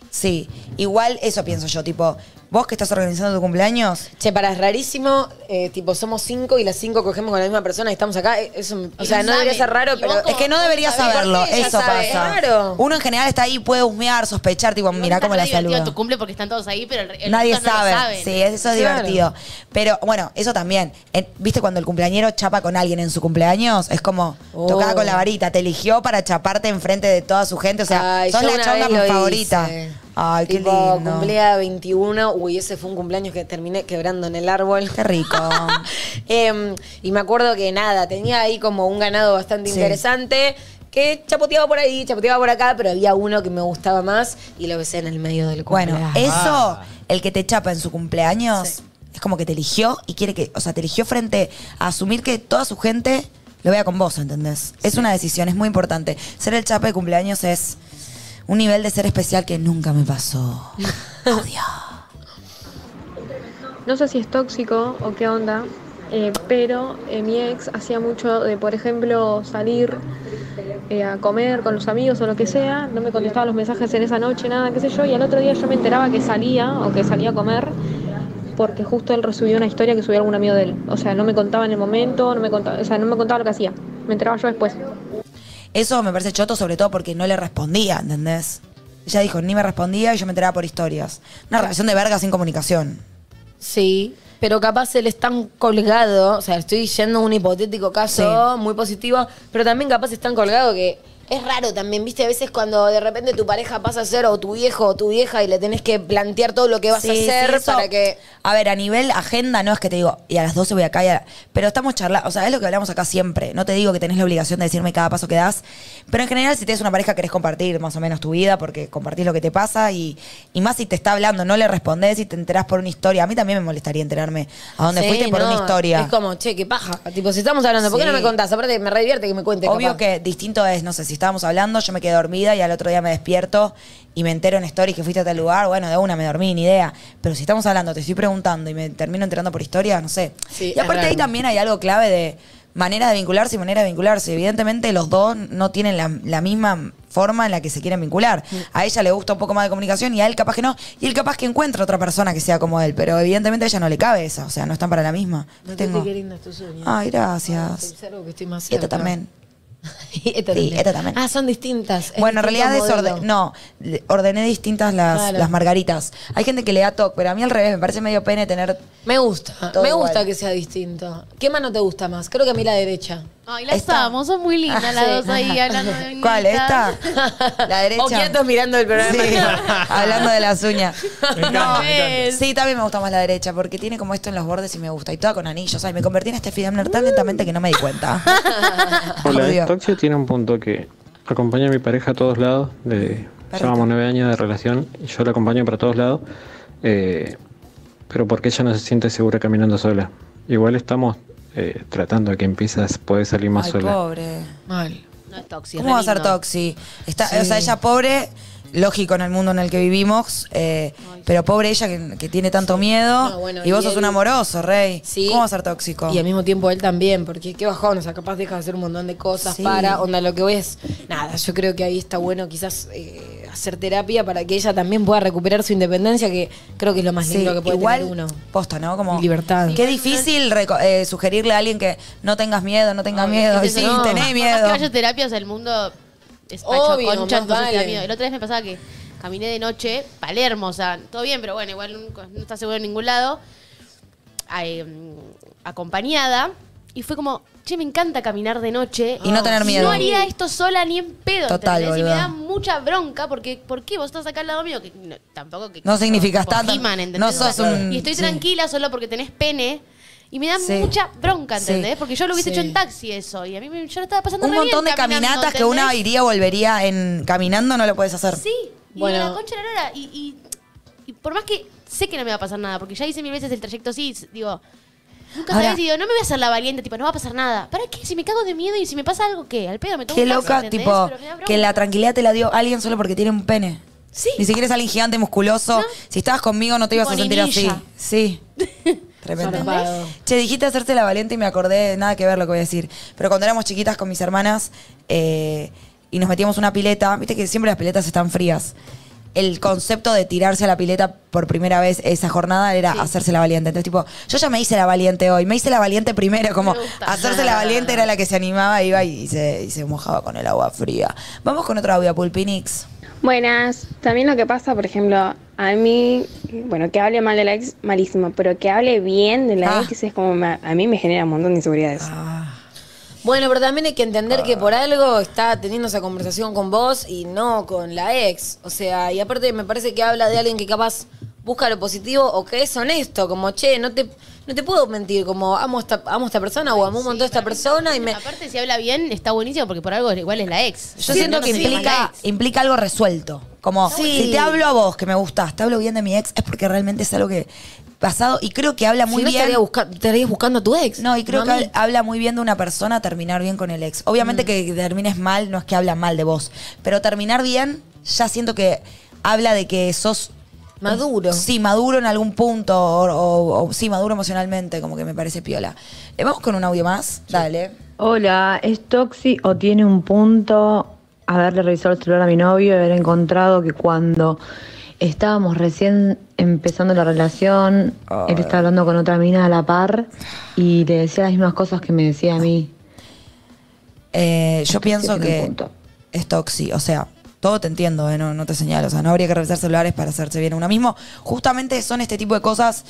[SPEAKER 3] Sí, igual eso pienso yo, tipo, vos que estás organizando tu cumpleaños,
[SPEAKER 4] Che, para, es rarísimo, eh, tipo, somos cinco y las cinco cogemos con la misma persona y estamos acá. eh, Eso, me- o sea,
[SPEAKER 3] no
[SPEAKER 4] no debería
[SPEAKER 3] sabe.
[SPEAKER 4] ser raro,
[SPEAKER 3] Y
[SPEAKER 4] pero.
[SPEAKER 3] vos como- Es que no debería
[SPEAKER 4] ¿Y por qué
[SPEAKER 3] saberlo,
[SPEAKER 4] ella
[SPEAKER 3] eso
[SPEAKER 4] sabe?
[SPEAKER 3] pasa.
[SPEAKER 4] Claro.
[SPEAKER 3] uno en general está ahí, puede husmear, sospechar, tipo, mira cómo la
[SPEAKER 6] Es divertido
[SPEAKER 3] saluda.
[SPEAKER 6] tu cumple porque están todos ahí, pero el, el
[SPEAKER 3] Nadie
[SPEAKER 6] resto no lo
[SPEAKER 3] sabe.
[SPEAKER 6] saben.
[SPEAKER 3] sí, eso es
[SPEAKER 6] Claro.
[SPEAKER 3] divertido. Pero bueno, eso también. Eh, ¿Viste cuando el cumpleañero chapa con alguien en su cumpleaños? Es como
[SPEAKER 4] Oh.
[SPEAKER 3] tocada con la varita. Te eligió para chaparte enfrente de toda su gente. O sea,
[SPEAKER 4] Ay,
[SPEAKER 3] sos
[SPEAKER 4] yo
[SPEAKER 3] la
[SPEAKER 4] una
[SPEAKER 3] chonga
[SPEAKER 4] vez lo
[SPEAKER 3] favorita.
[SPEAKER 4] hice.
[SPEAKER 3] Ay, qué
[SPEAKER 4] Tipo,
[SPEAKER 3] lindo.
[SPEAKER 4] cumplía 21. Uy, ese fue un cumpleaños que terminé quebrando en el árbol.
[SPEAKER 3] Qué rico.
[SPEAKER 4] Em, y me acuerdo que nada, tenía ahí como un ganado bastante
[SPEAKER 3] Sí.
[SPEAKER 4] interesante. Que chapoteaba por ahí, chapoteaba por acá, pero había uno que me gustaba más y lo besé en el medio del cumpleaños.
[SPEAKER 3] Bueno, eso, el que te chapa en su cumpleaños, es como que te eligió y quiere que, o sea, te eligió frente a asumir que toda su gente lo vea con vos, ¿entendés? Es una decisión, es muy importante. Ser el chapa de cumpleaños es un nivel de ser especial que nunca me pasó.
[SPEAKER 11] No sé si es tóxico o qué onda, eh, pero eh, mi ex hacía mucho de, por ejemplo, salir eh, a comer con los amigos o lo que sea, no me contestaba los mensajes en esa noche, nada, qué sé yo, y al otro día yo me enteraba que salía o que salía a comer porque justo él resubió una historia que subió algún amigo de él. O sea, no me contaba en el momento, no me contaba, o sea, no me contaba lo que hacía. Me enteraba yo después.
[SPEAKER 3] Eso me parece choto, sobre todo porque no le respondía, ¿entendés? Ella dijo, ni me respondía y yo me enteraba por historias. Una relación de verga sin comunicación.
[SPEAKER 4] Sí, pero capaz él es tan colgado, o sea, estoy yendo a un hipotético caso muy positivo, pero también capaz es tan colgado que es raro también, viste, a veces cuando de repente tu pareja pasa a ser o tu viejo o tu vieja y le tenés que plantear todo lo que vas a
[SPEAKER 3] Sí, sí,
[SPEAKER 4] hacer
[SPEAKER 3] eso-
[SPEAKER 4] para que...
[SPEAKER 3] A ver, a nivel agenda no es que te digo, y a las 12 voy acá, y a la- pero estamos charlando, o sea, es lo que hablamos acá siempre. No te digo que tenés la obligación de decirme cada paso que das, pero en general si tenés una pareja querés compartir más o menos tu vida porque compartís lo que te pasa y, y más si te está hablando, no le respondés y te enterás por una historia. A mí también me molestaría enterarme a dónde
[SPEAKER 4] Sí,
[SPEAKER 3] fuiste por
[SPEAKER 4] no,
[SPEAKER 3] una historia.
[SPEAKER 4] Es como, che, qué paja. Tipo, si estamos hablando, ¿por qué no
[SPEAKER 3] Sí.
[SPEAKER 4] me contás? Aparte, me re divierte que me cuentes.
[SPEAKER 3] Obvio
[SPEAKER 4] capaz.
[SPEAKER 3] que distinto es, no sé, si estábamos hablando, yo me quedé dormida y al otro día me despierto y me entero en stories que fuiste a tal lugar, bueno, de una me dormí, ni idea. Pero si estamos hablando, te estoy preguntando y me termino enterando por historias, no sé.
[SPEAKER 4] Sí, es
[SPEAKER 3] y aparte ahí
[SPEAKER 4] raro.
[SPEAKER 3] también hay algo clave de manera de vincularse y manera de vincularse. Evidentemente los dos no tienen la, la misma forma en la que se quieren vincular. A ella le gusta un poco más de comunicación y a él capaz que no. Y él capaz que encuentra otra persona que sea como él, pero evidentemente a ella no le cabe esa, o sea, no están para la misma.
[SPEAKER 4] No te
[SPEAKER 3] Tengo...
[SPEAKER 4] qué lindo es tu sueño.
[SPEAKER 3] Ay, gracias.
[SPEAKER 4] Pensar algo que estoy más
[SPEAKER 3] Y esta
[SPEAKER 4] cerca.
[SPEAKER 3] también.
[SPEAKER 4] Y esta
[SPEAKER 3] Sí,
[SPEAKER 4] también.
[SPEAKER 3] esta también.
[SPEAKER 4] Ah, son distintas.
[SPEAKER 3] Bueno, en realidad
[SPEAKER 4] es
[SPEAKER 3] desorden-
[SPEAKER 4] orden
[SPEAKER 3] no, le- ordené distintas las,
[SPEAKER 4] Claro.
[SPEAKER 3] las margaritas. Hay gente que le da toque, pero a mí al revés, me parece medio pene tener...
[SPEAKER 4] Me gusta,
[SPEAKER 3] Todo
[SPEAKER 4] me
[SPEAKER 3] igual.
[SPEAKER 4] gusta que sea distinto. ¿Qué mano te gusta más? Creo que a mí la derecha.
[SPEAKER 6] Ay, las amo, son muy lindas las dos ahí hablando de
[SPEAKER 3] ¿Cuál? ¿Esta? La derecha.
[SPEAKER 4] O quietos mirando el programa.
[SPEAKER 3] Sí, hablando de las uñas.
[SPEAKER 4] Me encanta, me encanta.
[SPEAKER 3] sí, también me gusta más la derecha porque tiene como esto en los bordes y me gusta. Y toda con anillos. Ay, me convertí en Steffi Damner tan lentamente que no me di cuenta.
[SPEAKER 7] Por la
[SPEAKER 3] Jodido.
[SPEAKER 7] distancia tiene un punto que acompaña a mi pareja a todos lados. De, llevamos nueve años de relación y yo la acompaño para todos lados. eh, pero porque ella no se siente segura caminando sola. Igual estamos eh, tratando de que empiece a poder salir más
[SPEAKER 3] Ay,
[SPEAKER 7] sola.
[SPEAKER 3] pobre.
[SPEAKER 4] Mal.
[SPEAKER 6] No es tóxico.
[SPEAKER 3] ¿Cómo va a ser Toxi? Está, O sea, ella pobre lógico en el mundo en el que vivimos, eh, pero pobre ella que, que tiene tanto miedo.
[SPEAKER 4] No, bueno,
[SPEAKER 3] y vos
[SPEAKER 4] y
[SPEAKER 3] sos
[SPEAKER 4] él-
[SPEAKER 3] un amoroso, rey.
[SPEAKER 4] Sí.
[SPEAKER 3] ¿Cómo va a ser tóxico?
[SPEAKER 4] Y al mismo tiempo él también, porque qué bajón, o sea, capaz deja de hacer un montón de cosas
[SPEAKER 3] Sí.
[SPEAKER 4] para, onda, lo que voy es, nada, yo creo que ahí está bueno quizás eh, hacer terapia para que ella también pueda recuperar su independencia, que creo que es lo más
[SPEAKER 3] Sí,
[SPEAKER 4] lindo que puede
[SPEAKER 3] igual,
[SPEAKER 4] tener uno.
[SPEAKER 3] Posta, ¿no? Como
[SPEAKER 4] libertad.
[SPEAKER 3] Qué difícil reco- eh, sugerirle a alguien que no tengas miedo, no tengas miedo. Y sí,
[SPEAKER 6] No.
[SPEAKER 3] tenés
[SPEAKER 6] Por más que
[SPEAKER 3] miedo.
[SPEAKER 6] vaya a terapia, o sea, el mundo es
[SPEAKER 4] Obvio,
[SPEAKER 6] Obvio,
[SPEAKER 4] más
[SPEAKER 6] concha, entonces te da
[SPEAKER 4] vale.
[SPEAKER 6] miedo. El otra vez me pasaba que caminé de noche, Palermo, o sea, todo bien, pero bueno, igual nunca- no estás seguro en ningún lado. Ay, mm, acompañada. Y fue como, che, me encanta caminar de noche.
[SPEAKER 3] Y no tener miedo.
[SPEAKER 6] No haría esto sola ni en pedo.
[SPEAKER 3] Total,
[SPEAKER 6] ¿entendés? Y me
[SPEAKER 3] boluda.
[SPEAKER 6] da mucha bronca porque, ¿por qué vos estás acá al lado mío? Que no- tampoco que.
[SPEAKER 3] No significas
[SPEAKER 6] tipo
[SPEAKER 3] tanto.
[SPEAKER 6] He-Man, ¿entendés?
[SPEAKER 3] No
[SPEAKER 6] O sea,
[SPEAKER 3] sos un-
[SPEAKER 6] Y estoy
[SPEAKER 3] sí.
[SPEAKER 6] tranquila solo porque tenés pene. Y me da
[SPEAKER 3] Sí.
[SPEAKER 6] mucha bronca, ¿entendés?
[SPEAKER 3] Sí.
[SPEAKER 6] Porque yo lo hubiese
[SPEAKER 3] Sí.
[SPEAKER 6] hecho en taxi eso. Y a mí me- yo lo estaba pasando
[SPEAKER 3] Un
[SPEAKER 6] re bien
[SPEAKER 3] montón de
[SPEAKER 6] caminando,
[SPEAKER 3] caminatas que
[SPEAKER 6] ¿entendés?
[SPEAKER 3] una iría o volvería en caminando, no lo puedes hacer.
[SPEAKER 6] Sí, y
[SPEAKER 3] Bueno.
[SPEAKER 6] la concha de la lora. Y, y- y por más que sé que no me va a pasar nada, porque ya hice mil veces el trayecto sí, digo, nunca
[SPEAKER 3] Ahora-
[SPEAKER 6] sabés, digo, no me voy a hacer la valiente, tipo, no va a pasar nada. ¿Para qué? Si me cago de miedo y si me pasa algo, ¿qué? Al pedo me tomo
[SPEAKER 3] Qué
[SPEAKER 6] un taxi,
[SPEAKER 3] loca,
[SPEAKER 6] ¿entendés?
[SPEAKER 3] tipo,
[SPEAKER 6] Pero me da bronca.
[SPEAKER 3] que la tranquilidad te la dio alguien solo porque tiene un pene.
[SPEAKER 6] Sí.
[SPEAKER 3] Ni siquiera es alguien gigante, musculoso. Si estabas conmigo no te ibas a
[SPEAKER 6] Tipo,
[SPEAKER 3] sentir así.
[SPEAKER 6] ninilla.
[SPEAKER 3] Sí. Tremendo.
[SPEAKER 4] Zarpado.
[SPEAKER 3] Che, dijiste hacerse la valiente y me acordé, nada que ver lo que voy a decir. Pero cuando éramos chiquitas con mis hermanas eh, y nos metíamos una pileta, viste que siempre las piletas están frías. El concepto de tirarse a la pileta por primera vez esa jornada era hacerse la valiente. Entonces, tipo, yo ya me hice la valiente hoy, me hice la valiente primero, como hacerse la valiente era la que se animaba, iba y se, y se mojaba con el agua fría. Vamos con otro audio, Pulpinix.
[SPEAKER 16] Buenas. También lo que pasa, por ejemplo, a mí, bueno, que hable mal de la ex, malísimo, pero que hable bien de
[SPEAKER 11] Ah.
[SPEAKER 16] la ex es como, me- a mí me genera un montón de inseguridades.
[SPEAKER 4] Bueno, pero también hay que entender que por algo está teniendo esa conversación con vos y no con la ex. O sea, y aparte me parece que habla de alguien que capaz busca lo positivo o que es honesto, como, che, no te, no te puedo mentir, como amo esta, amo esta persona o amo un montón a esta persona y me...
[SPEAKER 6] Aparte, si habla bien, está buenísimo, porque por algo igual es la ex.
[SPEAKER 3] Yo siento que implica, implica algo resuelto. Como,
[SPEAKER 6] Sí.
[SPEAKER 3] si te hablo a vos que me gustás, te hablo bien de mi ex, es porque realmente es algo que pasado y creo que habla
[SPEAKER 4] Si
[SPEAKER 3] muy
[SPEAKER 4] no,
[SPEAKER 3] bien.
[SPEAKER 4] estaría busca- estarías buscando a tu ex.
[SPEAKER 3] No, y creo
[SPEAKER 4] no
[SPEAKER 3] que
[SPEAKER 4] a mí. Mm.
[SPEAKER 3] hab- habla muy bien de una persona terminar bien con el ex. Obviamente que termines mal no es que habla mal de vos, pero terminar bien ya siento que habla de que sos
[SPEAKER 4] Maduro.
[SPEAKER 3] Sí, maduro en algún punto o, o- o- sí, maduro emocionalmente, como que me parece piola. Eh, vamos con un audio más. Dale.
[SPEAKER 11] Hola, ¿es Toxi o tiene un punto haberle revisado el celular a mi novio y haber encontrado que cuando estábamos recién empezando la relación, él estaba hablando con otra mina a la par y le decía las mismas cosas que me decía a mí?
[SPEAKER 3] Eh, yo pienso
[SPEAKER 11] tiene un
[SPEAKER 3] que es toxi, o sea, todo te entiendo, eh, no, no te señalo, o sea, no habría que revisar celulares para hacerse bien a uno mismo. Justamente son este tipo de cosas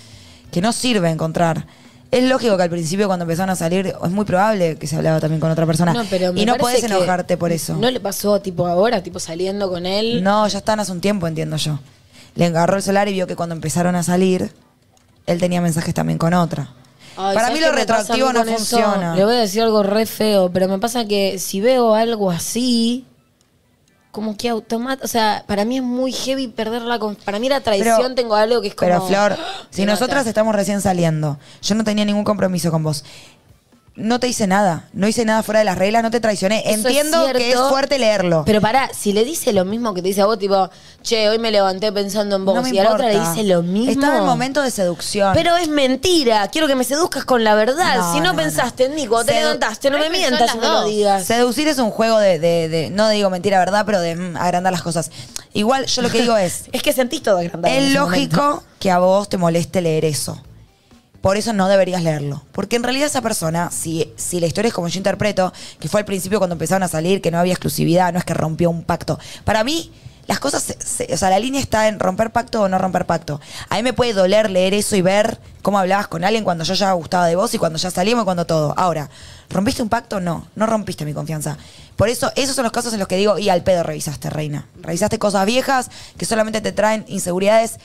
[SPEAKER 3] que no sirve encontrar. Es lógico que al principio cuando empezaron a salir, es muy probable que se hablaba también con otra persona.
[SPEAKER 4] No, pero me
[SPEAKER 3] y no
[SPEAKER 4] parece
[SPEAKER 3] podés
[SPEAKER 4] que
[SPEAKER 3] enojarte por eso.
[SPEAKER 4] No le pasó tipo ahora, tipo saliendo con él.
[SPEAKER 3] No, ya están hace un tiempo, entiendo yo. Le agarró el celular y vio que cuando empezaron a salir, él tenía mensajes también con otra.
[SPEAKER 4] Ay,
[SPEAKER 3] Para
[SPEAKER 4] ¿sabes
[SPEAKER 3] mí
[SPEAKER 4] qué
[SPEAKER 3] lo
[SPEAKER 4] me pasa a mí
[SPEAKER 3] retroactivo no
[SPEAKER 4] con eso?
[SPEAKER 3] funciona.
[SPEAKER 4] Le voy a decir algo re feo, pero me pasa que si veo algo así, como que automático, o sea, para mí es muy heavy perderla con... Para mí la traición
[SPEAKER 3] Pero-
[SPEAKER 4] tengo algo que es como...
[SPEAKER 3] Pero Flor, si
[SPEAKER 4] Me mata.
[SPEAKER 3] nosotras estamos recién saliendo, yo no tenía ningún compromiso con vos. No te hice nada, no hice nada fuera de las reglas, no te traicioné.
[SPEAKER 4] Eso es
[SPEAKER 3] Entiendo que es
[SPEAKER 4] cierto,
[SPEAKER 3] fuerte leerlo.
[SPEAKER 4] Pero pará, si le dice lo mismo que te dice a vos, tipo, che, hoy me levanté pensando en vos,
[SPEAKER 3] no me
[SPEAKER 4] y a la otra le
[SPEAKER 3] importa.
[SPEAKER 4] dice lo mismo.
[SPEAKER 3] Estaba en el momento de seducción.
[SPEAKER 4] Pero es mentira, quiero que me seduzcas con la verdad.
[SPEAKER 3] No,
[SPEAKER 4] si no,
[SPEAKER 3] no,
[SPEAKER 4] pensaste en mí, cuando te
[SPEAKER 3] Sedu-
[SPEAKER 4] levantaste, no me mientas y me lo digas.
[SPEAKER 3] Seducir es un juego de, de- de- no digo mentira, verdad, pero de mm, agrandar las cosas. Igual yo lo que digo es,
[SPEAKER 4] Es que sentís todo agrandado. en
[SPEAKER 3] es
[SPEAKER 4] ese
[SPEAKER 3] lógico
[SPEAKER 4] momento.
[SPEAKER 3] que a vos te moleste leer eso. Por eso no deberías leerlo. Porque en realidad esa persona, si, si la historia es como yo interpreto, que fue al principio cuando empezaron a salir, que no había exclusividad, no es que rompió un pacto. Para mí, las cosas, se- se- o sea, la línea está en romper pacto o no romper pacto. A mí me puede doler leer eso y ver cómo hablabas con alguien cuando yo ya gustaba de vos y cuando ya salimos y cuando todo. Ahora, ¿rompiste un pacto? No, no rompiste mi confianza. Por eso, esos son los casos en los que digo, y al pedo revisaste, reina. Revisaste cosas viejas que solamente te traen inseguridades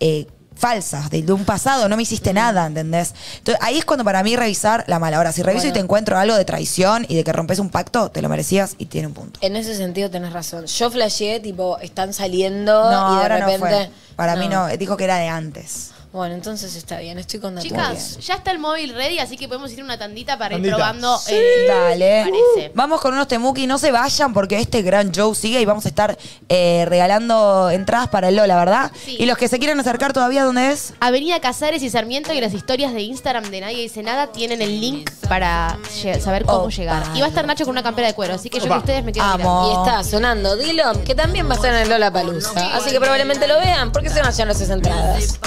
[SPEAKER 3] eh, falsas, de, de un pasado, no me hiciste nada, ¿entendés? Entonces, ahí es cuando para mí revisar la mala. Ahora, si reviso y
[SPEAKER 4] Bueno.
[SPEAKER 3] te encuentro algo de traición y de que rompes un pacto, te lo merecías y tiene un punto.
[SPEAKER 4] En ese sentido tenés razón. Yo flasheé, tipo, están saliendo
[SPEAKER 3] No,
[SPEAKER 4] Oh, y de
[SPEAKER 3] ahora
[SPEAKER 4] repente.
[SPEAKER 3] no fue. Para mí no, dijo que eh, era de antes.
[SPEAKER 4] Bueno, entonces está bien, estoy con
[SPEAKER 6] Chicas, ya está el móvil ready, así que podemos ir a una tandita para ir
[SPEAKER 3] Tandita.
[SPEAKER 6] probando.
[SPEAKER 3] Sí.
[SPEAKER 6] eh,
[SPEAKER 3] Dale. Uh,
[SPEAKER 6] parece.
[SPEAKER 3] Vamos con unos temuki, no se vayan porque este gran show sigue y vamos a estar eh, regalando entradas para el Lola, ¿verdad? Y los que se quieran acercar todavía, ¿dónde es?
[SPEAKER 6] Avenida Casares y Sarmiento y las historias de Instagram de Nadie Dice Nada tienen el link para lle- saber cómo llegar. Y va a estar Nacho con una campera de cuero, así que yo que ustedes me quedo mirando.
[SPEAKER 4] Y está sonando Dilo, que también va a estar en Lola Palusa. Así que probablemente lo vean, porque se vayan las entradas.